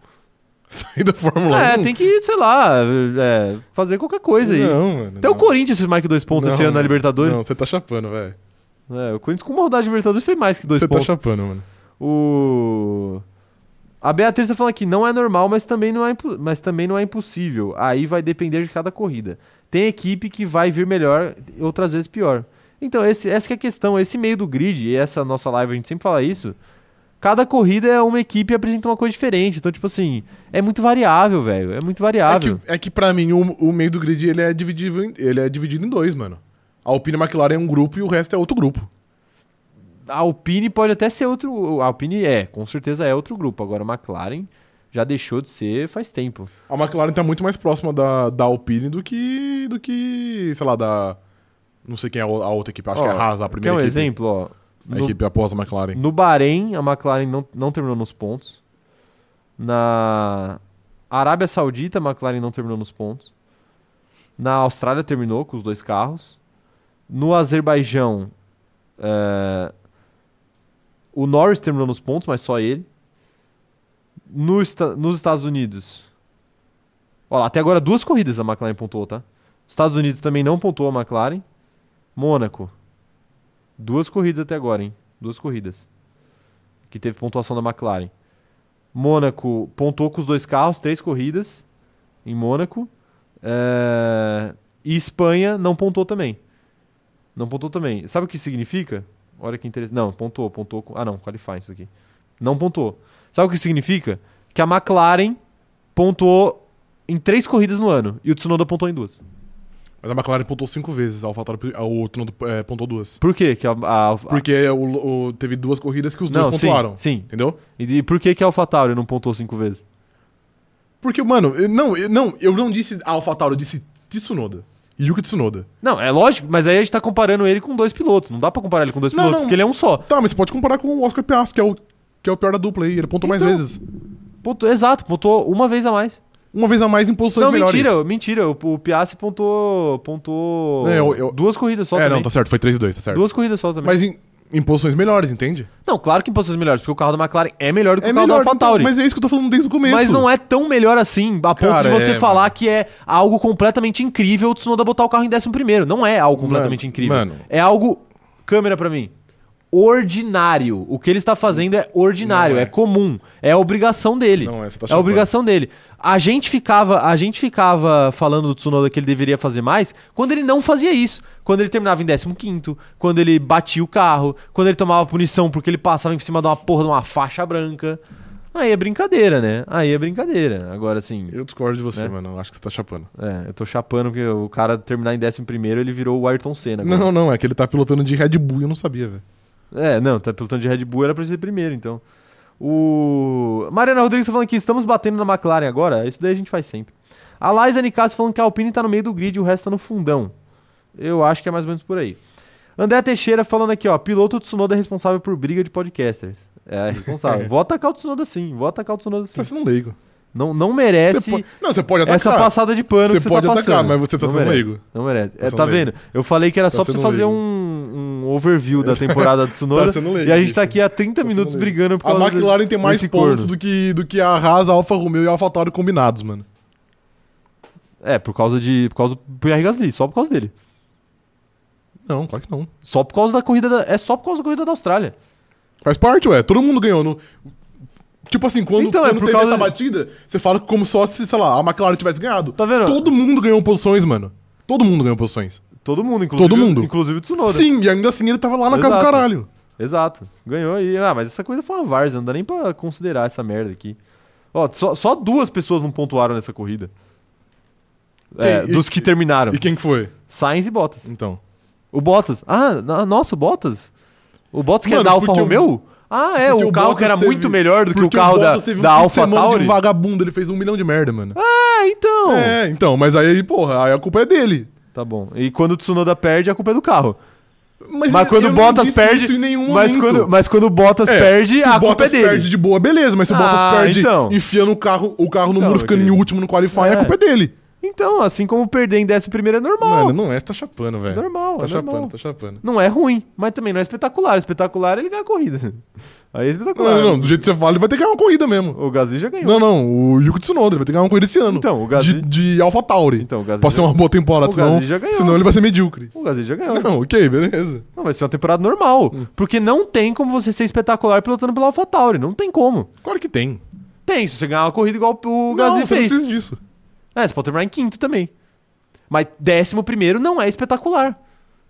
[SPEAKER 2] Sair da Fórmula 1.
[SPEAKER 1] É, tem que, sei lá, é, fazer qualquer coisa aí.
[SPEAKER 2] Não, mano.
[SPEAKER 1] Até o Corinthians fez mais que dois pontos
[SPEAKER 2] Não,
[SPEAKER 1] esse ano na
[SPEAKER 2] mano.
[SPEAKER 1] Libertadores.
[SPEAKER 2] Não, você tá chapando, velho.
[SPEAKER 1] É, o Corinthians com uma rodada de Libertadores fez mais que dois
[SPEAKER 2] Você tá
[SPEAKER 1] pontos.
[SPEAKER 2] chapando, mano.
[SPEAKER 1] O... A Beatriz tá falando aqui, não é normal, mas também não é, impo- mas também não é impossível. Aí vai depender de cada corrida. Tem equipe que vai vir melhor, outras vezes pior. Então, esse- essa que é a questão. Esse meio do grid, e essa nossa live, a gente sempre fala isso. Cada corrida é uma equipe e apresenta uma coisa diferente. Então, tipo assim, é muito variável, velho. É muito
[SPEAKER 2] É
[SPEAKER 1] variável.
[SPEAKER 2] que, é que pra mim o, o meio do grid ele é, dividível em- ele é dividido em dois, mano. A Alpine e a McLaren é um grupo e o resto é outro grupo.
[SPEAKER 1] A Alpine pode até ser outro. A Alpine é, com certeza é outro grupo. Agora, a McLaren já deixou de ser faz tempo.
[SPEAKER 2] A McLaren tá muito mais próxima da, da Alpine do que, do que, sei lá, da... Não sei quem é a o- a outra equipe, acho que é a
[SPEAKER 1] Ó,
[SPEAKER 2] Haas, a
[SPEAKER 1] Quer
[SPEAKER 2] primeira
[SPEAKER 1] um
[SPEAKER 2] equipe.
[SPEAKER 1] exemplo, ó?
[SPEAKER 2] A
[SPEAKER 1] No-
[SPEAKER 2] equipe após a McLaren.
[SPEAKER 1] No Bahrein, a McLaren não, não terminou nos pontos. Na Arábia Saudita, a McLaren não terminou nos pontos. Na Austrália, terminou com os dois carros. No Azerbaijão, eh, o Norris terminou nos pontos, mas só ele. No esta- nos Estados Unidos. Olha lá, até agora duas corridas a McLaren pontuou, tá? Estados Unidos também não pontuou a McLaren. Mônaco. Duas corridas até agora, hein? Duas corridas. Que teve pontuação da McLaren. Mônaco pontuou com os dois carros, três corridas em Mônaco. É, E Espanha não pontuou também. Não pontuou também. Sabe o que significa? Olha que interessante. Não, pontuou, pontuou. com- Ah, não, qualifying isso aqui. Não pontuou. Sabe o que significa? Que a McLaren pontuou em três corridas no ano e o Tsunoda pontuou em duas.
[SPEAKER 2] Mas a McLaren pontou cinco vezes, a AlphaTauri a- o Tsunoda é, pontou duas.
[SPEAKER 1] Por quê? Que a, a- a-
[SPEAKER 2] Porque é o- o- teve duas corridas que os dois
[SPEAKER 1] não, sim,
[SPEAKER 2] pontuaram.
[SPEAKER 1] sim.
[SPEAKER 2] Entendeu?
[SPEAKER 1] E de- por que, que a AlphaTauri não pontuou cinco vezes?
[SPEAKER 2] Porque, mano, eu- não, eu não, eu não disse AlphaTauri, eu disse Tsunoda. Yuki Tsunoda.
[SPEAKER 1] Não, é lógico, mas aí a gente tá comparando ele com dois pilotos. Não dá pra comparar ele com dois
[SPEAKER 2] Não,
[SPEAKER 1] pilotos,
[SPEAKER 2] não.
[SPEAKER 1] porque ele é um só.
[SPEAKER 2] Tá, mas você pode comparar com o Oscar Piastri, que é o, que é o pior da dupla aí. Ele pontou mais
[SPEAKER 1] Então.
[SPEAKER 2] vezes.
[SPEAKER 1] Ponto, exato, pontuou uma vez a mais.
[SPEAKER 2] Uma vez a mais em posições
[SPEAKER 1] não,
[SPEAKER 2] melhores.
[SPEAKER 1] mentira, mentira. O, o Piastri pontuou, pontuou
[SPEAKER 2] É, eu- eu-
[SPEAKER 1] duas corridas só
[SPEAKER 2] É,
[SPEAKER 1] também.
[SPEAKER 2] não, tá certo. Foi 3 e 2, tá certo.
[SPEAKER 1] Duas corridas só também.
[SPEAKER 2] Mas em, em posições melhores, entende?
[SPEAKER 1] Não, claro que em posições melhores, porque o carro da McLaren é melhor do que
[SPEAKER 2] é
[SPEAKER 1] o carro
[SPEAKER 2] melhor,
[SPEAKER 1] da AlphaTauri.
[SPEAKER 2] então, mas é isso que eu tô falando desde o começo.
[SPEAKER 1] Mas não é tão melhor assim, a ponto
[SPEAKER 2] Cara,
[SPEAKER 1] de você
[SPEAKER 2] é,
[SPEAKER 1] falar que é algo completamente incrível o Tsunoda botar o carro em décimo primeiro. Não é algo completamente
[SPEAKER 2] Mano,
[SPEAKER 1] incrível.
[SPEAKER 2] mano.
[SPEAKER 1] É algo. Câmera pra mim. Ordinário. O que ele está fazendo é ordinário,
[SPEAKER 2] Não
[SPEAKER 1] é.
[SPEAKER 2] é.
[SPEAKER 1] comum, é obrigação dele.
[SPEAKER 2] Não é, você tá
[SPEAKER 1] é
[SPEAKER 2] chapando.
[SPEAKER 1] obrigação dele. A gente ficava, a gente ficava falando do Tsunoda que ele deveria fazer mais quando ele não fazia isso. Quando ele terminava em 15, quando ele batia o carro, quando ele tomava punição porque ele passava em cima de uma porra de uma faixa branca. Aí é brincadeira, né? Aí é brincadeira. Agora assim,
[SPEAKER 2] Eu discordo de você,
[SPEAKER 1] Né?
[SPEAKER 2] mano. Eu Acho que você tá chapando.
[SPEAKER 1] é, eu tô chapando que o cara terminar em 11 primeiro, ele virou o Ayrton Senna. agora.
[SPEAKER 2] Não, não, é que ele tá pilotando de Red Bull e eu não sabia, velho.
[SPEAKER 1] É, não, tá pilotando de Red Bull, era pra ser primeiro, então. O. Mariana Rodrigues tá falando que estamos batendo na McLaren agora, isso daí a gente faz sempre. A Liza Nicasso falando que a Alpine tá no meio do grid e o resto tá no fundão. Eu acho que é mais ou menos por aí. André Teixeira falando aqui, ó, piloto Tsunoda é responsável por briga de podcasters. É, responsável. vou atacar o Tsunoda sim, vou atacar o Tsunoda
[SPEAKER 2] Você tá
[SPEAKER 1] sim.
[SPEAKER 2] sendo leigo.
[SPEAKER 1] Não, não
[SPEAKER 2] Você
[SPEAKER 1] merece
[SPEAKER 2] po- Não, você pode atacar.
[SPEAKER 1] essa passada de pano que
[SPEAKER 2] Você
[SPEAKER 1] você
[SPEAKER 2] pode
[SPEAKER 1] tá
[SPEAKER 2] atacar,
[SPEAKER 1] passando.
[SPEAKER 2] mas você tá
[SPEAKER 1] Não
[SPEAKER 2] sendo
[SPEAKER 1] merece.
[SPEAKER 2] leigo.
[SPEAKER 1] Não merece. É,
[SPEAKER 2] Tá sendo
[SPEAKER 1] tá
[SPEAKER 2] leigo.
[SPEAKER 1] vendo? Eu falei que era
[SPEAKER 2] Tá
[SPEAKER 1] só pra você
[SPEAKER 2] sendo
[SPEAKER 1] fazer um,
[SPEAKER 2] leigo.
[SPEAKER 1] um overview da temporada do Tsunoda.
[SPEAKER 2] Tá sendo leigo,
[SPEAKER 1] e a gente
[SPEAKER 2] bicho.
[SPEAKER 1] tá aqui há 30
[SPEAKER 2] Tá
[SPEAKER 1] minutos
[SPEAKER 2] sendo leigo.
[SPEAKER 1] brigando por
[SPEAKER 2] A
[SPEAKER 1] causa
[SPEAKER 2] McLaren tem mais
[SPEAKER 1] desse
[SPEAKER 2] pontos
[SPEAKER 1] corno.
[SPEAKER 2] do que, do que a Haas, a Alfa Romeo e a AlphaTauri combinados, mano.
[SPEAKER 1] É, por causa de. Por causa do Pierre Gasly, só por causa dele.
[SPEAKER 2] Não, claro que não.
[SPEAKER 1] Só por causa da corrida da- É só por causa da corrida da Austrália.
[SPEAKER 2] Faz parte, ué. Todo mundo ganhou. No... Tipo assim, quando,
[SPEAKER 1] Então, é
[SPEAKER 2] quando
[SPEAKER 1] por
[SPEAKER 2] teve
[SPEAKER 1] causa
[SPEAKER 2] essa
[SPEAKER 1] de-
[SPEAKER 2] batida, você fala como só se, sei lá, a McLaren tivesse ganhado.
[SPEAKER 1] Tá vendo?
[SPEAKER 2] Todo mundo ganhou posições, mano. Todo mundo ganhou posições.
[SPEAKER 1] Todo mundo, inclusive.
[SPEAKER 2] Todo mundo.
[SPEAKER 1] Inclusive o Tsunoda.
[SPEAKER 2] Sim, e ainda assim ele tava lá na casa do
[SPEAKER 1] Exato.
[SPEAKER 2] caralho.
[SPEAKER 1] Exato. Ganhou aí. Ah, mas essa coisa foi uma várzea, não dá nem pra considerar essa merda aqui. Ó, só, só duas pessoas não pontuaram nessa corrida.
[SPEAKER 2] Quem-
[SPEAKER 1] É,
[SPEAKER 2] e-
[SPEAKER 1] dos que terminaram.
[SPEAKER 2] E quem que foi?
[SPEAKER 1] Sainz e Bottas.
[SPEAKER 2] Então.
[SPEAKER 1] O Bottas. Ah, na- nossa, o Bottas? O Bottas que é
[SPEAKER 2] Mano,
[SPEAKER 1] da Alfa
[SPEAKER 2] porque o-
[SPEAKER 1] Romeo? Ah, é,
[SPEAKER 2] porque
[SPEAKER 1] o,
[SPEAKER 2] o
[SPEAKER 1] carro que
[SPEAKER 2] Bottas
[SPEAKER 1] era
[SPEAKER 2] teve-
[SPEAKER 1] muito melhor do que o
[SPEAKER 2] Porque
[SPEAKER 1] carro da,
[SPEAKER 2] Bottas teve um
[SPEAKER 1] da
[SPEAKER 2] fim de
[SPEAKER 1] Alfa
[SPEAKER 2] semana
[SPEAKER 1] Tauri.
[SPEAKER 2] de vagabundo, ele fez um milhão de merda, mano.
[SPEAKER 1] Ah, então.
[SPEAKER 2] É, então, mas aí, porra, aí a culpa é dele.
[SPEAKER 1] Tá bom. E quando o Tsunoda perde, a culpa é do carro. Mas
[SPEAKER 2] eu-
[SPEAKER 1] quando
[SPEAKER 2] eu
[SPEAKER 1] o
[SPEAKER 2] não
[SPEAKER 1] Bottas
[SPEAKER 2] disse
[SPEAKER 1] perde-
[SPEAKER 2] isso em nenhum
[SPEAKER 1] Mas
[SPEAKER 2] momento.
[SPEAKER 1] quando, mas quando o Bottas
[SPEAKER 2] É,
[SPEAKER 1] perde,
[SPEAKER 2] se
[SPEAKER 1] a
[SPEAKER 2] o
[SPEAKER 1] culpa é
[SPEAKER 2] Bottas
[SPEAKER 1] dele.
[SPEAKER 2] perde de boa, beleza, mas se o
[SPEAKER 1] Ah,
[SPEAKER 2] Bottas perde
[SPEAKER 1] então.
[SPEAKER 2] enfiando o carro, o carro no
[SPEAKER 1] Então,
[SPEAKER 2] muro, ficando
[SPEAKER 1] ok.
[SPEAKER 2] em último no qualifying,
[SPEAKER 1] É.
[SPEAKER 2] a culpa é dele.
[SPEAKER 1] Então, assim como perder em décimo primeiro é normal.
[SPEAKER 2] Mano, não é, você tá chapando, velho.
[SPEAKER 1] normal,
[SPEAKER 2] Tá
[SPEAKER 1] é
[SPEAKER 2] chapando,
[SPEAKER 1] normal.
[SPEAKER 2] tá chapando.
[SPEAKER 1] Não é ruim, mas também não é espetacular. Espetacular ele ganha a corrida. Aí é espetacular.
[SPEAKER 2] Não, não, não, do jeito que você fala, ele vai ter que ganhar uma corrida mesmo.
[SPEAKER 1] O Gasly já ganhou.
[SPEAKER 2] Não, não, o Yuki Tsunoda, ele vai ter que ganhar uma corrida esse ano.
[SPEAKER 1] Então, o Gasly.
[SPEAKER 2] De, de Alpha Tauri.
[SPEAKER 1] Então, o Gasly.
[SPEAKER 2] pra ser uma boa temporada,
[SPEAKER 1] O
[SPEAKER 2] senão,
[SPEAKER 1] Gasly já ganhou.
[SPEAKER 2] senão ele vai ser medíocre.
[SPEAKER 1] O Gasly já ganhou. Não.
[SPEAKER 2] Não, ok, beleza.
[SPEAKER 1] vai ser uma temporada normal. Porque não tem como você ser espetacular pilotando pela AlphaTauri. Não tem como.
[SPEAKER 2] Claro que tem.
[SPEAKER 1] Tem, se você ganhar uma corrida igual o
[SPEAKER 2] Não,
[SPEAKER 1] Gasly
[SPEAKER 2] você
[SPEAKER 1] fez.
[SPEAKER 2] não precisa disso.
[SPEAKER 1] É, você pode terminar em quinto também. Mas décimo primeiro não é espetacular.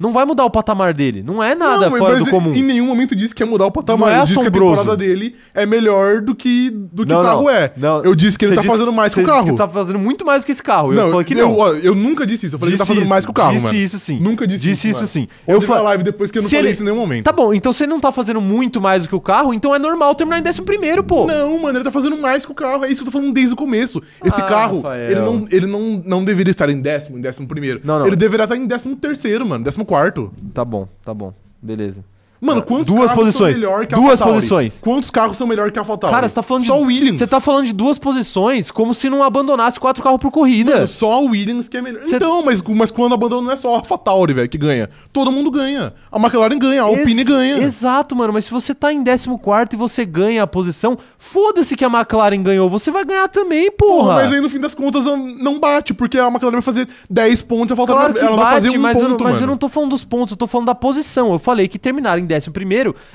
[SPEAKER 1] Não vai mudar o patamar dele. Não é nada
[SPEAKER 2] Não,
[SPEAKER 1] fora
[SPEAKER 2] mas
[SPEAKER 1] do
[SPEAKER 2] em-
[SPEAKER 1] comum.
[SPEAKER 2] Em nenhum momento disse que ia mudar o patamar.
[SPEAKER 1] Não é
[SPEAKER 2] ele disse que a
[SPEAKER 1] assombroso.
[SPEAKER 2] temporada dele é melhor do que, do que
[SPEAKER 1] Não,
[SPEAKER 2] o carro
[SPEAKER 1] não.
[SPEAKER 2] é.
[SPEAKER 1] Não,
[SPEAKER 2] eu disse que ele
[SPEAKER 1] você
[SPEAKER 2] tá
[SPEAKER 1] disse-
[SPEAKER 2] fazendo mais que
[SPEAKER 1] você
[SPEAKER 2] o
[SPEAKER 1] disse
[SPEAKER 2] carro.
[SPEAKER 1] que ele tá fazendo muito mais do que esse carro. Eu falei que
[SPEAKER 2] eu,
[SPEAKER 1] não.
[SPEAKER 2] ó, eu nunca disse isso. Eu falei que ele tá
[SPEAKER 1] Disse
[SPEAKER 2] fazendo mais que o carro,
[SPEAKER 1] Disse
[SPEAKER 2] mano.
[SPEAKER 1] isso sim.
[SPEAKER 2] Nunca disse,
[SPEAKER 1] Disse isso,
[SPEAKER 2] mano.
[SPEAKER 1] sim.
[SPEAKER 2] Eu
[SPEAKER 1] Eu
[SPEAKER 2] falei
[SPEAKER 1] falei.
[SPEAKER 2] live depois que eu não
[SPEAKER 1] Se
[SPEAKER 2] falei
[SPEAKER 1] ele-
[SPEAKER 2] isso em nenhum momento.
[SPEAKER 1] Tá bom, então se ele não tá fazendo muito mais do que o carro, então é normal terminar em décimo primeiro, pô.
[SPEAKER 2] Não, mano, ele tá fazendo mais que o carro. É isso que eu tô falando desde o começo. Esse
[SPEAKER 1] Ah,
[SPEAKER 2] carro,
[SPEAKER 1] Rafael.
[SPEAKER 2] ele, não, ele não, não deveria estar em décimo, em décimo primeiro.
[SPEAKER 1] Não, não.
[SPEAKER 2] Ele deveria estar em décimo terceiro, mano, décimo quarto.
[SPEAKER 1] Tá bom, tá bom. Beleza.
[SPEAKER 2] Mano,
[SPEAKER 1] Ah,
[SPEAKER 2] quantos
[SPEAKER 1] duas
[SPEAKER 2] carros
[SPEAKER 1] posições.
[SPEAKER 2] são melhor que a
[SPEAKER 1] Duas
[SPEAKER 2] AlphaTauri?
[SPEAKER 1] posições.
[SPEAKER 2] Quantos carros são melhor que a AlphaTauri?
[SPEAKER 1] Cara, você tá falando de.
[SPEAKER 2] Só o Williams.
[SPEAKER 1] Você tá falando de duas posições como se não abandonasse quatro carros por corrida.
[SPEAKER 2] É Só o Williams que é melhor.
[SPEAKER 1] Cê-
[SPEAKER 2] Então, mas, mas quando abandona não é só a AlphaTauri, velho, que ganha. Todo mundo ganha. A McLaren ganha, a Alpine
[SPEAKER 1] Ex-
[SPEAKER 2] ganha.
[SPEAKER 1] Exato, mano. Mas se você tá em 14 e você ganha a posição, foda-se que a McLaren ganhou. Você vai ganhar também, porra.
[SPEAKER 2] Porra, mas aí no fim das contas não- não bate, porque a McLaren vai fazer 10 pontos, a AlphaTauri
[SPEAKER 1] Claro
[SPEAKER 2] vai-
[SPEAKER 1] que
[SPEAKER 2] ela vai
[SPEAKER 1] bate,
[SPEAKER 2] fazer um
[SPEAKER 1] mas, eu,
[SPEAKER 2] ponto,
[SPEAKER 1] não- mas eu não
[SPEAKER 2] mano.
[SPEAKER 1] tô falando dos pontos, eu tô falando da posição. Eu falei que terminar em 11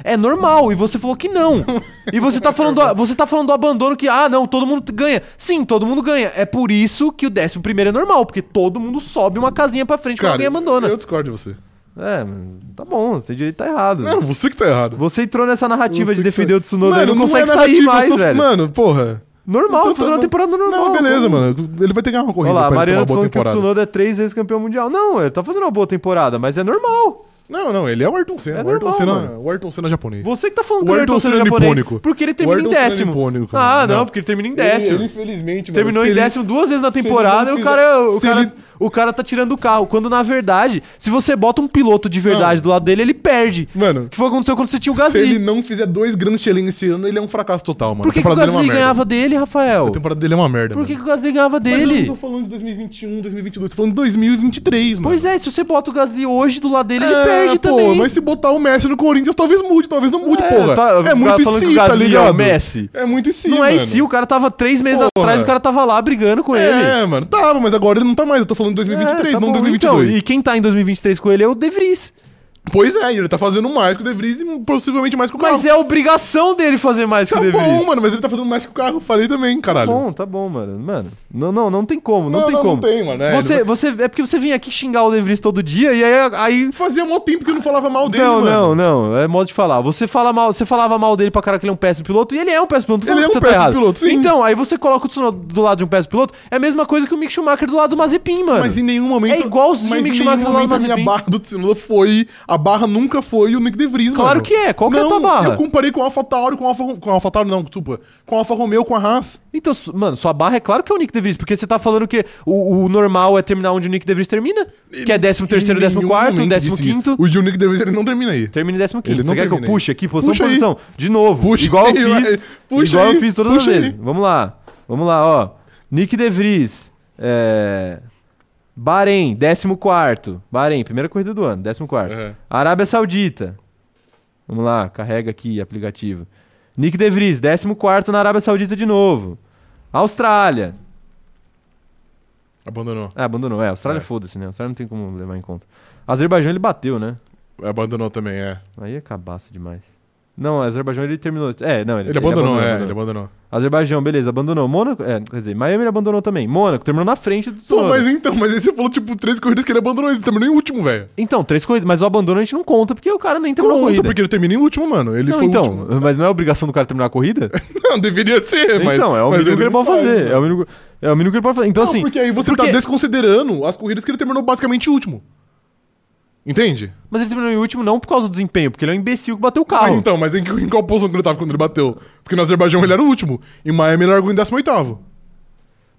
[SPEAKER 1] é normal, e você falou que não. E você tá falando, do- você tá falando do abandono que, ah, não, todo mundo ganha. Sim, todo mundo ganha. É por isso que o 11 é normal, porque todo mundo sobe uma casinha pra frente quando alguém abandona.
[SPEAKER 2] eu discordo de você.
[SPEAKER 1] É, mas tá bom, você tem direito tá errado.
[SPEAKER 2] Não, você que tá errado.
[SPEAKER 1] Você entrou nessa narrativa
[SPEAKER 2] Você
[SPEAKER 1] de
[SPEAKER 2] que
[SPEAKER 1] defender
[SPEAKER 2] tá-
[SPEAKER 1] o Tsunoda e não,
[SPEAKER 2] é
[SPEAKER 1] consegue sair
[SPEAKER 2] narrativa,
[SPEAKER 1] mais,
[SPEAKER 2] só-
[SPEAKER 1] velho.
[SPEAKER 2] Mano, porra.
[SPEAKER 1] normal,
[SPEAKER 2] Então tá
[SPEAKER 1] fazer uma
[SPEAKER 2] bom.
[SPEAKER 1] temporada normal.
[SPEAKER 2] Não, beleza,
[SPEAKER 1] tá bom.
[SPEAKER 2] mano. Ele vai ter que ganhar uma corrida
[SPEAKER 1] Olha lá, a
[SPEAKER 2] pra ele ter
[SPEAKER 1] Mariana tá
[SPEAKER 2] uma boa
[SPEAKER 1] falando que o
[SPEAKER 2] temporada.
[SPEAKER 1] Tsunoda é três vezes campeão mundial. Não, ele tá fazendo uma boa temporada, mas é normal.
[SPEAKER 2] Não, não, ele é o Ayrton Senna.
[SPEAKER 1] É
[SPEAKER 2] o, Ayrton
[SPEAKER 1] normal,
[SPEAKER 2] Senna
[SPEAKER 1] mano.
[SPEAKER 2] o Ayrton Senna japonês.
[SPEAKER 1] Você que tá falando
[SPEAKER 2] O
[SPEAKER 1] que o Ayrton
[SPEAKER 2] Ayrton
[SPEAKER 1] Senna é
[SPEAKER 2] Senna é
[SPEAKER 1] japonês,
[SPEAKER 2] nipônico.
[SPEAKER 1] Porque ele
[SPEAKER 2] O
[SPEAKER 1] termina em
[SPEAKER 2] Ayrton Senna é
[SPEAKER 1] décimo.
[SPEAKER 2] nipônico,
[SPEAKER 1] ah,
[SPEAKER 2] mano.
[SPEAKER 1] não,
[SPEAKER 2] Não.
[SPEAKER 1] porque ele termina em décimo.
[SPEAKER 2] Ele, ele, infelizmente, mano,
[SPEAKER 1] Terminou
[SPEAKER 2] se
[SPEAKER 1] em
[SPEAKER 2] ele-
[SPEAKER 1] décimo duas vezes na
[SPEAKER 2] se ele
[SPEAKER 1] temporada
[SPEAKER 2] não
[SPEAKER 1] e o
[SPEAKER 2] fizer-
[SPEAKER 1] cara, é o,
[SPEAKER 2] se
[SPEAKER 1] cara
[SPEAKER 2] ele-
[SPEAKER 1] o cara tá tirando o carro. Quando na verdade, se você bota um piloto de verdade do lado dele, ele perde.
[SPEAKER 2] Mano,
[SPEAKER 1] O que foi o que aconteceu quando você tinha o
[SPEAKER 2] se
[SPEAKER 1] Gasly.
[SPEAKER 2] ele não fizer dois grandes Chelin esse ano, ele é um fracasso total, mano.
[SPEAKER 1] Por que,
[SPEAKER 2] A
[SPEAKER 1] que o
[SPEAKER 2] temporada dele é
[SPEAKER 1] Gasly
[SPEAKER 2] uma merda.
[SPEAKER 1] ganhava dele, Rafael?
[SPEAKER 2] A temporada dele é uma merda,
[SPEAKER 1] Por que,
[SPEAKER 2] mano.
[SPEAKER 1] que o Gasly ganhava
[SPEAKER 2] Mas eu
[SPEAKER 1] dele?
[SPEAKER 2] não tô falando de 2021, 2022, tô falando de 2023, mano. É,
[SPEAKER 1] Pois é, se você bota o Gasly hoje do lado dele, ele perde também.
[SPEAKER 2] mas se botar o Messi no Corinthians, talvez mude, talvez não mude,
[SPEAKER 1] É,
[SPEAKER 2] porra.
[SPEAKER 1] tá-
[SPEAKER 2] é
[SPEAKER 1] tá
[SPEAKER 2] muito
[SPEAKER 1] falando que
[SPEAKER 2] sim,
[SPEAKER 1] o
[SPEAKER 2] tá
[SPEAKER 1] Gasly é o
[SPEAKER 2] ligado?
[SPEAKER 1] Messi.
[SPEAKER 2] É muito sim,
[SPEAKER 1] não
[SPEAKER 2] mano.
[SPEAKER 1] é esse, o cara tava três meses
[SPEAKER 2] Porra.
[SPEAKER 1] atrás, o cara tava lá brigando com ele.
[SPEAKER 2] É, mano, tava, mas agora ele não tá mais. Eu tô falando de
[SPEAKER 1] É,
[SPEAKER 2] 2023,
[SPEAKER 1] tá
[SPEAKER 2] não
[SPEAKER 1] bom.
[SPEAKER 2] 2022.
[SPEAKER 1] Então, e quem tá em 2023 com ele é o De Vries.
[SPEAKER 2] Pois é, ele tá fazendo mais que o De Vries e possivelmente mais que o carro.
[SPEAKER 1] Mas é obrigação dele fazer mais
[SPEAKER 2] tá
[SPEAKER 1] que o De Vries.
[SPEAKER 2] bom, mano, mas ele tá fazendo mais que o carro. Falei também,
[SPEAKER 1] Tá
[SPEAKER 2] caralho.
[SPEAKER 1] bom, tá bom, mano. Mano, não, não, não tem como, não, tem como.
[SPEAKER 2] Não tem, mano. É,
[SPEAKER 1] você,
[SPEAKER 2] ele vai-
[SPEAKER 1] você, é porque você vem aqui xingar o De Vries todo dia e aí... aí...
[SPEAKER 2] Fazia mal tempo que eu não falava mal dele,
[SPEAKER 1] não,
[SPEAKER 2] mano.
[SPEAKER 1] não, não. É modo de falar. Você fala mal, você falava mal dele pra cara que ele é um péssimo piloto, e ele é um péssimo piloto. não tô
[SPEAKER 2] Ele
[SPEAKER 1] falando
[SPEAKER 2] é um
[SPEAKER 1] que você
[SPEAKER 2] péssimo
[SPEAKER 1] errado.
[SPEAKER 2] piloto, sim.
[SPEAKER 1] Então, aí você coloca o Tsunoda do lado de um péssimo piloto, é a mesma coisa que o Mick Schumacher do lado do Mazepin, mano.
[SPEAKER 2] Mas em nenhum momento.
[SPEAKER 1] É igualzinho
[SPEAKER 2] mas
[SPEAKER 1] o Mick
[SPEAKER 2] em nenhum
[SPEAKER 1] Schumacher lá no
[SPEAKER 2] momento a minha
[SPEAKER 1] Mazepin.
[SPEAKER 2] barra do Tsunoda foi. A barra nunca foi o Nick De Vries,
[SPEAKER 1] Claro
[SPEAKER 2] mano.
[SPEAKER 1] que é. Qual que é a
[SPEAKER 2] Não,
[SPEAKER 1] tua barra?
[SPEAKER 2] Eu comparei com a Alpha Tauri, com a Alpha, com a Alpha Tauri, não, desculpa. Com a Alfa Romeo, com a Haas.
[SPEAKER 1] Então, su- mano, sua barra é claro que é o Nick DeVries, porque você tá falando que o, o normal é terminar onde o Nick DeVries termina, que é 13 terceiro,
[SPEAKER 2] Em
[SPEAKER 1] 14
[SPEAKER 2] nenhum
[SPEAKER 1] quarto,
[SPEAKER 2] momento
[SPEAKER 1] 15
[SPEAKER 2] disse isso.
[SPEAKER 1] quinto.
[SPEAKER 2] O de Nick De Vries, ele não termina aí.
[SPEAKER 1] Termina em 15
[SPEAKER 2] Ele
[SPEAKER 1] quinto.
[SPEAKER 2] não
[SPEAKER 1] Você quer que eu
[SPEAKER 2] termina aí.
[SPEAKER 1] puxe aqui, posição,
[SPEAKER 2] Puxa aí.
[SPEAKER 1] posição? De novo.
[SPEAKER 2] Puxa
[SPEAKER 1] igual
[SPEAKER 2] aí,
[SPEAKER 1] eu
[SPEAKER 2] vai.
[SPEAKER 1] fiz.
[SPEAKER 2] Puxa
[SPEAKER 1] igual
[SPEAKER 2] aí,
[SPEAKER 1] eu fiz todas as
[SPEAKER 2] puxa
[SPEAKER 1] vezes.
[SPEAKER 2] aí.
[SPEAKER 1] Vamos lá. Vamos lá, ó. Nick DeVries. É... Bahrein, 14. Bahrein, primeira corrida do ano, 14.
[SPEAKER 2] Uhum.
[SPEAKER 1] Arábia Saudita. Vamos lá, carrega aqui aplicativo. Nick DeVries, 14 na Arábia Saudita de novo. Austrália.
[SPEAKER 2] Abandonou.
[SPEAKER 1] Ah, abandonou. É, Austrália
[SPEAKER 2] É.
[SPEAKER 1] foda-se, né? Austrália não tem como levar em conta. Azerbaijão ele bateu, né?
[SPEAKER 2] Abandonou também, é.
[SPEAKER 1] Aí é cabaço demais. Não, Azerbaijão ele terminou. É, não, ele,
[SPEAKER 2] Ele, abandonou, é,
[SPEAKER 1] abandonou.
[SPEAKER 2] ele abandonou.
[SPEAKER 1] Azerbaijão, beleza, abandonou. Mônaco, é, quer dizer, Miami ele abandonou também. Mônaco terminou na frente do
[SPEAKER 2] Pô,
[SPEAKER 1] Tsunoda.
[SPEAKER 2] mas então, mas aí você falou, tipo, três corridas que ele abandonou, ele terminou em último, velho.
[SPEAKER 1] Então, três corridas, mas o abandono a gente não conta porque o cara nem terminou
[SPEAKER 2] Conta,
[SPEAKER 1] a corrida.
[SPEAKER 2] porque ele termina em último, mano. Ele
[SPEAKER 1] não,
[SPEAKER 2] foi
[SPEAKER 1] então,
[SPEAKER 2] o último.
[SPEAKER 1] mas não é obrigação do cara terminar a corrida?
[SPEAKER 2] Não, deveria ser, mas.
[SPEAKER 1] então, é o
[SPEAKER 2] mas
[SPEAKER 1] mínimo que ele
[SPEAKER 2] não né?
[SPEAKER 1] pode fazer. É o mínimo, é o mínimo que ele pode fazer. Então,
[SPEAKER 2] Não,
[SPEAKER 1] assim.
[SPEAKER 2] porque aí você tá
[SPEAKER 1] porque-
[SPEAKER 2] desconsiderando as corridas que ele terminou basicamente em último. Entende?
[SPEAKER 1] Mas ele terminou em último não por causa do desempenho, porque ele é um imbecil que bateu o carro.
[SPEAKER 2] Ah, então, mas em, que- em qual posição que ele tava quando ele bateu? Porque no Azerbaijão ele era o último. Em Miami ele largou em 18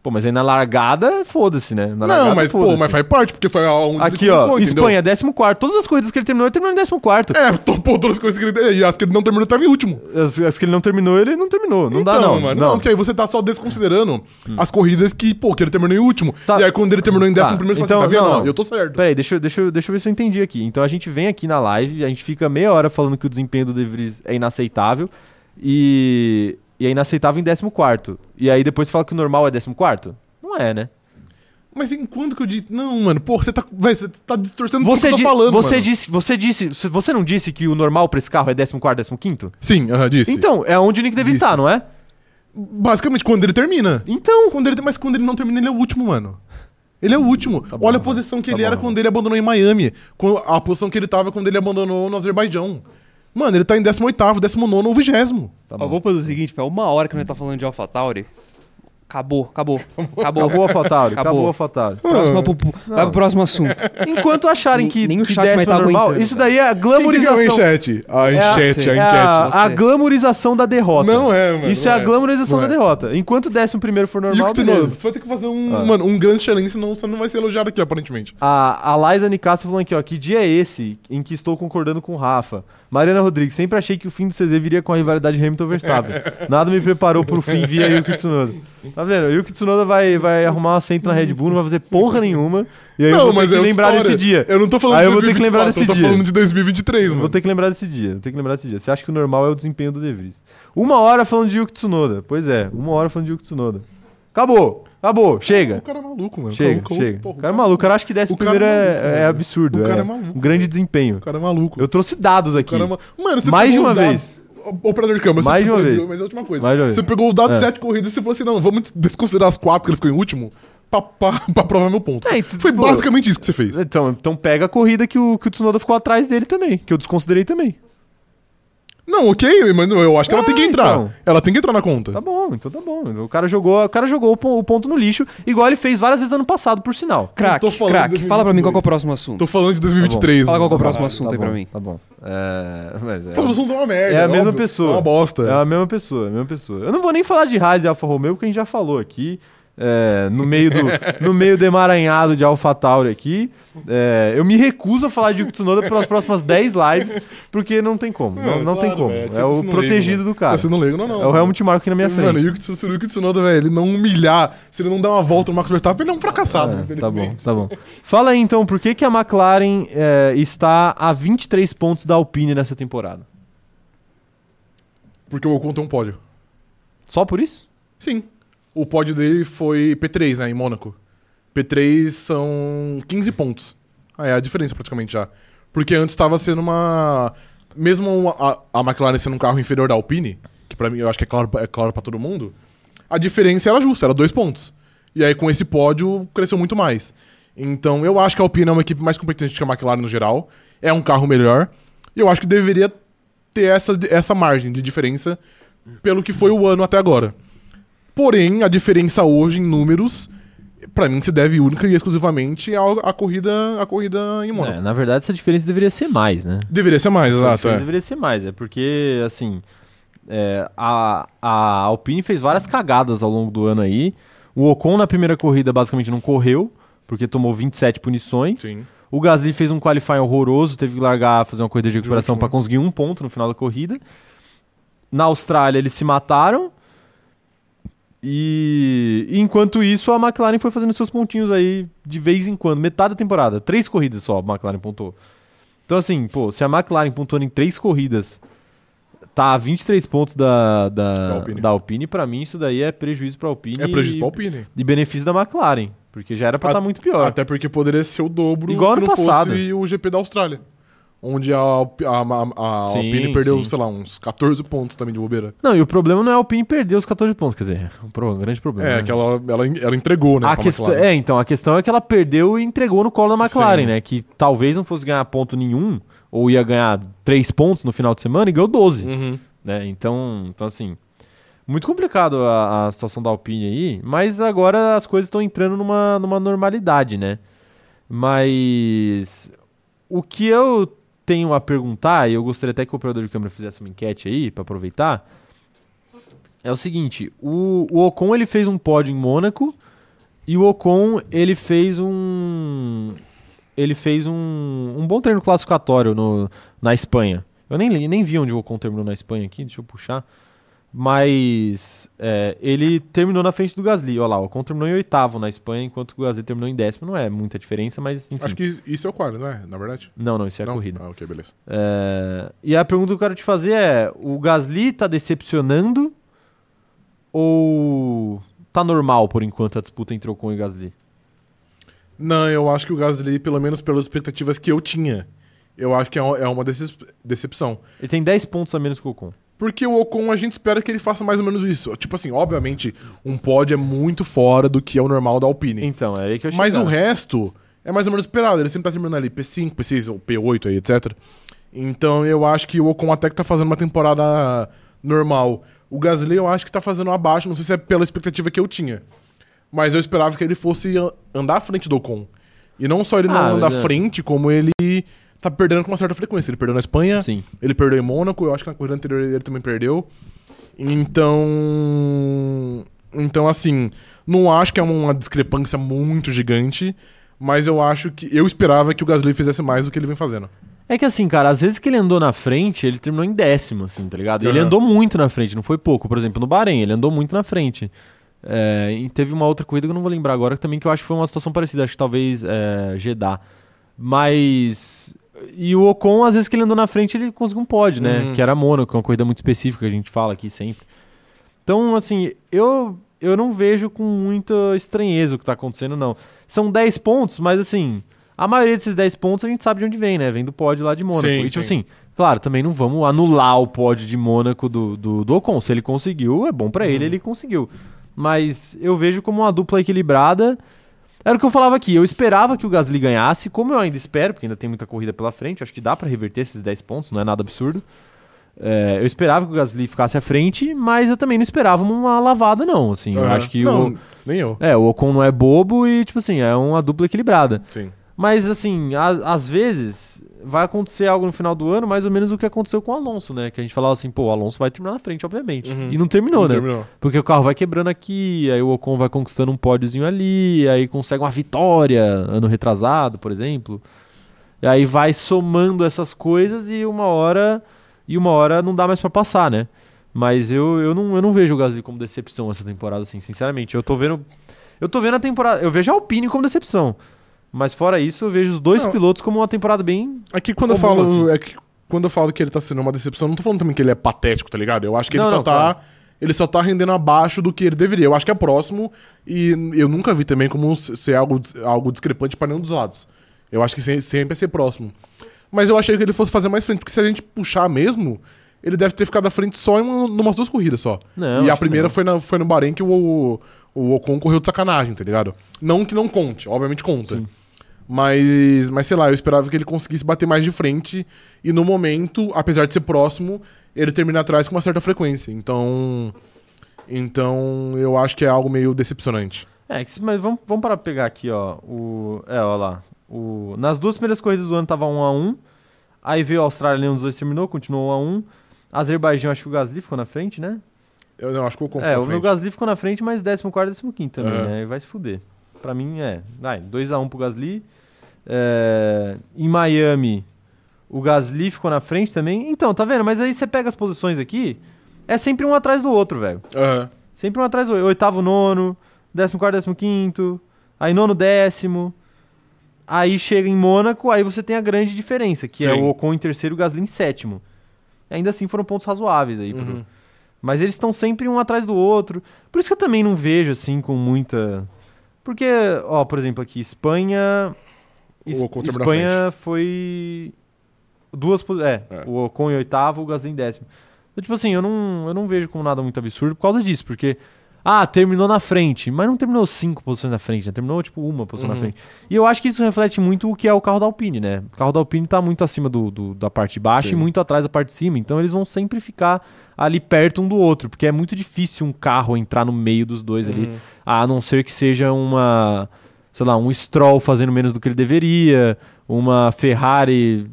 [SPEAKER 1] Pô, mas aí na largada, foda-se, né? Na largada,
[SPEAKER 2] Não, mas pô,
[SPEAKER 1] foda-se.
[SPEAKER 2] mas faz parte, porque foi aonde ele
[SPEAKER 1] Aqui, ó,
[SPEAKER 2] começou, entendeu?
[SPEAKER 1] Espanha, 14. Todas as corridas que ele terminou, ele terminou em 14.
[SPEAKER 2] É, topou todas as coisas que ele. E as que ele não terminou, ele tava em último.
[SPEAKER 1] As, as que ele não terminou, ele não terminou. Não dá, não.
[SPEAKER 2] mano. Não,
[SPEAKER 1] não. Hum.
[SPEAKER 2] porque aí você tá só desconsiderando as corridas que, pô, que ele terminou em último.
[SPEAKER 1] Tá.
[SPEAKER 2] E aí quando ele terminou em
[SPEAKER 1] Tá,
[SPEAKER 2] décimo primeiro, você
[SPEAKER 1] então,
[SPEAKER 2] fala assim, tá vendo?
[SPEAKER 1] não,
[SPEAKER 2] Ó,
[SPEAKER 1] não.
[SPEAKER 2] Eu tô certo.
[SPEAKER 1] Peraí, deixa, eu- deixa, eu- deixa eu ver se eu entendi aqui. Então a gente vem aqui na live, a gente fica meia hora falando que o desempenho do De Vries é inaceitável e, e é inaceitável em 14. E aí depois fala que o normal é 14? Não é, né?
[SPEAKER 2] Mas enquanto que eu disse. Não, mano, pô, você tá. Véi, você tá distorcendo
[SPEAKER 1] Você,
[SPEAKER 2] tudo
[SPEAKER 1] di
[SPEAKER 2] que eu tô falando.
[SPEAKER 1] você
[SPEAKER 2] mano.
[SPEAKER 1] disse, você disse, você não disse que o normal pra esse carro é 14, 15?
[SPEAKER 2] Sim, aham, disse.
[SPEAKER 1] Então, é onde o Nick deve
[SPEAKER 2] Disse.
[SPEAKER 1] estar, não é?
[SPEAKER 2] Basicamente, quando ele termina.
[SPEAKER 1] Então,
[SPEAKER 2] Quando ele, mas quando ele não termina, ele é o último, mano. Ele é o último.
[SPEAKER 1] bom,
[SPEAKER 2] Olha a
[SPEAKER 1] mano.
[SPEAKER 2] posição que
[SPEAKER 1] Tá
[SPEAKER 2] ele
[SPEAKER 1] bom,
[SPEAKER 2] era
[SPEAKER 1] mano.
[SPEAKER 2] quando ele abandonou em Miami. Quando- a posição que ele tava quando ele abandonou no Azerbaijão. Mano, ele tá em 18, 19 ou 20.
[SPEAKER 1] tá
[SPEAKER 5] Ó,
[SPEAKER 1] bom.
[SPEAKER 5] vamos fazer o seguinte, foi uma hora que nós tá falando de AlphaTauri. Acabou, acabou, acabou.
[SPEAKER 1] Acabou a Fatale,
[SPEAKER 5] Acabou.
[SPEAKER 1] acabou a Fatale.
[SPEAKER 2] Ah.
[SPEAKER 5] Próximo, pro- pro- vai pro próximo assunto.
[SPEAKER 1] Enquanto acharem que,
[SPEAKER 5] Nem- nem o
[SPEAKER 1] que
[SPEAKER 5] chat vai
[SPEAKER 1] décimo é
[SPEAKER 5] tá
[SPEAKER 1] normal,
[SPEAKER 5] aguentando,
[SPEAKER 1] isso daí é a glamorização.
[SPEAKER 2] Que que é a enchete? A
[SPEAKER 1] É a-
[SPEAKER 2] enchete, a,
[SPEAKER 1] é
[SPEAKER 2] enquete.
[SPEAKER 1] a, a
[SPEAKER 5] você.
[SPEAKER 1] glamorização da derrota.
[SPEAKER 2] Não é, mano,
[SPEAKER 1] Isso
[SPEAKER 2] não
[SPEAKER 1] é a
[SPEAKER 2] é.
[SPEAKER 1] glamorização
[SPEAKER 2] Não
[SPEAKER 1] da
[SPEAKER 2] é.
[SPEAKER 1] derrota. Enquanto o décimo primeiro for
[SPEAKER 2] E o
[SPEAKER 1] normal,
[SPEAKER 2] Tsunoda?
[SPEAKER 1] beleza.
[SPEAKER 2] Você vai ter que fazer um,
[SPEAKER 1] Ah.
[SPEAKER 2] mano, um grande challenge, senão você não vai ser elogiado aqui, aparentemente.
[SPEAKER 1] A, a Liza Nicastro falando aqui, ó. Que dia é esse em que estou concordando com o Rafa? Mariana Rodrigues, sempre achei que o fim do CZ viria com a rivalidade Hamilton-Verstappen. Nada me preparou pro fim via Yuki Tsunoda. Tá vendo? Yuki Tsunoda vai, vai arrumar um assento na Red Bull, não vai fazer porra nenhuma. E aí eu vou ter que
[SPEAKER 2] é outra
[SPEAKER 1] lembrar
[SPEAKER 2] história.
[SPEAKER 1] desse dia.
[SPEAKER 2] Eu não tô falando
[SPEAKER 1] Aí eu vou ter que lembrar desse
[SPEAKER 2] Eu tô
[SPEAKER 1] dia.
[SPEAKER 2] falando de 2023,
[SPEAKER 1] Eu
[SPEAKER 2] mano.
[SPEAKER 1] Vou ter que lembrar desse dia. Vou ter que lembrar desse dia. Você acha que o normal é o desempenho do De Vries. Uma hora falando de Yuki Tsunoda. Pois é, uma hora falando de Yuki Tsunoda. Acabou, acabou,
[SPEAKER 2] O
[SPEAKER 1] chega.
[SPEAKER 2] cara é maluco, mano.
[SPEAKER 1] Chega,
[SPEAKER 2] Maluco,
[SPEAKER 1] chega.
[SPEAKER 2] porra,
[SPEAKER 1] o cara é maluco. O cara acha que décimo
[SPEAKER 2] o cara é
[SPEAKER 1] primeiro é,
[SPEAKER 2] maluco,
[SPEAKER 1] é
[SPEAKER 2] velho.
[SPEAKER 1] absurdo.
[SPEAKER 2] O cara
[SPEAKER 1] é,
[SPEAKER 2] é maluco. é
[SPEAKER 1] Um grande desempenho.
[SPEAKER 2] O cara é maluco.
[SPEAKER 1] Eu trouxe dados aqui.
[SPEAKER 2] Caramba. Mano, você
[SPEAKER 1] Mais de
[SPEAKER 2] pegou
[SPEAKER 1] uma
[SPEAKER 2] os
[SPEAKER 1] vez.
[SPEAKER 2] dados- O Operador de câmera, você
[SPEAKER 1] Mais de
[SPEAKER 2] pegou-
[SPEAKER 1] uma vez.
[SPEAKER 2] Mas é a última coisa.
[SPEAKER 1] Mais de uma vez.
[SPEAKER 2] Você pegou os dados
[SPEAKER 1] É.
[SPEAKER 2] de sete corridas e você falou assim: não, vamos desconsiderar as quatro que ele ficou em último pra, pra, pra provar meu ponto.
[SPEAKER 1] É, e tu-
[SPEAKER 2] Foi
[SPEAKER 1] pô.
[SPEAKER 2] basicamente isso que você fez.
[SPEAKER 1] Então, então pega a corrida que o, que o Tsunoda ficou atrás dele também. Que eu desconsiderei também.
[SPEAKER 2] Não, ok, mas eu acho que ela tem que
[SPEAKER 1] É,
[SPEAKER 2] entrar.
[SPEAKER 1] então.
[SPEAKER 2] Ela tem que entrar na conta.
[SPEAKER 1] Tá bom, então tá bom. O cara jogou, o, cara jogou o, pon- o ponto no lixo, igual ele fez várias vezes ano passado, por sinal.
[SPEAKER 5] Crack,
[SPEAKER 2] tô falando
[SPEAKER 5] crack,
[SPEAKER 2] de
[SPEAKER 5] fala pra mim qual que
[SPEAKER 2] 2022.
[SPEAKER 5] é o próximo assunto.
[SPEAKER 2] Tô falando de 2023.
[SPEAKER 5] Fala qual que é o
[SPEAKER 2] mano.
[SPEAKER 5] próximo assunto
[SPEAKER 1] tá
[SPEAKER 5] aí
[SPEAKER 1] bom,
[SPEAKER 5] pra mim.
[SPEAKER 1] Tá bom. É, mas é-
[SPEAKER 2] O próximo assunto é uma merda.
[SPEAKER 1] É a mesma
[SPEAKER 2] óbvio.
[SPEAKER 1] pessoa.
[SPEAKER 2] É uma bosta.
[SPEAKER 1] É a mesma pessoa, a mesma pessoa. Eu não vou nem falar de Haas e Alfa Romeo, porque a gente já falou aqui. é, no, meio do, no meio do emaranhado de Alpha Tauri aqui. É, eu me recuso a falar de Yuki Tsunoda pelas próximas 10 lives, porque não tem como. Não, não
[SPEAKER 2] claro,
[SPEAKER 1] tem como.
[SPEAKER 2] velho, você
[SPEAKER 1] é
[SPEAKER 2] não
[SPEAKER 1] o
[SPEAKER 2] liga,
[SPEAKER 1] protegido
[SPEAKER 2] mano.
[SPEAKER 1] do cara.
[SPEAKER 2] Você não liga, Tá não, não.
[SPEAKER 1] É o Helmut Marko aqui na minha frente.
[SPEAKER 2] Mano, Yuki Tsu- se o Yuki Tsunoda, velho, ele não humilhar, se ele não dar uma volta no Max Verstappen, ele é um fracassado.
[SPEAKER 1] É, tá bom,
[SPEAKER 2] infelizmente.
[SPEAKER 1] tá bom. Fala aí então, por que, que a McLaren é, está a 23 pontos da Alpine nessa temporada?
[SPEAKER 2] Porque o Ocon tem um pódio.
[SPEAKER 1] Só por isso?
[SPEAKER 2] Sim. O pódio dele foi P3, né, em Mônaco. P3 são 15 pontos. Ah, é a diferença praticamente já. Porque antes estava sendo uma. Mesmo a, a McLaren sendo um carro inferior da Alpine, que pra mim eu acho que é claro, é claro para todo mundo, a diferença era justa, era dois pontos. E aí com esse pódio cresceu muito mais. Então eu acho que a Alpine é uma equipe mais competente que a McLaren no geral, é um carro melhor, e eu acho que deveria ter essa, essa margem de diferença pelo que foi o ano até agora. Porém, a diferença hoje em números, pra mim, se deve única e exclusivamente ao- à corrida, à corrida em Mônaco.
[SPEAKER 1] É, na verdade, essa diferença deveria ser mais, né?
[SPEAKER 2] Deveria ser mais,
[SPEAKER 1] Essa
[SPEAKER 2] exato.
[SPEAKER 1] diferença
[SPEAKER 2] É.
[SPEAKER 1] Deveria ser mais, é porque, assim, é, a, a Alpine fez várias cagadas ao longo do ano aí. O Ocon na primeira corrida basicamente não correu, porque tomou 27 punições.
[SPEAKER 2] Sim.
[SPEAKER 1] O Gasly fez um qualifying horroroso, teve que largar, fazer uma corrida de recuperação para conseguir um ponto no final da corrida. Na Austrália eles se mataram. E e enquanto isso, a McLaren foi fazendo seus pontinhos aí de vez em quando, metade da temporada. Três corridas só a McLaren pontuou. Então, assim, pô, se a McLaren pontuando em três corridas tá a 23 pontos da, da, da
[SPEAKER 2] Da
[SPEAKER 1] Alpine,
[SPEAKER 2] Alpine.
[SPEAKER 1] para mim isso daí é prejuízo pra Alpine
[SPEAKER 2] É prejuízo
[SPEAKER 1] e,
[SPEAKER 2] pra Alpine.
[SPEAKER 1] e benefício da McLaren, porque já era pra
[SPEAKER 2] A-
[SPEAKER 1] estar muito pior.
[SPEAKER 2] Até porque poderia ser o dobro
[SPEAKER 1] É. Igual
[SPEAKER 2] se
[SPEAKER 1] ano
[SPEAKER 2] não
[SPEAKER 1] passado.
[SPEAKER 2] fosse o GP da Austrália. onde a, Alp- a, Ma- a
[SPEAKER 1] Sim,
[SPEAKER 2] Alpine perdeu,
[SPEAKER 1] sim.
[SPEAKER 2] sei lá, uns 14 pontos também de bobeira.
[SPEAKER 1] Não, e o problema não é a Alpine perder os 14 pontos, quer dizer, um, pro- um grande problema.
[SPEAKER 2] É,
[SPEAKER 1] né?
[SPEAKER 2] que ela, ela, ela entregou, né?
[SPEAKER 1] A
[SPEAKER 2] pra
[SPEAKER 1] questão,
[SPEAKER 2] McLaren.
[SPEAKER 1] é, então, a questão é que ela perdeu e entregou no colo da McLaren,
[SPEAKER 2] Sim.
[SPEAKER 1] né? Que talvez não fosse ganhar ponto nenhum, ou ia ganhar 3 pontos no final de semana e ganhou 12,
[SPEAKER 2] Uhum.
[SPEAKER 1] né? Então, então assim, muito complicado a, a situação da Alpine aí, mas agora as coisas estão entrando numa, numa normalidade, né? Mas o que eu tenho a perguntar, e eu gostaria até que o operador de câmera fizesse uma enquete aí, para aproveitar, é o seguinte, o, o Ocon ele fez um pódio em Mônaco, e o Ocon ele fez um... Ele fez um, um bom treino classificatório no, na Espanha. Eu nem, li- nem vi onde o Ocon terminou na Espanha aqui, deixa eu puxar. Mas é, ele terminou na frente do Gasly. Olha lá, o Ocon terminou em oitavo na Espanha, enquanto o Gasly terminou em décimo. Não é muita diferença, mas enfim.
[SPEAKER 2] Acho que isso é o quadro, não é? Na verdade?
[SPEAKER 1] Não, não, isso é a
[SPEAKER 2] Não?
[SPEAKER 1] corrida.
[SPEAKER 2] Ah, ok, beleza.
[SPEAKER 1] É, E a pergunta que eu quero te fazer é: o Gasly tá decepcionando ou tá normal por enquanto a disputa entre Ocon e Gasly?
[SPEAKER 2] Não, eu acho que o Gasly, pelo menos pelas expectativas que eu tinha, eu acho que é um- é uma decep- decepção.
[SPEAKER 1] Ele tem 10 pontos a menos que o Ocon.
[SPEAKER 2] Porque o Ocon, a gente espera que ele faça mais ou menos isso. Tipo assim, obviamente, um pod é muito fora do que é o normal da Alpine.
[SPEAKER 1] Então, é aí que eu
[SPEAKER 2] Mas o
[SPEAKER 1] chegar.
[SPEAKER 2] resto é mais ou menos esperado. Ele sempre tá terminando ali P5, P6, ou P8 aí, etc. Então eu acho que o Ocon até que tá fazendo uma temporada normal. O Gasly eu acho que tá fazendo abaixo, não sei se é pela expectativa que eu tinha. Mas eu esperava que ele fosse an- andar à frente do Ocon. E não só ele não
[SPEAKER 1] Ah,
[SPEAKER 2] andar à
[SPEAKER 1] verdade.
[SPEAKER 2] frente, como ele tá perdendo com uma certa frequência. Ele perdeu na Espanha,
[SPEAKER 1] Sim.
[SPEAKER 2] ele perdeu em Mônaco, eu acho que na corrida anterior ele também perdeu. Então. Então, assim, não acho que é uma discrepância muito gigante, mas eu acho que. Eu esperava que o Gasly fizesse mais do que ele vem fazendo.
[SPEAKER 1] É que assim, cara, às vezes que ele andou na frente, ele terminou em décimo, assim, tá ligado? Ele
[SPEAKER 2] Aham.
[SPEAKER 1] andou muito na frente, não foi pouco. Por exemplo, no Bahrein, ele andou muito na frente. É, e teve uma outra corrida que eu não vou lembrar agora, que também que eu acho que foi uma situação parecida, acho que talvez é, Jeddah. Mas. E o Ocon, às vezes que ele andou na frente, ele conseguiu um pódio, né?
[SPEAKER 2] Uhum.
[SPEAKER 1] Que era Mônaco, que é uma corrida muito específica que a gente fala aqui sempre. Então, assim, eu, eu não vejo com muita estranheza o que tá acontecendo, não. São 10 pontos, mas assim. A maioria desses 10 pontos a gente sabe de onde vem, né? Vem do pódio lá de Mônaco.
[SPEAKER 2] Sim,
[SPEAKER 1] e tipo
[SPEAKER 2] sim.
[SPEAKER 1] assim, claro, também não vamos anular o pódio de Mônaco do, do, do Ocon. Se ele conseguiu, é bom pra
[SPEAKER 2] Uhum.
[SPEAKER 1] ele, ele conseguiu. Mas eu vejo como uma dupla equilibrada. Era o que eu falava aqui, eu esperava que o Gasly ganhasse, como eu ainda espero, porque ainda tem muita corrida pela frente, acho que dá pra reverter esses 10 pontos, não é nada absurdo. É, eu esperava que o Gasly ficasse à frente, mas eu também não esperava uma lavada, não. Assim, eu
[SPEAKER 2] Aham.
[SPEAKER 1] acho que
[SPEAKER 2] Não,
[SPEAKER 1] o.
[SPEAKER 2] Nem eu.
[SPEAKER 1] É, o Ocon não é bobo e, tipo assim, é uma dupla equilibrada.
[SPEAKER 2] Sim.
[SPEAKER 1] Mas, assim, a- às vezes vai acontecer algo no final do ano, mais ou menos o que aconteceu com o Alonso, né? Que a gente falava assim, pô, o Alonso vai terminar na frente, obviamente.
[SPEAKER 2] Uhum.
[SPEAKER 1] E não terminou, né?
[SPEAKER 2] Terminou.
[SPEAKER 1] Porque o carro vai quebrando aqui, aí o Ocon vai conquistando um pódiozinho ali, aí consegue uma vitória ano retrasado, por exemplo. E aí vai somando essas coisas e uma hora e uma hora não dá mais pra passar, né? Mas eu, eu, não, eu não vejo o Gasly como decepção essa temporada, assim, sinceramente. Eu tô vendo. Eu tô vendo a temporada. Eu vejo a Alpine como decepção. Mas fora isso, eu vejo os dois
[SPEAKER 2] Não.
[SPEAKER 1] pilotos como uma temporada bem.
[SPEAKER 2] É que quando eu
[SPEAKER 1] Comum,
[SPEAKER 2] falo.
[SPEAKER 1] assim.
[SPEAKER 2] É que quando eu falo que ele tá sendo uma decepção, eu não tô falando também que ele é patético, tá ligado? Eu acho que ele
[SPEAKER 1] Não,
[SPEAKER 2] só
[SPEAKER 1] não,
[SPEAKER 2] tá.
[SPEAKER 1] claro.
[SPEAKER 2] Ele só tá rendendo abaixo do que ele deveria. Eu acho que é próximo e eu nunca vi também como se- ser algo, dis- algo discrepante pra nenhum dos lados. Eu acho que se- sempre é ser próximo. Mas eu achei que ele fosse fazer mais frente, porque se a gente puxar mesmo, ele deve ter ficado à frente só em uma- umas duas corridas só.
[SPEAKER 1] Não, acho
[SPEAKER 2] e a
[SPEAKER 1] que
[SPEAKER 2] primeira
[SPEAKER 1] não.
[SPEAKER 2] foi, na- foi no Bahrein que o, o, o Ocon correu de sacanagem, tá ligado? Não que não conte, obviamente conta. Mas, mas sei lá, eu esperava que ele conseguisse bater mais de frente. E no momento, apesar de ser próximo, ele termina atrás com uma certa frequência. Então. Então eu acho que é algo meio decepcionante.
[SPEAKER 1] É, que se- mas vamos, vamos para pegar aqui, ó. O, é, ó lá. O, nas duas primeiras corridas do ano tava 1 a 1 Aí veio a Austrália, nenhum dos dois terminou, continuou 1 a 1 Azerbaijão, acho que o Gasly ficou na frente, né?
[SPEAKER 2] Eu não acho que o Ocon
[SPEAKER 1] É,
[SPEAKER 2] ficou à
[SPEAKER 1] o meu
[SPEAKER 2] frente.
[SPEAKER 1] Gasly ficou na frente, mas 14 e 15 também,
[SPEAKER 2] É.
[SPEAKER 1] né? E vai se fuder. Pra mim, é. Vai, 2x1 pro Gasly. É, em Miami, o Gasly ficou na frente também. Então, tá vendo? Mas aí você pega as posições aqui, é sempre um atrás do outro, velho.
[SPEAKER 2] Aham.
[SPEAKER 1] Sempre um atrás do outro. Oitavo, nono, décimo quarto, décimo quinto, aí nono, décimo. Aí chega em Mônaco, aí você tem a grande diferença, que é
[SPEAKER 2] Sim.
[SPEAKER 1] o Ocon em terceiro e o Gasly em sétimo. Ainda assim foram pontos razoáveis aí pro,
[SPEAKER 2] Uhum.
[SPEAKER 1] mas eles estão sempre um atrás do outro. Por isso que eu também não vejo, assim, com muita. Porque, ó, por exemplo, aqui, Espanha.
[SPEAKER 2] O
[SPEAKER 1] Es-
[SPEAKER 2] Ocon terminou na
[SPEAKER 1] Espanha foi. Duas posi- é,
[SPEAKER 2] É.
[SPEAKER 1] o Ocon em oitavo, o Gasly em décimo. Então, tipo assim, eu não, eu não vejo como nada muito absurdo por causa disso, porque. Ah, terminou na frente, mas não terminou cinco posições na frente, né? Terminou, tipo, uma posição
[SPEAKER 2] Uhum.
[SPEAKER 1] na frente. E eu acho que isso reflete muito o que é o carro da Alpine, né? O carro da Alpine tá muito acima do, do- da parte de baixo
[SPEAKER 2] Sim.
[SPEAKER 1] e muito atrás da parte de cima, então eles vão sempre ficar ali perto um do outro, porque é muito difícil um carro entrar no meio dos dois ali,
[SPEAKER 2] Uhum.
[SPEAKER 1] a não ser que seja uma, sei lá, um Stroll fazendo menos do que ele deveria, uma Ferrari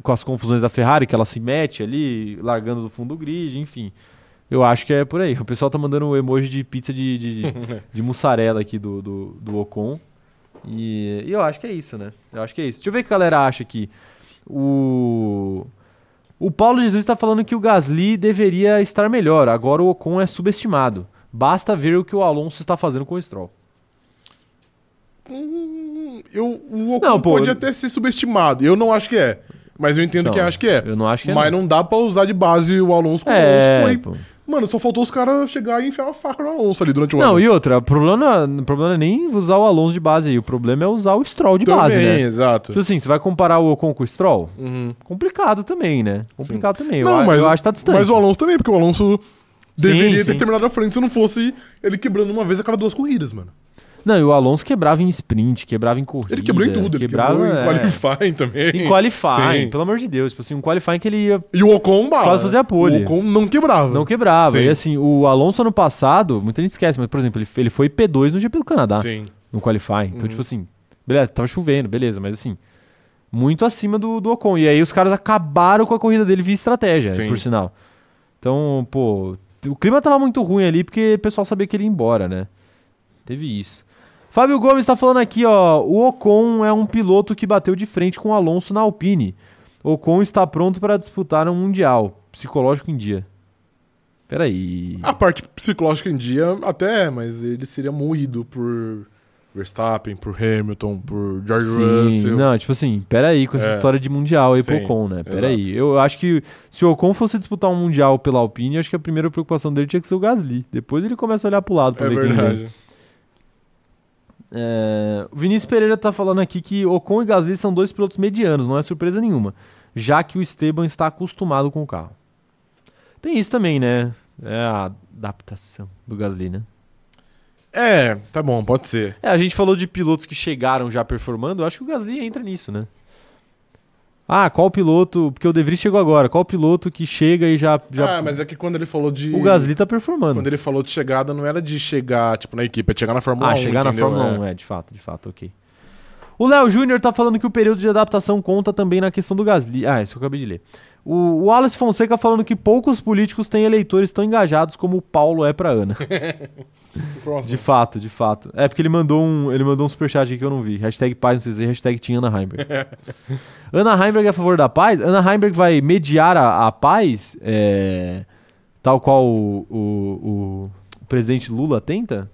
[SPEAKER 1] com as confusões da Ferrari, que ela se mete ali, largando do fundo do grid, enfim. Eu acho que é por aí. O pessoal tá mandando o emoji de pizza de, de, de- de mussarela aqui do, do, do Ocon. E, e eu acho que é isso, né? Eu acho que é isso. Deixa eu ver o que a galera acha aqui. O, o Paulo Jesus tá falando que o Gasly deveria estar melhor. Agora o Ocon é subestimado. Basta ver o que o Alonso está fazendo com o Stroll.
[SPEAKER 2] Hum, eu, o Ocon
[SPEAKER 1] Não, pô,
[SPEAKER 2] pode
[SPEAKER 1] eu-
[SPEAKER 2] até ser subestimado. Eu não acho que é. Mas eu entendo
[SPEAKER 1] Então,
[SPEAKER 2] que acho que é.
[SPEAKER 1] Eu não acho que é.
[SPEAKER 2] Mas não dá pra usar de base o Alonso como
[SPEAKER 1] É,
[SPEAKER 2] Alonso foi.
[SPEAKER 1] pô.
[SPEAKER 2] Mano, só faltou os caras chegar e enfiar uma faca no Alonso ali durante o
[SPEAKER 1] Não,
[SPEAKER 2] ano.
[SPEAKER 1] e outra, o problema, o problema não é nem usar o Alonso de base aí, o problema é usar o Stroll de
[SPEAKER 2] Também,
[SPEAKER 1] base, né?
[SPEAKER 2] exato.
[SPEAKER 1] Tipo assim, você vai comparar o Ocon com o Stroll?
[SPEAKER 2] Uhum.
[SPEAKER 1] Complicado também, né? Complicado também. eu,
[SPEAKER 2] Não,
[SPEAKER 1] acho-
[SPEAKER 2] mas-
[SPEAKER 1] eu acho que tá distante.
[SPEAKER 2] Mas o Alonso também, porque o Alonso deveria ter
[SPEAKER 1] sim.
[SPEAKER 2] terminado à frente se não fosse ele quebrando uma vez a cada duas corridas, mano.
[SPEAKER 1] Não, e o Alonso quebrava em sprint, quebrava em corrida.
[SPEAKER 2] Ele quebrou em tudo, ele
[SPEAKER 1] quebrava,
[SPEAKER 2] quebrou em
[SPEAKER 1] é,
[SPEAKER 2] qualifying também.
[SPEAKER 1] Em qualifying,
[SPEAKER 2] Sim.
[SPEAKER 1] pelo amor de Deus. Tipo assim, um qualifying que ele ia
[SPEAKER 2] E o Ocon, bala. né?
[SPEAKER 1] Quase fazia a pole.
[SPEAKER 2] O Ocon não quebrava.
[SPEAKER 1] Não quebrava.
[SPEAKER 2] Sim.
[SPEAKER 1] E assim, o Alonso ano passado, muita gente esquece, mas por exemplo, ele, ele foi P2 no GP do Canadá,
[SPEAKER 2] Sim.
[SPEAKER 1] no qualifying. Então,
[SPEAKER 2] Uhum.
[SPEAKER 1] tipo assim, beleza, tava chovendo, beleza, mas assim, muito acima do, do Ocon. E aí os caras acabaram com a corrida dele via estratégia,
[SPEAKER 2] Sim.
[SPEAKER 1] por sinal. Então, pô, o clima tava muito ruim ali porque o pessoal sabia que ele ia embora, né? Teve isso. Fábio Gomes tá falando aqui, ó. O Ocon é um piloto que bateu de frente com o Alonso na Alpine. Ocon está pronto para disputar um Mundial. Psicológico em dia. Peraí.
[SPEAKER 2] A parte psicológica em dia até é, mas ele seria moído por Verstappen, por Hamilton, por George Russell.
[SPEAKER 1] não, tipo assim, peraí com essa
[SPEAKER 2] É.
[SPEAKER 1] história de Mundial aí pro
[SPEAKER 2] Sim,
[SPEAKER 1] Ocon, né?
[SPEAKER 2] exato.
[SPEAKER 1] Peraí. Eu acho que se o Ocon fosse disputar um Mundial pela Alpine, eu acho que a primeira preocupação dele tinha que ser o Gasly. Depois ele começa a olhar pro lado pra
[SPEAKER 2] É
[SPEAKER 1] ver quem ganha.
[SPEAKER 2] verdade.
[SPEAKER 1] É, o Vinícius Pereira tá falando aqui que Ocon e Gasly são dois pilotos medianos, não é surpresa nenhuma, já que o Esteban está acostumado com o carro. Tem isso também, né? É a adaptação do Gasly, né?
[SPEAKER 2] É, tá bom, pode ser.
[SPEAKER 1] É, a gente falou de pilotos que chegaram já performando, eu acho que o Gasly entra nisso, né? Ah, qual piloto, porque o De Vries chegou agora, qual piloto que chega e já... já
[SPEAKER 2] Ah, mas é que quando ele falou de.
[SPEAKER 1] O Gasly tá performando.
[SPEAKER 2] Quando ele falou de chegada, não era de chegar, tipo, na equipe, é chegar na Fórmula 1.
[SPEAKER 1] Ah, chegar na
[SPEAKER 2] entendeu?
[SPEAKER 1] Fórmula 1, é, de fato, de fato, ok. O Léo Júnior tá falando que o período de adaptação conta também na questão do Gasly. Ah, isso eu acabei de ler. O, o Wallace Fonseca falando que poucos políticos têm eleitores tão engajados como o Paulo é pra Ana. De é. um.
[SPEAKER 2] Próximo.
[SPEAKER 1] fato, de fato. É porque ele mandou um, ele mandou um superchat aqui que eu não vi. Hashtag paz no CZ, hashtag tinha Ana Heimberg. Ana Heimberg é a favor da paz? Ana Heimberg vai mediar a, a paz? é, tal qual o, o- o presidente Lula tenta?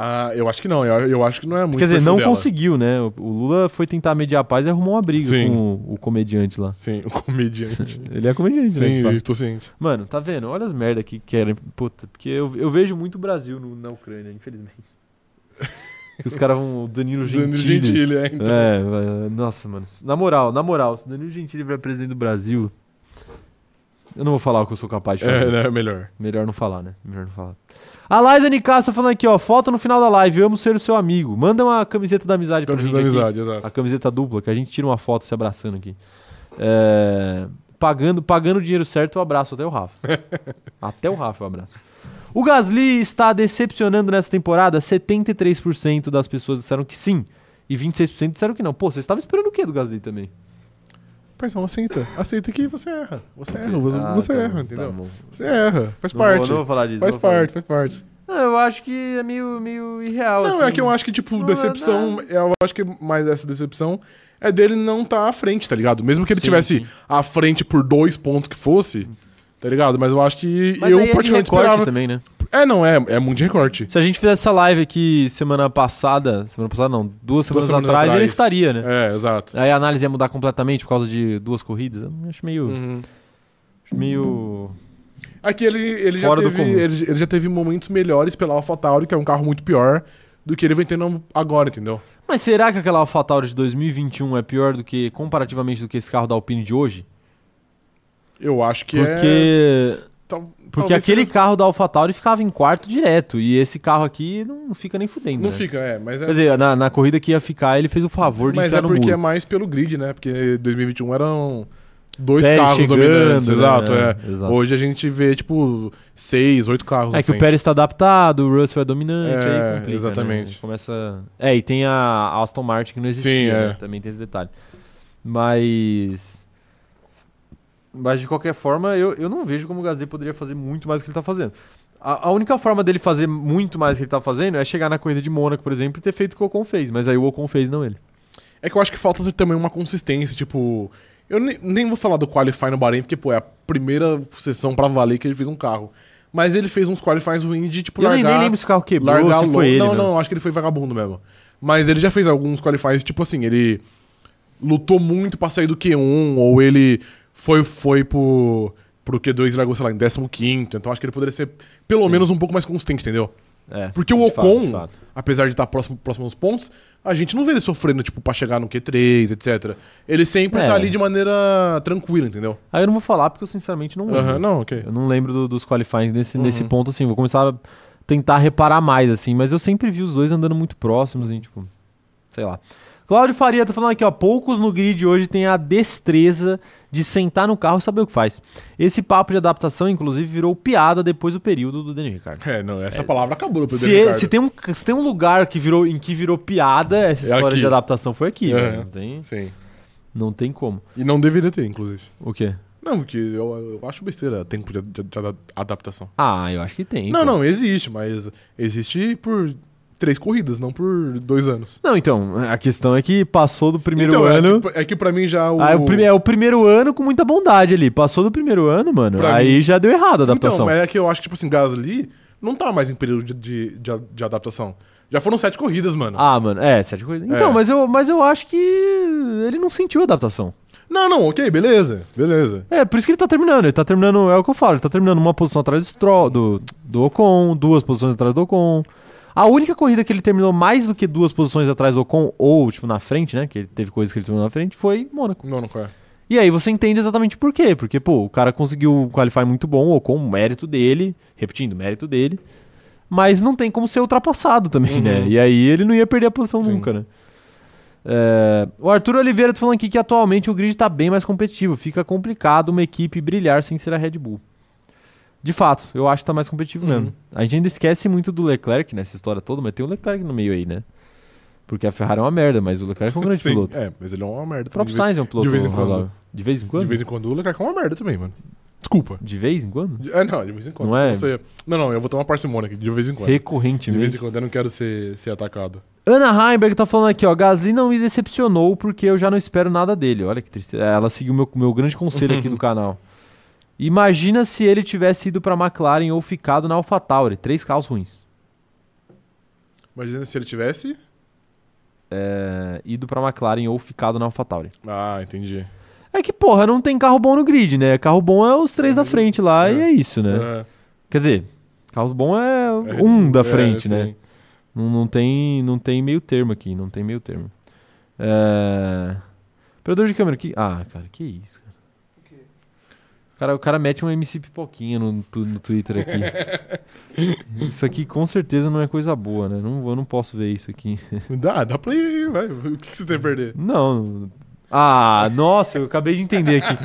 [SPEAKER 2] Ah, eu acho que não, eu, eu acho que não é muito.
[SPEAKER 1] Quer dizer,
[SPEAKER 2] perfil
[SPEAKER 1] não
[SPEAKER 2] dela.
[SPEAKER 1] conseguiu, né? O o Lula foi tentar mediar a paz e arrumou uma briga
[SPEAKER 2] Sim.
[SPEAKER 1] com o, o comediante lá.
[SPEAKER 2] Sim, o comediante.
[SPEAKER 1] Ele é comediante, né?
[SPEAKER 2] Sim,
[SPEAKER 1] de
[SPEAKER 2] eu
[SPEAKER 1] fato.
[SPEAKER 2] estou ciente.
[SPEAKER 1] Mano, tá vendo? Olha as merda que querem. Puta, porque eu, eu vejo muito o Brasil no- na Ucrânia, infelizmente. Que os caras vão. O Danilo Gentili.
[SPEAKER 2] Danilo Gentili, é, então.
[SPEAKER 1] É, vai- nossa, mano. Na moral, na moral, se o Danilo Gentili virar presidente do Brasil. Eu não vou falar o que eu sou capaz de fazer.
[SPEAKER 2] É, né, melhor.
[SPEAKER 1] Melhor não falar, né? Melhor não falar. A Liza Nicasta falando aqui, ó. Foto no final da live. Eu amo ser o seu amigo. Manda uma camiseta da amizade pra
[SPEAKER 2] Camisa
[SPEAKER 1] gente
[SPEAKER 2] da
[SPEAKER 1] aqui.
[SPEAKER 2] amizade, exato.
[SPEAKER 1] A camiseta dupla, que a gente tira uma foto se abraçando aqui. É, pagando, pagando o dinheiro certo, eu abraço até o Rafa. até o Rafa eu abraço. O Gasly está decepcionando nessa temporada? 73% das pessoas disseram que sim. E 26% disseram que não. Pô, você estava esperando o quê do Gasly também?
[SPEAKER 2] Paizão, aceita. Aceita que você erra. Você erra, É, você,
[SPEAKER 1] Ah,
[SPEAKER 2] você
[SPEAKER 1] tá
[SPEAKER 2] erra,
[SPEAKER 1] bom,
[SPEAKER 2] entendeu?
[SPEAKER 1] tá bom.
[SPEAKER 2] Você erra, faz
[SPEAKER 1] Não
[SPEAKER 2] parte.
[SPEAKER 1] Vou, não vou falar disso.
[SPEAKER 2] faz
[SPEAKER 1] não vou falar
[SPEAKER 2] parte, faz parte.
[SPEAKER 1] disso. Ah, eu acho que é meio, meio irreal.
[SPEAKER 2] Não, é
[SPEAKER 1] assim.
[SPEAKER 2] que eu acho que, tipo,
[SPEAKER 1] não é
[SPEAKER 2] decepção. Eu acho que mais essa decepção é dele não estar à frente, tá ligado? Mesmo que ele
[SPEAKER 1] Sim,
[SPEAKER 2] tivesse
[SPEAKER 1] sim.
[SPEAKER 2] à frente por dois pontos que fosse, tá ligado? Mas eu acho que
[SPEAKER 1] Mas
[SPEAKER 2] eu
[SPEAKER 1] aí é de
[SPEAKER 2] particularmente
[SPEAKER 1] recorte
[SPEAKER 2] esperava.
[SPEAKER 1] também, né?
[SPEAKER 2] É, não, é, é muito de recorte.
[SPEAKER 1] Se a gente fizesse essa live aqui semana passada, semana passada não, duas semanas,
[SPEAKER 2] semanas
[SPEAKER 1] atrás, ele
[SPEAKER 2] atrás.
[SPEAKER 1] estaria, né?
[SPEAKER 2] É, exato.
[SPEAKER 1] Aí a análise ia mudar completamente por causa de duas corridas. Eu Acho meio.
[SPEAKER 2] Uhum.
[SPEAKER 1] Acho meio.
[SPEAKER 2] Aqui É ele, ele, já
[SPEAKER 1] Fora do
[SPEAKER 2] teve,
[SPEAKER 1] comum.
[SPEAKER 2] ele, ele já teve momentos melhores pela AlphaTauri, que é um carro muito pior do que ele vem tendo agora, entendeu?
[SPEAKER 1] Mas será que aquela AlphaTauri de 2021 é pior do que, comparativamente, do que esse carro da Alpine de hoje?
[SPEAKER 2] Eu acho que é.
[SPEAKER 1] Porque,
[SPEAKER 2] Tal-
[SPEAKER 1] porque
[SPEAKER 2] talvez
[SPEAKER 1] aquele
[SPEAKER 2] seja-
[SPEAKER 1] carro da AlphaTauri ficava em quarto direto, e esse carro aqui não fica nem fudendo,
[SPEAKER 2] Não
[SPEAKER 1] né?
[SPEAKER 2] fica, é, mas é.
[SPEAKER 1] Quer dizer, na, na corrida que ia ficar, ele fez o favor de
[SPEAKER 2] mas
[SPEAKER 1] entrar
[SPEAKER 2] é
[SPEAKER 1] no
[SPEAKER 2] porque é
[SPEAKER 1] muro.
[SPEAKER 2] mais pelo grid, né? Porque 2021 eram é dois
[SPEAKER 1] Pérez
[SPEAKER 2] carros
[SPEAKER 1] chegando,
[SPEAKER 2] dominantes.
[SPEAKER 1] né?
[SPEAKER 2] Exato, é.
[SPEAKER 1] É, exato.
[SPEAKER 2] Hoje a gente vê, tipo, seis, oito carros.
[SPEAKER 1] É
[SPEAKER 2] na
[SPEAKER 1] que o
[SPEAKER 2] frente.
[SPEAKER 1] Pérez está adaptado, o Russell é dominante,
[SPEAKER 2] É,
[SPEAKER 1] aí complica,
[SPEAKER 2] exatamente.
[SPEAKER 1] né? Começa... É, e tem a Aston Martin que não existia,
[SPEAKER 2] Sim, é.
[SPEAKER 1] né? Também tem esse detalhe. Mas... Mas de qualquer forma, eu, eu não vejo como o Gasly poderia fazer muito mais do que ele tá fazendo. A, a única forma dele fazer muito mais do que ele tá fazendo é chegar na corrida de Mônaco, por exemplo, e ter feito o que o Ocon fez. Mas aí o Ocon fez, não ele.
[SPEAKER 2] É que eu acho que falta também uma consistência, tipo. Eu ne- nem vou falar do Qualify no Bahrein, porque, pô, é a primeira sessão pra valer que ele fez um carro. Mas ele fez uns qualifies ruins de, tipo,
[SPEAKER 1] eu nem,
[SPEAKER 2] largar.
[SPEAKER 1] nem lembro se o carro quebrou,
[SPEAKER 2] largar
[SPEAKER 1] se
[SPEAKER 2] lo-
[SPEAKER 1] foi ele.
[SPEAKER 2] Não,
[SPEAKER 1] né?
[SPEAKER 2] não, acho que ele foi vagabundo mesmo. Mas ele já fez alguns qualifies, tipo assim, ele lutou muito pra sair do Q1, ou ele foi, foi pro, pro Q2 e largou, sei lá, em 15. Então acho que ele poderia ser pelo
[SPEAKER 1] Sim.
[SPEAKER 2] menos um pouco mais consistente, entendeu?
[SPEAKER 1] É,
[SPEAKER 2] Porque o
[SPEAKER 1] de fato,
[SPEAKER 2] Ocon,
[SPEAKER 1] de fato.
[SPEAKER 2] apesar de estar próximo, próximo aos pontos, a gente não vê ele sofrendo, tipo, pra chegar no Q3, etc. Ele sempre
[SPEAKER 1] É.
[SPEAKER 2] tá ali de maneira tranquila, entendeu?
[SPEAKER 1] Aí eu não vou falar porque eu sinceramente não lembro.
[SPEAKER 2] Aham, não, ok.
[SPEAKER 1] Eu não lembro do- dos qualifyings nesse,
[SPEAKER 2] Uhum.
[SPEAKER 1] nesse ponto, assim. Vou começar a tentar reparar mais, assim. Mas eu sempre vi os dois andando muito próximos, assim, tipo... Sei lá. Cláudio Faria tá falando aqui, ó. Poucos no grid hoje têm a destreza de sentar no carro e saber o que faz. Esse papo de adaptação, inclusive, virou piada depois do período do Daniel Ricardo.
[SPEAKER 2] É, não, essa palavra acabou pro
[SPEAKER 1] Se,
[SPEAKER 2] Daniel Ricciardo.
[SPEAKER 1] se tem um, se tem um lugar que virou, em que virou piada, essa
[SPEAKER 2] É
[SPEAKER 1] história
[SPEAKER 2] aqui.
[SPEAKER 1] de adaptação foi aqui.
[SPEAKER 2] É.
[SPEAKER 1] velho. Não, tem,
[SPEAKER 2] Sim.
[SPEAKER 1] não tem como.
[SPEAKER 2] E não deveria ter, inclusive.
[SPEAKER 1] O quê?
[SPEAKER 2] Não, porque eu, eu acho besteira tempo de, de- de ada- adaptação.
[SPEAKER 1] Ah, eu acho que tem.
[SPEAKER 2] não,
[SPEAKER 1] pô.
[SPEAKER 2] não, existe, mas existe por três corridas, não por dois anos.
[SPEAKER 1] Não, então, a questão é que passou do primeiro
[SPEAKER 2] Então,
[SPEAKER 1] ano.
[SPEAKER 2] É que, é que pra mim já o.
[SPEAKER 1] Ah, é o prime- é o primeiro ano com muita bondade ali. Passou do primeiro ano, mano.
[SPEAKER 2] Pra
[SPEAKER 1] aí já deu errado a
[SPEAKER 2] Então,
[SPEAKER 1] adaptação.
[SPEAKER 2] mas é que eu acho que, tipo assim, Gasly não tá mais em período de, de, de, de adaptação. Já foram sete corridas, mano.
[SPEAKER 1] Ah, mano, é, sete coisas. Então,
[SPEAKER 2] É.
[SPEAKER 1] mas, eu, mas eu acho que ele não sentiu a adaptação.
[SPEAKER 2] Não, não, ok, beleza, beleza.
[SPEAKER 1] É, por isso que ele tá terminando. Ele tá terminando, é o que eu falo, ele tá terminando uma posição atrás do, Stroll, do, do Ocon, duas posições atrás do Ocon. A única corrida que ele terminou mais do que duas posições atrás do Ocon, ou, tipo, na frente, né? Que ele teve coisas que ele terminou na frente, foi Mônaco.
[SPEAKER 2] Não, não é.
[SPEAKER 1] E aí você entende exatamente por quê. Porque, pô, o cara conseguiu um qualify muito bom, ou com o mérito dele, repetindo, mérito dele, mas não tem como ser ultrapassado também,
[SPEAKER 2] Uhum.
[SPEAKER 1] né? E aí ele não ia perder a posição
[SPEAKER 2] Sim.
[SPEAKER 1] nunca, né? É, o Arthur Oliveira tá falando aqui que atualmente o grid tá bem mais competitivo. Fica complicado uma equipe brilhar sem ser a Red Bull. De fato, eu acho que tá mais competitivo
[SPEAKER 2] Uhum.
[SPEAKER 1] mesmo. A gente ainda esquece muito do Leclerc nessa história toda, mas tem o Leclerc no meio aí, né? Porque a Ferrari é uma merda, mas o Leclerc é um grande
[SPEAKER 2] Sim,
[SPEAKER 1] piloto.
[SPEAKER 2] É, mas ele é uma merda.
[SPEAKER 1] O próprio
[SPEAKER 2] também.
[SPEAKER 1] Sainz é um piloto
[SPEAKER 2] de vez em quando.
[SPEAKER 1] razoável. De vez em quando?
[SPEAKER 2] de vez em quando o Leclerc é uma merda também, mano. Desculpa.
[SPEAKER 1] De vez em quando?
[SPEAKER 2] De- É, não, de vez em quando.
[SPEAKER 1] Não é?
[SPEAKER 2] Você- Não, não, eu vou tomar parcimônia aqui, de vez em quando. De vez
[SPEAKER 1] Recorrentemente.
[SPEAKER 2] em quando eu não quero ser, ser atacado.
[SPEAKER 1] Ana Heimberg tá falando aqui, ó. Gasly não me decepcionou porque eu já não espero nada dele. Olha que tristeza. Ela seguiu meu, meu grande conselho aqui do canal. Imagina se ele tivesse ido pra McLaren ou ficado na AlphaTauri. Três carros ruins.
[SPEAKER 2] Imagina se ele tivesse.
[SPEAKER 1] É, ido pra McLaren ou ficado na AlphaTauri.
[SPEAKER 2] Ah, entendi.
[SPEAKER 1] É que, porra, não tem carro bom no grid, né? Carro bom é os três da frente lá e é isso, né?
[SPEAKER 2] É,
[SPEAKER 1] Quer dizer, carro bom é
[SPEAKER 2] é,
[SPEAKER 1] um da
[SPEAKER 2] é,
[SPEAKER 1] frente, né?
[SPEAKER 2] sim.
[SPEAKER 1] Não, não tem, não tem meio termo aqui, não tem meio termo. É... Operador de câmera, que... Ah, cara, que isso, cara.
[SPEAKER 3] O quê?
[SPEAKER 1] O cara, o cara mete um MC pipoquinha no, tu- no Twitter aqui. isso aqui com certeza não é coisa boa, né? Não, vou- eu não posso ver isso aqui.
[SPEAKER 2] Dá, dá play aí, vai. O que que você tem a perder?
[SPEAKER 1] Não. não- Ah, nossa, eu acabei de entender aqui.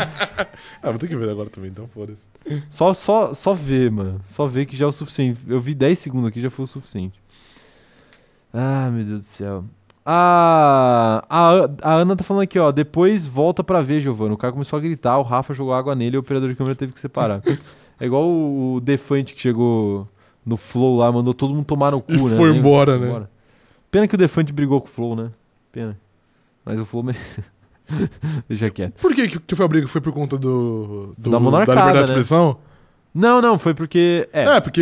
[SPEAKER 2] Ah, vou ter que ver agora também, então foda-se.
[SPEAKER 1] Só, só, só ver, mano. Só ver que já é o suficiente. Eu vi 10 segundos aqui, já foi o suficiente. Ah, meu Deus do céu. Ah, A, a, a Ana tá falando aqui, ó. Depois volta pra ver, Giovana. O cara começou a gritar, o Rafa jogou água nele e o operador de câmera teve que separar. é igual o, o Defante que chegou no Flow lá, mandou todo mundo tomar no cu,
[SPEAKER 2] E
[SPEAKER 1] né?
[SPEAKER 2] foi
[SPEAKER 1] Nem-
[SPEAKER 2] embora, né?
[SPEAKER 1] Pena que o Defante brigou com o Flow, né? Pena. Mas o Flow. mere- Deixa quieto.
[SPEAKER 2] Por que, que- que foi a briga? Foi por conta do. do
[SPEAKER 1] Da monarcada,
[SPEAKER 2] liberdade de
[SPEAKER 1] né?
[SPEAKER 2] expressão?
[SPEAKER 1] Não, não, foi porque. É,
[SPEAKER 2] É, porque.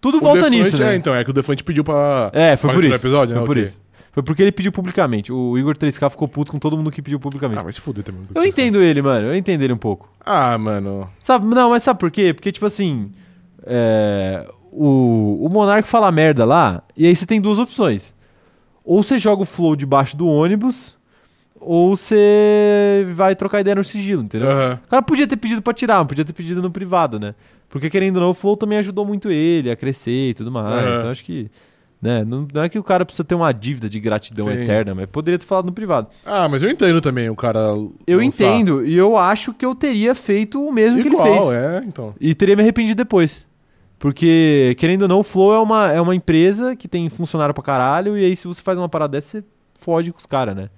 [SPEAKER 1] tudo volta
[SPEAKER 2] Defante,
[SPEAKER 1] nisso, né?
[SPEAKER 2] É, então, é que o Defante pediu pra.
[SPEAKER 1] É, foi
[SPEAKER 2] pra
[SPEAKER 1] por
[SPEAKER 2] retirar
[SPEAKER 1] isso.
[SPEAKER 2] o episódio,
[SPEAKER 1] foi
[SPEAKER 2] né?
[SPEAKER 1] por
[SPEAKER 2] Ok.
[SPEAKER 1] isso. Foi porque ele pediu publicamente. O Igor 3K ficou puto com todo mundo que pediu publicamente.
[SPEAKER 2] Ah, mas se fuder também.
[SPEAKER 1] eu entendo ele, mano. Eu entendo ele um pouco.
[SPEAKER 2] Ah, mano.
[SPEAKER 1] Sabe, não, mas sabe por quê? Porque, tipo assim. é, o, o Monark fala merda lá, e aí você tem duas opções. Ou você joga o flow debaixo do ônibus, ou você vai trocar ideia no sigilo, entendeu?
[SPEAKER 2] Aham.
[SPEAKER 1] O cara podia ter pedido pra tirar, mas podia ter pedido no privado, né? Porque querendo ou não, o Flow também ajudou muito ele a crescer e tudo mais.
[SPEAKER 2] Aham.
[SPEAKER 1] Então acho que. Né? Não, não é que o cara precisa ter uma dívida de gratidão
[SPEAKER 2] Sim.
[SPEAKER 1] eterna, mas poderia ter falado no privado.
[SPEAKER 2] Ah, mas eu entendo também o cara.
[SPEAKER 1] Eu
[SPEAKER 2] lançar.
[SPEAKER 1] entendo, e eu acho que eu teria feito o mesmo que ele
[SPEAKER 2] Igual,
[SPEAKER 1] fez.
[SPEAKER 2] é, então.
[SPEAKER 1] E teria me arrependido depois. Porque, querendo ou não, o Flow é uma, é uma empresa que tem funcionário pra caralho, e aí se você faz uma parada dessa, você fode com os caras, né?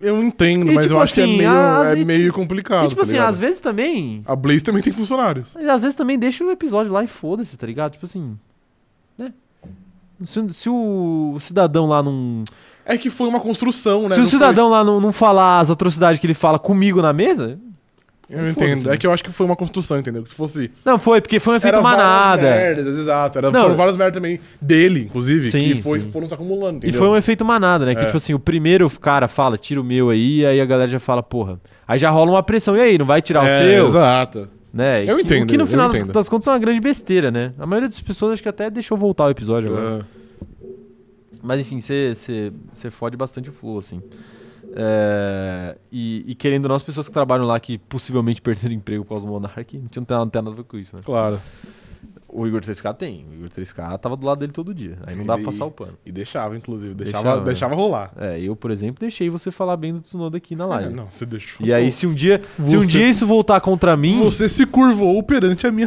[SPEAKER 2] Eu entendo,
[SPEAKER 1] E,
[SPEAKER 2] mas
[SPEAKER 1] tipo
[SPEAKER 2] eu acho que
[SPEAKER 1] assim,
[SPEAKER 2] é meio,
[SPEAKER 1] as-
[SPEAKER 2] é
[SPEAKER 1] e,
[SPEAKER 2] meio
[SPEAKER 1] tipo-
[SPEAKER 2] complicado.
[SPEAKER 1] e tipo
[SPEAKER 2] tá
[SPEAKER 1] assim,
[SPEAKER 2] ligado?
[SPEAKER 1] às vezes também.
[SPEAKER 2] A Blaze também tem funcionários.
[SPEAKER 1] Mas às vezes também deixa o episódio lá e foda-se, tá ligado? Tipo assim. Né? Se, se o cidadão lá não.
[SPEAKER 2] É que foi uma construção, né?
[SPEAKER 1] se o
[SPEAKER 2] Não foi-
[SPEAKER 1] cidadão lá não, não falar as atrocidades que ele fala comigo na mesa.
[SPEAKER 2] Eu entendo.
[SPEAKER 1] Foda-se.
[SPEAKER 2] É que eu acho que foi uma construção, entendeu? Se fosse.
[SPEAKER 1] Não, foi, porque foi um efeito
[SPEAKER 2] Era várias
[SPEAKER 1] manada.
[SPEAKER 2] merdas, exato. Era,
[SPEAKER 1] Não.
[SPEAKER 2] Foram várias merdas também dele, inclusive,
[SPEAKER 1] Sim,
[SPEAKER 2] que foi-
[SPEAKER 1] sim.
[SPEAKER 2] foram se acumulando,
[SPEAKER 1] E
[SPEAKER 2] entendeu?
[SPEAKER 1] foi um efeito manada, né? Que
[SPEAKER 2] É.
[SPEAKER 1] tipo assim, o primeiro cara fala, tira o meu aí, aí a galera já fala, porra. Aí já rola uma pressão, e aí, não vai tirar
[SPEAKER 2] É,
[SPEAKER 1] o seu?
[SPEAKER 2] Exato.
[SPEAKER 1] Né? E
[SPEAKER 2] Eu
[SPEAKER 1] que-
[SPEAKER 2] entendo,
[SPEAKER 1] O que no
[SPEAKER 2] eu
[SPEAKER 1] final das,
[SPEAKER 2] entendo.
[SPEAKER 1] das contas é uma grande besteira, né? A maioria das pessoas acho que até deixou voltar o episódio agora.
[SPEAKER 2] Ah,
[SPEAKER 1] Mas enfim, você fode bastante o flow, assim. É, e, e querendo ou não, as pessoas que trabalham lá que possivelmente perderam emprego por causa do Monark, não tinha não tem nada, não tem nada a ver com isso, né?
[SPEAKER 2] claro.
[SPEAKER 1] O Igor 3K tem. O Igor 3K tava do lado dele todo dia. Aí não dá pra passar o pano.
[SPEAKER 2] E deixava, inclusive. Deixava,
[SPEAKER 1] Deixava, né?
[SPEAKER 2] deixava rolar.
[SPEAKER 1] É, eu, por exemplo, deixei você falar bem do Tsunoda aqui na
[SPEAKER 2] É,
[SPEAKER 1] live.
[SPEAKER 2] não, você deixou.
[SPEAKER 1] e aí, se um dia. Se um
[SPEAKER 2] Você-
[SPEAKER 1] dia isso voltar contra mim.
[SPEAKER 2] Você se curvou perante a minha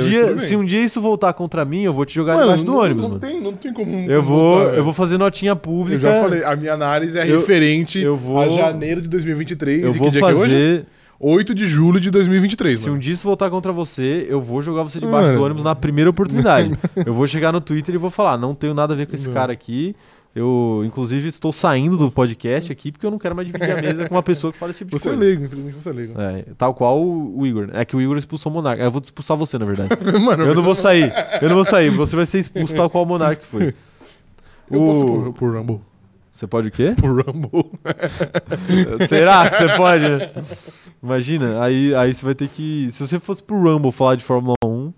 [SPEAKER 1] se, um
[SPEAKER 2] mas
[SPEAKER 1] dia,
[SPEAKER 2] tudo bem.
[SPEAKER 1] se um dia isso voltar contra mim, eu vou te jogar
[SPEAKER 2] Mano,
[SPEAKER 1] debaixo do
[SPEAKER 2] não-
[SPEAKER 1] ônibus,
[SPEAKER 2] não
[SPEAKER 1] mano.
[SPEAKER 2] Tem, não tem como.
[SPEAKER 1] Eu vou,
[SPEAKER 2] voltar,
[SPEAKER 1] eu vou fazer notinha
[SPEAKER 2] velho.
[SPEAKER 1] pública.
[SPEAKER 2] Eu já falei, a minha análise é
[SPEAKER 1] Eu-
[SPEAKER 2] referente
[SPEAKER 1] eu vou-
[SPEAKER 2] a janeiro de 2023.
[SPEAKER 1] Eu
[SPEAKER 2] e
[SPEAKER 1] vou
[SPEAKER 2] que dia que é hoje?
[SPEAKER 1] fazer.
[SPEAKER 2] 8 de julho de 2023.
[SPEAKER 1] Se
[SPEAKER 2] mano.
[SPEAKER 1] um dia isso voltar contra você, eu vou jogar você debaixo
[SPEAKER 2] Mano.
[SPEAKER 1] do ônibus na primeira oportunidade. eu vou chegar no Twitter e vou falar: não tenho nada a ver com esse
[SPEAKER 2] Não.
[SPEAKER 1] cara aqui. Eu, inclusive, estou saindo do podcast aqui porque eu não quero mais dividir a mesa com uma pessoa que fala esse tipo de
[SPEAKER 2] Você é
[SPEAKER 1] coisa.
[SPEAKER 2] leigo, infelizmente você é leigo.
[SPEAKER 1] É, tal qual o o Igor. né? É que o Igor expulsou o Monarca. Eu vou te expulsar você, na verdade.
[SPEAKER 2] Mano,
[SPEAKER 1] eu não vou sair. Eu não vou sair. Você vai ser expulso tal qual o Monarca foi.
[SPEAKER 2] eu
[SPEAKER 1] O-
[SPEAKER 2] posso por, por Rumble.
[SPEAKER 1] Você pode o quê?
[SPEAKER 2] Por Rumble.
[SPEAKER 1] Será que você pode? né? Imagina, aí, aí você vai ter que. Se você fosse pro Rumble falar de Fórmula 1,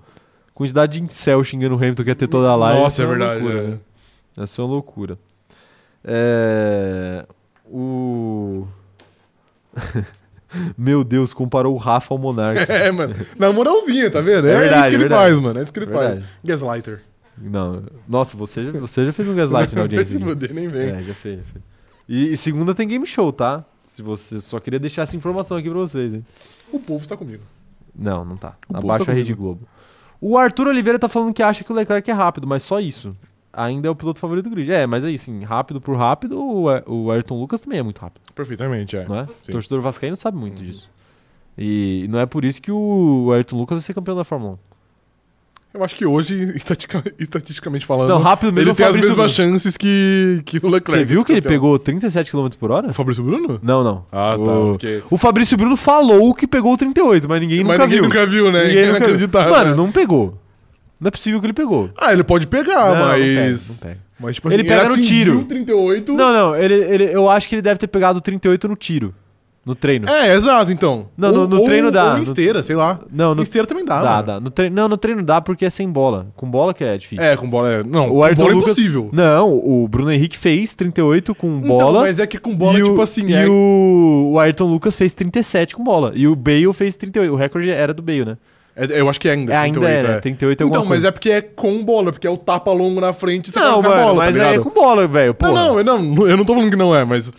[SPEAKER 1] quantidade de incel xingando o Hamilton que ia ter toda a live.
[SPEAKER 2] Nossa, é
[SPEAKER 1] ia ser uma
[SPEAKER 2] verdade.
[SPEAKER 1] loucura, né? Ia ser uma loucura. É. O. Meu Deus, comparou o Rafa ao Monark.
[SPEAKER 2] É, mano. Na moralzinha, tá vendo?
[SPEAKER 1] É
[SPEAKER 2] É,
[SPEAKER 1] verdade,
[SPEAKER 2] isso que ele
[SPEAKER 1] verdade.
[SPEAKER 2] faz, mano. É isso que ele
[SPEAKER 1] Verdade.
[SPEAKER 2] faz. Gaslighter.
[SPEAKER 1] Não, nossa, você já, você já fez um gaslight na
[SPEAKER 2] Vai se
[SPEAKER 1] audiência.
[SPEAKER 2] fuder, nem vem.
[SPEAKER 1] É, já fez, já fez. E, e segunda tem game show, tá? Se você só queria deixar essa informação aqui pra vocês, hein?
[SPEAKER 2] O povo está comigo.
[SPEAKER 1] Não, não tá.
[SPEAKER 2] O povo
[SPEAKER 1] Abaixo
[SPEAKER 2] tá
[SPEAKER 1] a Rede Globo. O Arthur Oliveira tá falando que acha que o Leclerc é rápido, mas só isso. Ainda é o piloto favorito do grid. É, mas aí sim, rápido por rápido, o A- o Ayrton Lucas também é muito rápido,
[SPEAKER 2] Perfeitamente, é.
[SPEAKER 1] não é? O
[SPEAKER 2] sim. Uhum.
[SPEAKER 1] torcedor vascaíno sabe muito disso. E não é por isso que o Ayrton Lucas vai ser campeão da Fórmula 1.
[SPEAKER 2] Eu acho que hoje, estatica- estatisticamente falando,
[SPEAKER 1] Não, rápido mesmo é
[SPEAKER 2] ele
[SPEAKER 1] o
[SPEAKER 2] tem as
[SPEAKER 1] Fabrício
[SPEAKER 2] mesmas
[SPEAKER 1] Bruno.
[SPEAKER 2] chances que, que o Leclerc.
[SPEAKER 1] Você viu que ele
[SPEAKER 2] campeão.
[SPEAKER 1] pegou 37 km por hora?
[SPEAKER 2] O Fabrício Bruno?
[SPEAKER 1] Não, não.
[SPEAKER 2] Ah, tá.
[SPEAKER 1] O,
[SPEAKER 2] ok.
[SPEAKER 1] o Fabrício Bruno falou que pegou 38, mas ninguém
[SPEAKER 2] Mas
[SPEAKER 1] nunca
[SPEAKER 2] ninguém
[SPEAKER 1] viu.
[SPEAKER 2] nunca viu, né?
[SPEAKER 1] Ninguém
[SPEAKER 2] Ninguém
[SPEAKER 1] nunca viu.
[SPEAKER 2] acreditava.
[SPEAKER 1] Mano, não pegou. Não é possível que ele pegou.
[SPEAKER 2] Ah, ele pode pegar,
[SPEAKER 1] Não, não pega,
[SPEAKER 2] mas.
[SPEAKER 1] não pega.
[SPEAKER 2] Mas, tipo
[SPEAKER 1] Ele pega no
[SPEAKER 2] atingiu
[SPEAKER 1] tiro.
[SPEAKER 2] 38.
[SPEAKER 1] Não, não, ele, ele- eu acho que ele deve ter pegado 38 no tiro, no treino.
[SPEAKER 2] É, exato, então.
[SPEAKER 1] Não, no- no treino dá.
[SPEAKER 2] Ou em esteira, sei lá.
[SPEAKER 1] Não, no,
[SPEAKER 2] Em esteira também dá. né?
[SPEAKER 1] dá,
[SPEAKER 2] mano.
[SPEAKER 1] dá. No treino, não, no treino dá porque é sem bola. Com bola que é difícil.
[SPEAKER 2] É, com bola é. Não,
[SPEAKER 1] O
[SPEAKER 2] com
[SPEAKER 1] Ayrton
[SPEAKER 2] bola
[SPEAKER 1] Lucas-
[SPEAKER 2] é impossível.
[SPEAKER 1] Não, o Bruno Henrique fez 38 com
[SPEAKER 2] Então,
[SPEAKER 1] bola.
[SPEAKER 2] mas é que com bola,
[SPEAKER 1] e
[SPEAKER 2] tipo
[SPEAKER 1] o,
[SPEAKER 2] assim.
[SPEAKER 1] E
[SPEAKER 2] é...
[SPEAKER 1] o, o Ayrton Lucas fez 37 com bola. E o Bale fez 38. O recorde era do Bale, né?
[SPEAKER 2] é- Eu acho que é ainda.
[SPEAKER 1] É, ainda
[SPEAKER 2] 38,
[SPEAKER 1] é, né?
[SPEAKER 2] é.
[SPEAKER 1] 38 é alguma
[SPEAKER 2] Então, mas é porque é com bola, porque é o tapa longo na frente e você
[SPEAKER 1] Não,
[SPEAKER 2] passa
[SPEAKER 1] mano,
[SPEAKER 2] a bola,
[SPEAKER 1] mas
[SPEAKER 2] tá
[SPEAKER 1] aí é
[SPEAKER 2] ligado?
[SPEAKER 1] com bola, velho.
[SPEAKER 2] Não,
[SPEAKER 1] porra.
[SPEAKER 2] não, eu não, eu não tô falando que não é, mas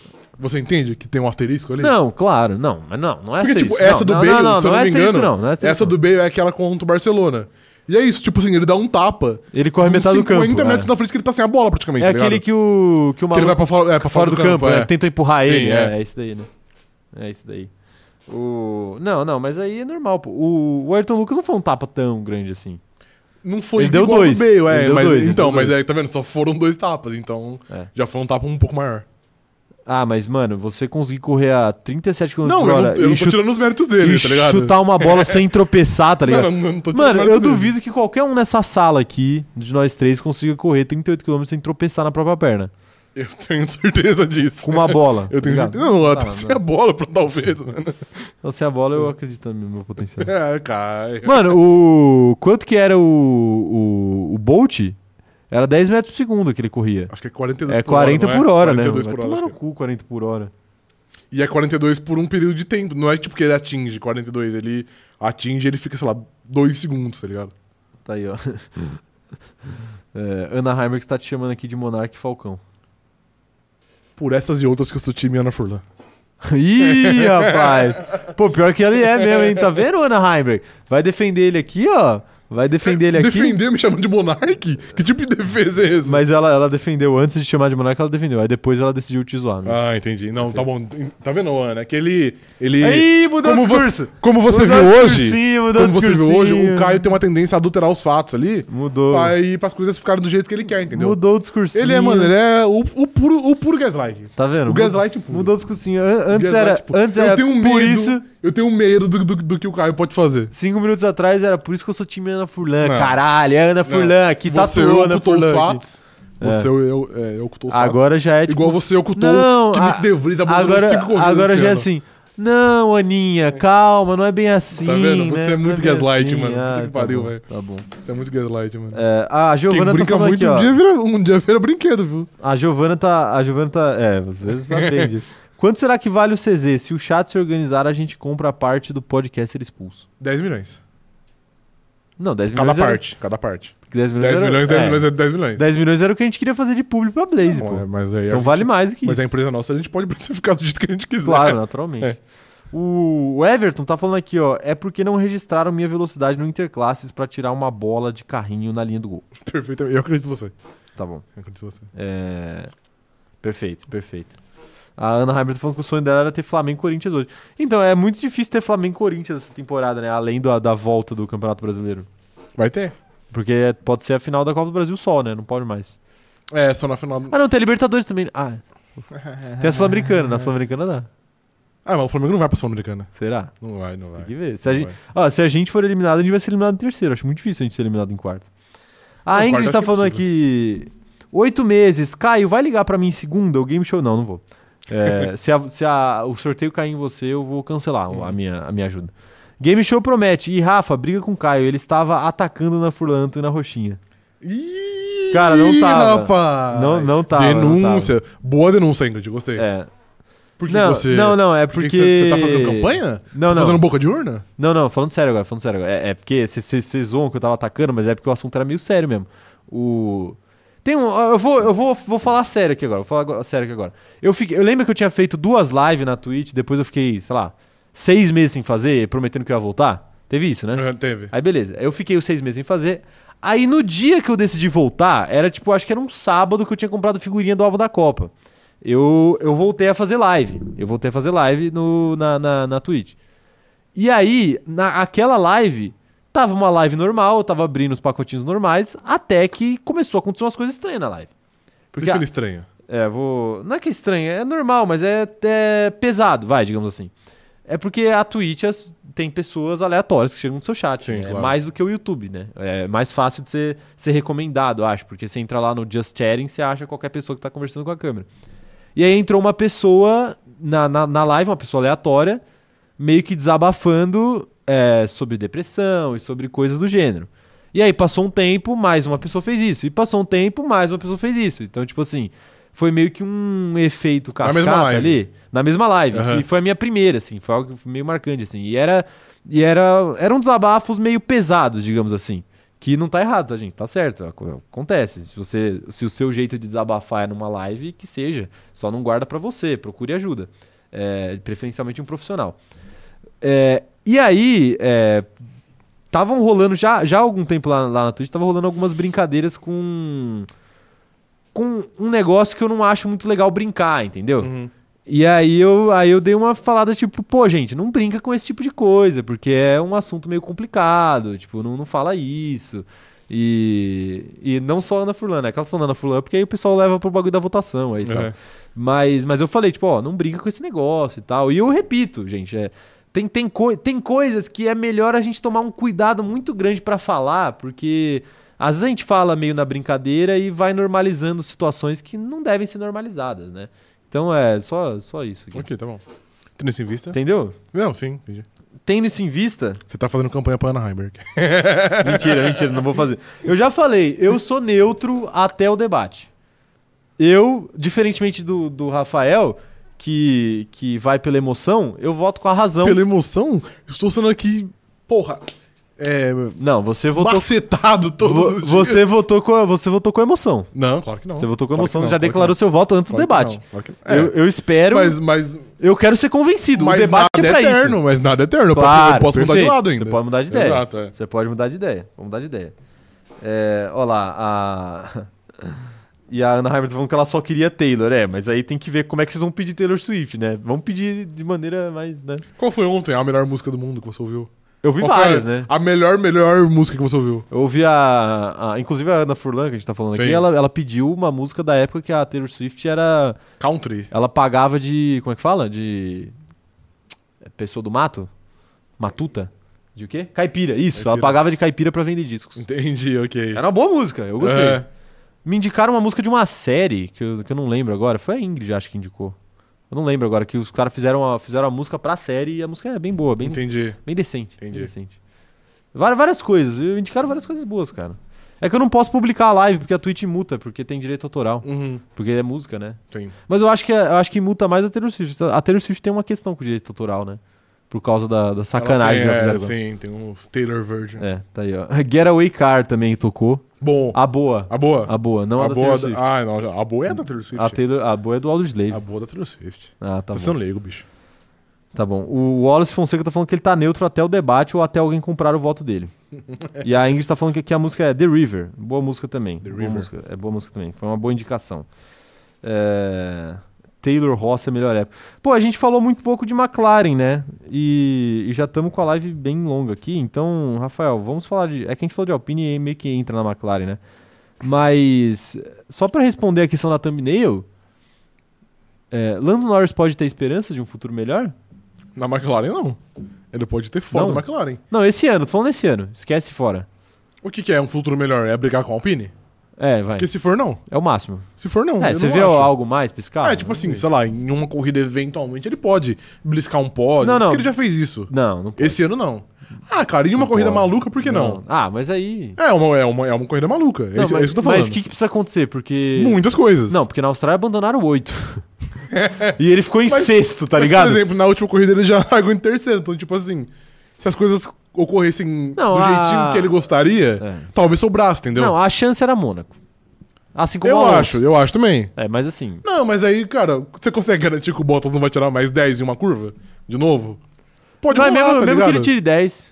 [SPEAKER 2] você entende que tem um asterisco ali?
[SPEAKER 1] Não, claro, não. Mas não, não é
[SPEAKER 2] Porque, tipo,
[SPEAKER 1] asterisco.
[SPEAKER 2] essa
[SPEAKER 1] Não,
[SPEAKER 2] do
[SPEAKER 1] não,
[SPEAKER 2] Bale,
[SPEAKER 1] não, não,
[SPEAKER 2] se
[SPEAKER 1] não
[SPEAKER 2] eu não
[SPEAKER 1] é
[SPEAKER 2] me
[SPEAKER 1] asterisco,
[SPEAKER 2] engano,
[SPEAKER 1] não, não é asterisco,
[SPEAKER 2] essa do Bale é aquela contra o Barcelona. E é isso, tipo assim, ele dá um tapa.
[SPEAKER 1] Ele corre
[SPEAKER 2] uns
[SPEAKER 1] metade do campo.
[SPEAKER 2] 50
[SPEAKER 1] é.
[SPEAKER 2] metros da frente que ele tá sem a bola praticamente.
[SPEAKER 1] É
[SPEAKER 2] tá
[SPEAKER 1] aquele
[SPEAKER 2] ligado?
[SPEAKER 1] que o, que o
[SPEAKER 2] Que ele
[SPEAKER 1] maluco
[SPEAKER 2] vai pra fora, é, pra
[SPEAKER 1] fora do campo,
[SPEAKER 2] é.
[SPEAKER 1] é. tenta empurrar
[SPEAKER 2] Sim,
[SPEAKER 1] ele. É.
[SPEAKER 2] é.
[SPEAKER 1] é isso daí, né? É isso daí. O... Não, não, mas aí é normal, pô. O, o Ayrton Lucas não foi um tapa tão grande assim.
[SPEAKER 2] Não foi
[SPEAKER 1] Ele deu
[SPEAKER 2] igual
[SPEAKER 1] dois.
[SPEAKER 2] do Bale, é,
[SPEAKER 1] Ele deu
[SPEAKER 2] mas
[SPEAKER 1] dois, ele
[SPEAKER 2] então,
[SPEAKER 1] deu
[SPEAKER 2] mas
[SPEAKER 1] dois.
[SPEAKER 2] é, tá vendo, só foram dois tapas, então
[SPEAKER 1] É.
[SPEAKER 2] já foi um tapa um pouco maior.
[SPEAKER 1] Ah, mas, mano, você conseguir correr a 37 km
[SPEAKER 2] Não,
[SPEAKER 1] por
[SPEAKER 2] eu
[SPEAKER 1] hora
[SPEAKER 2] não, eu
[SPEAKER 1] e,
[SPEAKER 2] não tô
[SPEAKER 1] chu-
[SPEAKER 2] tirando os méritos
[SPEAKER 1] e
[SPEAKER 2] dele, tá ligado?
[SPEAKER 1] chutar uma bola sem tropeçar, tá ligado?
[SPEAKER 2] Não, não, não tô tirando
[SPEAKER 1] Mano,
[SPEAKER 2] o
[SPEAKER 1] eu
[SPEAKER 2] mérito dele.
[SPEAKER 1] duvido que qualquer um nessa sala aqui, de nós três, consiga correr 38 km sem tropeçar na própria perna.
[SPEAKER 2] Eu tenho certeza disso.
[SPEAKER 1] Com uma bola.
[SPEAKER 2] Eu tenho
[SPEAKER 1] tá
[SPEAKER 2] certeza.
[SPEAKER 1] ligado?
[SPEAKER 2] Não, até
[SPEAKER 1] Tá,
[SPEAKER 2] sem
[SPEAKER 1] não.
[SPEAKER 2] a bola, pro- talvez, mano.
[SPEAKER 1] Então, sem a bola, eu acredito no meu potencial.
[SPEAKER 2] É, cai.
[SPEAKER 1] Mano, o. Quanto que era o. O, o Bolt? Era 10 metros por segundo que ele corria.
[SPEAKER 2] Acho que é 42
[SPEAKER 1] É 40 por hora, né?
[SPEAKER 2] né? 42
[SPEAKER 1] Vai
[SPEAKER 2] por
[SPEAKER 1] tomar
[SPEAKER 2] hora.
[SPEAKER 1] no
[SPEAKER 2] acho que
[SPEAKER 1] cu 40 por hora.
[SPEAKER 2] é. E é 42 por um período de tempo. Não é tipo que ele atinge 42. Ele atinge e ele fica, sei lá, 2 segundos, tá ligado?
[SPEAKER 1] Tá aí, ó. É, Ana Heimer que está te chamando aqui de Monark e Falcão.
[SPEAKER 2] Por essas e outras que eu sou time Ana Furlan.
[SPEAKER 1] Ih, rapaz! Pô, pior que ele é mesmo, hein? Tá vendo, Ana Heimer? Vai defender ele aqui, ó. Vai defender ele aqui.
[SPEAKER 2] Defender me chamando de Monark? Que tipo de defesa é essa?
[SPEAKER 1] Mas ela, ela defendeu antes de chamar de Monark, ela defendeu. Aí depois ela decidiu te zoar. Né?
[SPEAKER 2] Ah, entendi. Não, tá bom. Tá vendo, Ana? É que ele. ele...
[SPEAKER 1] Aí, mudou
[SPEAKER 2] como
[SPEAKER 1] o discurso!
[SPEAKER 2] você, como você
[SPEAKER 1] Mudou
[SPEAKER 2] viu
[SPEAKER 1] o
[SPEAKER 2] hoje.
[SPEAKER 1] discursinho, mudou
[SPEAKER 2] Como
[SPEAKER 1] o
[SPEAKER 2] você viu hoje, o
[SPEAKER 1] discursinho.
[SPEAKER 2] Caio tem uma tendência a adulterar os fatos ali.
[SPEAKER 1] Mudou.
[SPEAKER 2] Aí pras coisas ficarem do jeito que ele quer, entendeu?
[SPEAKER 1] Mudou o discursinho.
[SPEAKER 2] Ele é, mano, ele é o, o puro, o puro gaslight.
[SPEAKER 1] Tá vendo?
[SPEAKER 2] O gaslight puro.
[SPEAKER 1] Mudou o discursinho. An- antes
[SPEAKER 2] Gaslight
[SPEAKER 1] era,
[SPEAKER 2] puro.
[SPEAKER 1] antes era
[SPEAKER 2] eu tenho um medo,
[SPEAKER 1] por isso.
[SPEAKER 2] Eu tenho medo do, do, do que o Caio pode fazer.
[SPEAKER 1] Cinco minutos atrás era por isso que eu sou time Ana Furlan.
[SPEAKER 2] Não.
[SPEAKER 1] Caralho, é Ana Furlan aqui, tá
[SPEAKER 2] Você
[SPEAKER 1] tudo Ana
[SPEAKER 2] ocultou os
[SPEAKER 1] Furlan. aqui.
[SPEAKER 2] fatos. Você eu, é, eu ocultou os fatos.
[SPEAKER 1] Agora já é tipo.
[SPEAKER 2] Igual você ocultou
[SPEAKER 1] Não,
[SPEAKER 2] que
[SPEAKER 1] a-
[SPEAKER 2] me devriza
[SPEAKER 1] agora
[SPEAKER 2] cinco corridas
[SPEAKER 1] agora
[SPEAKER 2] esse
[SPEAKER 1] já é
[SPEAKER 2] ano.
[SPEAKER 1] assim. Não, Aninha, calma, não é bem assim.
[SPEAKER 2] Tá vendo?
[SPEAKER 1] né?
[SPEAKER 2] Você é
[SPEAKER 1] Não
[SPEAKER 2] muito
[SPEAKER 1] bem
[SPEAKER 2] gaslight, mano. Puta
[SPEAKER 1] Ah,
[SPEAKER 2] que pariu,
[SPEAKER 1] tá bom,
[SPEAKER 2] velho.
[SPEAKER 1] Tá bom.
[SPEAKER 2] Você é muito gaslight, mano.
[SPEAKER 1] É, a
[SPEAKER 2] Quem
[SPEAKER 1] Giovana tá
[SPEAKER 2] brinca
[SPEAKER 1] falando
[SPEAKER 2] muito
[SPEAKER 1] aqui,
[SPEAKER 2] um,
[SPEAKER 1] ó.
[SPEAKER 2] dia vira, um dia vira brinquedo, viu?
[SPEAKER 1] A Giovana tá. A Giovana tá. É, vocês sabem disso. Quanto será que vale o CZ? Se o chat se organizar, a gente compra a parte do podcaster expulso.
[SPEAKER 2] 10 milhões.
[SPEAKER 1] Não, 10
[SPEAKER 2] Cada
[SPEAKER 1] milhões. era-
[SPEAKER 2] parte, cada parte.
[SPEAKER 1] 10 milhões,
[SPEAKER 2] 10
[SPEAKER 1] era,
[SPEAKER 2] milhões, 10
[SPEAKER 1] é,
[SPEAKER 2] milhões é 10 milhões.
[SPEAKER 1] 10 milhões era o que a gente queria fazer de público pra Blaze,
[SPEAKER 2] Não,
[SPEAKER 1] pô.
[SPEAKER 2] é, mas aí a
[SPEAKER 1] então
[SPEAKER 2] gente-
[SPEAKER 1] vale mais do que
[SPEAKER 2] Mas a
[SPEAKER 1] isso.
[SPEAKER 2] empresa nossa, a gente pode precificar do jeito que a gente quiser.
[SPEAKER 1] Claro, naturalmente.
[SPEAKER 2] É.
[SPEAKER 1] O o Everton tá falando aqui, ó. É porque não registraram minha velocidade no Interclasses pra tirar uma bola de carrinho na linha do gol.
[SPEAKER 2] Perfeito. Eu acredito em você.
[SPEAKER 1] Tá bom.
[SPEAKER 2] Eu acredito em você.
[SPEAKER 1] É... Perfeito, perfeito. A Ana Heimer tá falando que o sonho dela era ter Flamengo e Corinthians hoje. Então, é muito difícil ter Flamengo e Corinthians essa temporada, né? Além da, da volta do Campeonato Brasileiro.
[SPEAKER 2] Vai ter.
[SPEAKER 1] Porque é- pode ser a final da Copa do Brasil só, né? Não pode mais.
[SPEAKER 2] É, só na final.
[SPEAKER 1] Ah, não, tem a Libertadores também. Ah. Tem a Sul-Americana. Na Sul-Americana dá.
[SPEAKER 2] Ah, mas o Flamengo não vai pra Sul-Americana.
[SPEAKER 1] Será?
[SPEAKER 2] Não vai, não vai.
[SPEAKER 1] Tem que ver. Se a,
[SPEAKER 2] Não
[SPEAKER 1] gente,
[SPEAKER 2] vai.
[SPEAKER 1] ó, se a gente for eliminado, a gente vai ser eliminado em terceiro. Acho muito difícil a gente ser eliminado em quarto. A
[SPEAKER 2] Não,
[SPEAKER 1] Ingrid
[SPEAKER 2] quarto
[SPEAKER 1] tá
[SPEAKER 2] acho que é
[SPEAKER 1] falando aqui. Oito meses. Caio, vai ligar pra mim segunda o game show? Não, não vou. É, se a- se a- o sorteio cair em você, eu vou cancelar
[SPEAKER 2] Uhum.
[SPEAKER 1] a minha, a minha ajuda. Game show promete. E Rafa, briga com o Caio. Ele estava atacando na Furlanto e na Roxinha.
[SPEAKER 2] Ih,
[SPEAKER 1] Cara, não tava.
[SPEAKER 2] rapaz.
[SPEAKER 1] Não, não tava.
[SPEAKER 2] denúncia. Boa denúncia, Ingrid. Gostei.
[SPEAKER 1] Não, tava. É.
[SPEAKER 2] Por que
[SPEAKER 1] não,
[SPEAKER 2] você.
[SPEAKER 1] não, não, é
[SPEAKER 2] Por que
[SPEAKER 1] porque.
[SPEAKER 2] Você você tá fazendo campanha?
[SPEAKER 1] Não,
[SPEAKER 2] tá
[SPEAKER 1] não.
[SPEAKER 2] fazendo boca de urna?
[SPEAKER 1] Não, não, falando sério agora, falando sério agora. É, é porque vocês zoam que eu tava atacando, mas é porque o assunto era meio sério mesmo. O. Tem um. Eu vou, eu vou, vou falar sério aqui agora. Vou falar agora- sério aqui agora. Eu, fiquei, eu lembro que eu tinha feito duas lives na Twitch, depois eu fiquei, sei lá, seis meses sem fazer, prometendo que eu ia voltar. Teve isso, né?
[SPEAKER 2] Ah, Teve.
[SPEAKER 1] Aí beleza, eu fiquei os seis meses sem fazer. Aí no dia que eu decidi voltar, era tipo, acho que era um sábado que eu tinha comprado figurinha do álbum da Copa. Eu, eu voltei a fazer live. Eu voltei a fazer live no, na, na, na Twitch. E aí, na, aquela live, tava uma live normal, eu tava abrindo os pacotinhos normais, até que começou a acontecer umas coisas estranhas na live. Porque
[SPEAKER 2] Porque... Defina estranho.
[SPEAKER 1] é, vou. Não é que é estranho, é normal, mas é, é pesado, vai, digamos assim. É porque a Twitch as- tem pessoas aleatórias que chegam no seu chat.
[SPEAKER 2] Sim,
[SPEAKER 1] né?
[SPEAKER 2] claro.
[SPEAKER 1] É mais do que o YouTube, né? É mais fácil de ser, ser recomendado, eu acho, porque você entra lá no Just Chatting, você acha qualquer pessoa que tá conversando com a câmera. E aí entrou uma pessoa na, na, na live, uma pessoa aleatória, meio que desabafando é, sobre depressão e sobre coisas do gênero. E aí passou um tempo, mais uma pessoa fez isso. E passou um tempo, mais uma pessoa fez isso. Então, tipo assim, foi meio que um efeito
[SPEAKER 2] mesma
[SPEAKER 1] cascata
[SPEAKER 2] live.
[SPEAKER 1] ali. Na mesma live.
[SPEAKER 2] Aham.
[SPEAKER 1] E foi a minha primeira, assim. Foi algo meio marcante, assim. E era... E era, eram desabafos meio pesados, digamos assim. Que não tá errado, tá, gente? Tá certo. ac- Acontece. Se, você, se o seu jeito de desabafar é numa live, que seja. Só não guarda pra você. Procure ajuda. É, preferencialmente um profissional. É, e aí, é, estavam rolando já, já há algum tempo lá, lá na Twitch, estavam rolando algumas brincadeiras com. com um negócio que eu não acho muito legal brincar, entendeu?
[SPEAKER 2] Uhum.
[SPEAKER 1] E aí eu, aí eu dei uma falada tipo, pô, gente, não brinca com esse tipo de coisa, porque é um assunto meio complicado, tipo, não, não fala isso. E, e não só a Ana Furlan, né? Que ela tá falando Ana Furlan, porque aí o pessoal leva pro bagulho da votação aí e tal.
[SPEAKER 2] É.
[SPEAKER 1] Mas, mas eu falei, tipo, ó, não brinca com esse negócio e tal. E eu repito, gente, é, tem, tem, coi- tem coisas que é melhor a gente tomar um cuidado muito grande pra falar, porque às vezes a gente fala meio na brincadeira e vai normalizando situações que não devem ser normalizadas, né? Então é só, só isso. aqui.
[SPEAKER 2] Ok, tá bom. Tendo isso em vista?
[SPEAKER 1] Entendeu?
[SPEAKER 2] Não, sim, entendi.
[SPEAKER 1] Tendo isso em vista.
[SPEAKER 2] Você tá fazendo campanha pra Ana Heimberg.
[SPEAKER 1] Mentira, mentira, não vou fazer. Eu já falei, eu sou neutro até o debate. Eu, diferentemente do, do Rafael, que, que vai pela emoção, eu voto com a razão.
[SPEAKER 2] Pela emoção, estou sendo aqui, porra, é,
[SPEAKER 1] Não, você votou.
[SPEAKER 2] macetado todos
[SPEAKER 1] vo-
[SPEAKER 2] os dias.
[SPEAKER 1] Você votou, com a, você votou com a emoção.
[SPEAKER 2] Não, claro que não.
[SPEAKER 1] Você votou com a
[SPEAKER 2] Claro
[SPEAKER 1] emoção,
[SPEAKER 2] que não,
[SPEAKER 1] já
[SPEAKER 2] claro que
[SPEAKER 1] declarou
[SPEAKER 2] não.
[SPEAKER 1] seu voto antes do
[SPEAKER 2] Claro que
[SPEAKER 1] debate.
[SPEAKER 2] não, claro que não.
[SPEAKER 1] Eu,
[SPEAKER 2] É,
[SPEAKER 1] eu espero.
[SPEAKER 2] mas, mas,
[SPEAKER 1] Eu quero ser convencido.
[SPEAKER 2] mas
[SPEAKER 1] o debate
[SPEAKER 2] nada
[SPEAKER 1] é pra
[SPEAKER 2] eterno,
[SPEAKER 1] isso.
[SPEAKER 2] mas nada é eterno. Eu posso-
[SPEAKER 1] Claro,
[SPEAKER 2] eu posso, mudar de
[SPEAKER 1] perfeito.
[SPEAKER 2] lado ainda.
[SPEAKER 1] Você pode mudar de ideia.
[SPEAKER 2] Exato, é.
[SPEAKER 1] Você pode mudar de ideia. Vamos mudar de ideia. É, olha lá, a. E a Ana Heimert falando que ela só queria Taylor, é, mas aí tem que ver como é que vocês vão pedir Taylor Swift, né? Vamos pedir de maneira mais. Né?
[SPEAKER 2] Qual foi ontem a melhor música do mundo que você ouviu?
[SPEAKER 1] Eu vi
[SPEAKER 2] Qual foi
[SPEAKER 1] várias,
[SPEAKER 2] a,
[SPEAKER 1] né?
[SPEAKER 2] A melhor, melhor música que você ouviu.
[SPEAKER 1] Eu ouvi a, a- Inclusive a Ana Furlan, que a gente tá falando aqui,
[SPEAKER 2] Sim.
[SPEAKER 1] ela, ela pediu uma música da época que a Taylor Swift era.
[SPEAKER 2] Country.
[SPEAKER 1] Ela pagava de. Como é que fala? De. é, Pessoa do mato? Matuta? De o quê? Caipira, isso. Ela
[SPEAKER 2] Caipira.
[SPEAKER 1] pagava de caipira pra vender discos.
[SPEAKER 2] Entendi, ok.
[SPEAKER 1] Era uma boa música, eu gostei.
[SPEAKER 2] É.
[SPEAKER 1] Me indicaram uma música de uma série que eu, que eu não lembro agora. Foi a Ingrid, acho que indicou. Eu não lembro agora, que os caras fizeram a, fizeram a música pra série e a música é bem boa, bem,
[SPEAKER 2] Entendi.
[SPEAKER 1] bem decente. bem
[SPEAKER 2] Entendi.
[SPEAKER 1] decente. Várias, várias coisas, eu- indicaram várias coisas boas, cara. É que eu não posso publicar a live porque a Twitch muta, porque tem direito autoral.
[SPEAKER 2] Uhum.
[SPEAKER 1] Porque é música, né?
[SPEAKER 2] Sim.
[SPEAKER 1] Mas eu acho que, é, eu acho que muta mais a Taylor Swift. A Taylor Swift tem uma questão com o direito autoral, né? Por causa da, da sacanagem
[SPEAKER 2] Ela
[SPEAKER 1] que
[SPEAKER 2] tem,
[SPEAKER 1] ela
[SPEAKER 2] é,
[SPEAKER 1] fizeram.
[SPEAKER 2] Sim, tem uns Taylor Version.
[SPEAKER 1] É, tá aí, ó. Getaway Car também tocou.
[SPEAKER 2] Bom, a,
[SPEAKER 1] A boa.
[SPEAKER 2] boa.
[SPEAKER 1] A boa, não a, da
[SPEAKER 2] boa
[SPEAKER 1] Taylor Swift.
[SPEAKER 2] Ah, não. já- A boa é a da Taylor Swift.
[SPEAKER 1] A, Taylor, a boa é do Aldous Slave.
[SPEAKER 2] A boa é da Taylor Swift.
[SPEAKER 1] Ah, tá
[SPEAKER 2] Vocês
[SPEAKER 1] bom.
[SPEAKER 2] são leigo, bicho.
[SPEAKER 1] Tá bom. O Wallace Fonseca tá falando que ele tá neutro até o debate ou até alguém comprar o voto dele. e a Ingrid tá falando que aqui a música é The River. Boa música também.
[SPEAKER 2] The
[SPEAKER 1] boa
[SPEAKER 2] River.
[SPEAKER 1] Música, é boa música também. Foi uma boa indicação. É, Taylor Ross é a melhor época. Pô, a gente falou muito pouco de McLaren, né? E, e já estamos com a live bem longa aqui. Então, Rafael, vamos falar de. É que a gente falou de Alpine e meio que entra na McLaren, né? Mas, só pra responder a questão da thumbnail. É, Lando Norris pode ter esperança de um futuro melhor?
[SPEAKER 2] Na McLaren, não. Ele pode ter fora
[SPEAKER 1] Não.
[SPEAKER 2] da McLaren.
[SPEAKER 1] Não, esse ano, tô falando esse ano. Esquece fora.
[SPEAKER 2] O que, que é um futuro melhor? É brigar com a Alpine?
[SPEAKER 1] É, vai.
[SPEAKER 2] Porque se for, não.
[SPEAKER 1] É o máximo.
[SPEAKER 2] Se for, não.
[SPEAKER 1] é,
[SPEAKER 2] eu
[SPEAKER 1] você
[SPEAKER 2] não
[SPEAKER 1] vê
[SPEAKER 2] acho.
[SPEAKER 1] algo Ah, mais pra esse carro?
[SPEAKER 2] É, tipo
[SPEAKER 1] Vamos
[SPEAKER 2] assim,
[SPEAKER 1] ver.
[SPEAKER 2] sei lá, em uma corrida eventualmente ele pode bliscar um pódio.
[SPEAKER 1] Não, não.
[SPEAKER 2] Porque ele já fez isso.
[SPEAKER 1] Não, não pode.
[SPEAKER 2] Esse ano não. Ah, cara, em uma
[SPEAKER 1] Não
[SPEAKER 2] corrida
[SPEAKER 1] pode.
[SPEAKER 2] maluca, por que não?
[SPEAKER 1] Ah, mas aí.
[SPEAKER 2] É, uma, é, uma, é uma corrida maluca. É,
[SPEAKER 1] Não,
[SPEAKER 2] isso, é
[SPEAKER 1] mas,
[SPEAKER 2] isso que eu tô falando.
[SPEAKER 1] Mas o que, que precisa acontecer? Porque.
[SPEAKER 2] Muitas coisas.
[SPEAKER 1] Não, porque na Austrália abandonaram o 8. e ele ficou em
[SPEAKER 2] Mas-
[SPEAKER 1] sexto, tá
[SPEAKER 2] Mas,
[SPEAKER 1] ligado?
[SPEAKER 2] por exemplo, na última corrida ele já largou em terceiro. Então, tipo assim, se as coisas ocorressem
[SPEAKER 1] Não,
[SPEAKER 2] do
[SPEAKER 1] a-
[SPEAKER 2] jeitinho que ele gostaria,
[SPEAKER 1] É.
[SPEAKER 2] talvez sobrasse, entendeu?
[SPEAKER 1] Não, a chance era Mônaco. Assim como o
[SPEAKER 2] eu
[SPEAKER 1] Alonso.
[SPEAKER 2] acho, eu acho também.
[SPEAKER 1] É, mas assim.
[SPEAKER 2] Não, mas aí, cara, você consegue garantir que o Bottas não vai tirar mais 10 em uma curva? De novo? Pode
[SPEAKER 1] Não, é
[SPEAKER 2] rolar,
[SPEAKER 1] mesmo, mesmo
[SPEAKER 2] tá
[SPEAKER 1] que
[SPEAKER 2] ligado?
[SPEAKER 1] ele tire 10.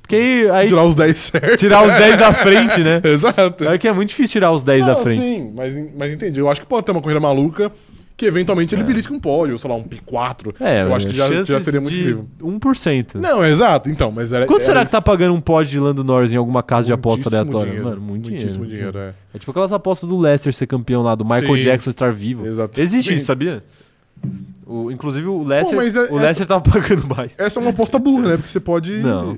[SPEAKER 1] Porque aí. aí tirar...
[SPEAKER 2] Tirar os 10 certos.
[SPEAKER 1] os 10 da frente, né?
[SPEAKER 2] Exato.
[SPEAKER 1] É que é muito difícil tirar os 10 da
[SPEAKER 2] Não,
[SPEAKER 1] frente.
[SPEAKER 2] Sim, mas, mas entendi. Eu acho que pode ter uma corrida maluca que eventualmente ele belisca um pódio, sei lá, um P4.
[SPEAKER 1] É,
[SPEAKER 2] eu acho que já,
[SPEAKER 1] chances
[SPEAKER 2] já seria muito
[SPEAKER 1] de
[SPEAKER 2] incrível.
[SPEAKER 1] 1%.
[SPEAKER 2] Não, exato, então, mas era.
[SPEAKER 1] Quanto
[SPEAKER 2] era
[SPEAKER 1] será que tá pagando um pod de Lando Norris em alguma casa de aposta
[SPEAKER 2] muitíssimo
[SPEAKER 1] aleatória?
[SPEAKER 2] dinheiro,
[SPEAKER 1] Mano, muito
[SPEAKER 2] muitíssimo
[SPEAKER 1] dinheiro.
[SPEAKER 2] dinheiro. é.
[SPEAKER 1] É tipo aquelas apostas do Lester ser campeão lá, do Michael
[SPEAKER 2] Sim.
[SPEAKER 1] Jackson estar vivo.
[SPEAKER 2] Exato.
[SPEAKER 1] Existe
[SPEAKER 2] Sim.
[SPEAKER 1] isso, sabia? O, inclusive o Lester,
[SPEAKER 2] Pô, mas é-
[SPEAKER 1] o Lester tava pagando mais.
[SPEAKER 2] Essa é uma aposta burra, né? Porque você pode.
[SPEAKER 1] Não.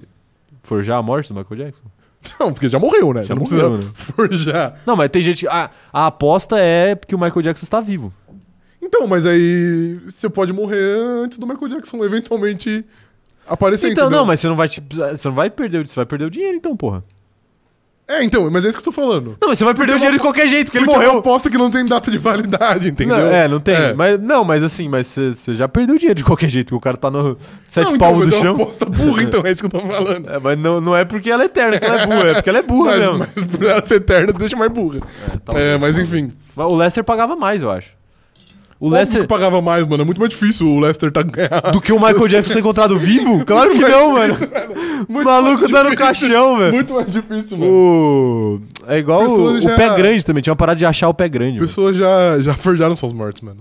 [SPEAKER 1] Forjar a morte do Michael Jackson?
[SPEAKER 2] Não, porque já morreu, né?
[SPEAKER 1] Já
[SPEAKER 2] você não
[SPEAKER 1] morreu,
[SPEAKER 2] precisa forjar.
[SPEAKER 1] Não, mas tem gente. A, a aposta é porque o Michael Jackson está vivo.
[SPEAKER 2] Então, mas aí você pode morrer antes do Michael Jackson eventualmente aparecer.
[SPEAKER 1] então,
[SPEAKER 2] entendeu?
[SPEAKER 1] não, mas você não vai te- você não vai perder, o- você vai perder o dinheiro, então, porra.
[SPEAKER 2] É, então, mas é isso que eu tô falando.
[SPEAKER 1] Não, mas você vai perder o dinheiro de qualquer jeito, porque ele
[SPEAKER 2] Porque É uma
[SPEAKER 1] morreu.
[SPEAKER 2] aposta que não tem data de validade, entendeu?
[SPEAKER 1] Não, é, não tem.
[SPEAKER 2] É.
[SPEAKER 1] Mas, não, mas assim, mas você você já perdeu o dinheiro de qualquer jeito, porque o cara tá no sete
[SPEAKER 2] Não, então,
[SPEAKER 1] palmos
[SPEAKER 2] mas
[SPEAKER 1] do
[SPEAKER 2] é
[SPEAKER 1] chão.
[SPEAKER 2] uma aposta burra, então, é isso que eu tô falando.
[SPEAKER 1] É, mas não, não é porque ela é eterna que ela é burra, é porque ela é burra mesmo.
[SPEAKER 2] mas, mas por ela ser eterna, deixa mais burra.
[SPEAKER 1] É, talvez.
[SPEAKER 2] É, mas enfim.
[SPEAKER 1] Mas o Lester pagava mais, eu acho. O
[SPEAKER 2] O
[SPEAKER 1] Lester.
[SPEAKER 2] Lester que pagava mais, mano. É muito mais difícil o Lester tá ganhando.
[SPEAKER 1] Do que o Michael Jackson ser encontrado vivo? Claro que não, mano. O
[SPEAKER 2] Muito
[SPEAKER 1] maluco
[SPEAKER 2] mais
[SPEAKER 1] tá no
[SPEAKER 2] difícil.
[SPEAKER 1] caixão, velho.
[SPEAKER 2] Muito mais difícil, mano.
[SPEAKER 1] O... É igual o,
[SPEAKER 2] Pessoas
[SPEAKER 1] o
[SPEAKER 2] já-
[SPEAKER 1] pé grande também. Tinha uma parada de achar o pé grande. mano.
[SPEAKER 2] Pessoas já, já forjaram suas mortes, mano.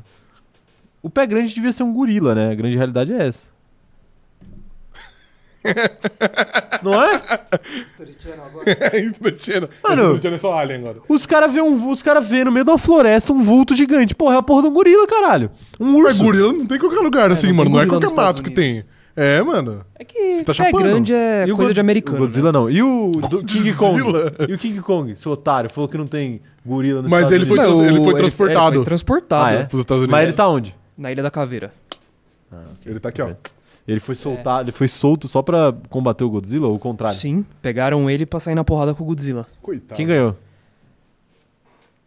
[SPEAKER 1] O pé grande devia ser um gorila, né? A grande realidade é essa. não é?
[SPEAKER 3] History Channel agora.
[SPEAKER 2] É isso, Tatiana.
[SPEAKER 1] Mano.
[SPEAKER 2] Tatiana é só alien agora.
[SPEAKER 1] Os caras vê, um, os cara vê no meio da floresta um vulto gigante. Porra, é a porra de um gorila, caralho. Um
[SPEAKER 2] Mas
[SPEAKER 1] urso.
[SPEAKER 2] gorila não tem em qualquer lugar assim,
[SPEAKER 3] não
[SPEAKER 2] mano.
[SPEAKER 3] tem
[SPEAKER 2] Não é
[SPEAKER 3] gorila
[SPEAKER 2] qualquer
[SPEAKER 3] nos Estados
[SPEAKER 2] mato que tem.
[SPEAKER 3] Unidos.
[SPEAKER 2] É, mano.
[SPEAKER 5] É que
[SPEAKER 2] Você tá
[SPEAKER 5] pé
[SPEAKER 2] chapando?
[SPEAKER 5] grande é
[SPEAKER 1] E o
[SPEAKER 5] coisa
[SPEAKER 1] God-
[SPEAKER 5] de americano. né?
[SPEAKER 1] O Godzilla não. E o do- King Kong?
[SPEAKER 2] Godzilla.
[SPEAKER 1] E o King Kong, seu otário, falou que não tem gorila no
[SPEAKER 2] Mas ele foi
[SPEAKER 5] Mas
[SPEAKER 2] trans-
[SPEAKER 5] o-
[SPEAKER 2] ele foi
[SPEAKER 5] é,
[SPEAKER 2] transportado.
[SPEAKER 5] foi transportado
[SPEAKER 1] Ah, é?
[SPEAKER 2] Pros Estados Unidos.
[SPEAKER 1] Mas ele tá onde?
[SPEAKER 5] na Ilha da Caveira.
[SPEAKER 2] Ele tá aqui, ó.
[SPEAKER 1] Ele Ele foi soltado, ele foi solto só pra combater o Godzilla ou o contrário?
[SPEAKER 5] Sim, pegaram ele pra sair na porrada com o Godzilla.
[SPEAKER 2] Coitado.
[SPEAKER 1] Quem ganhou?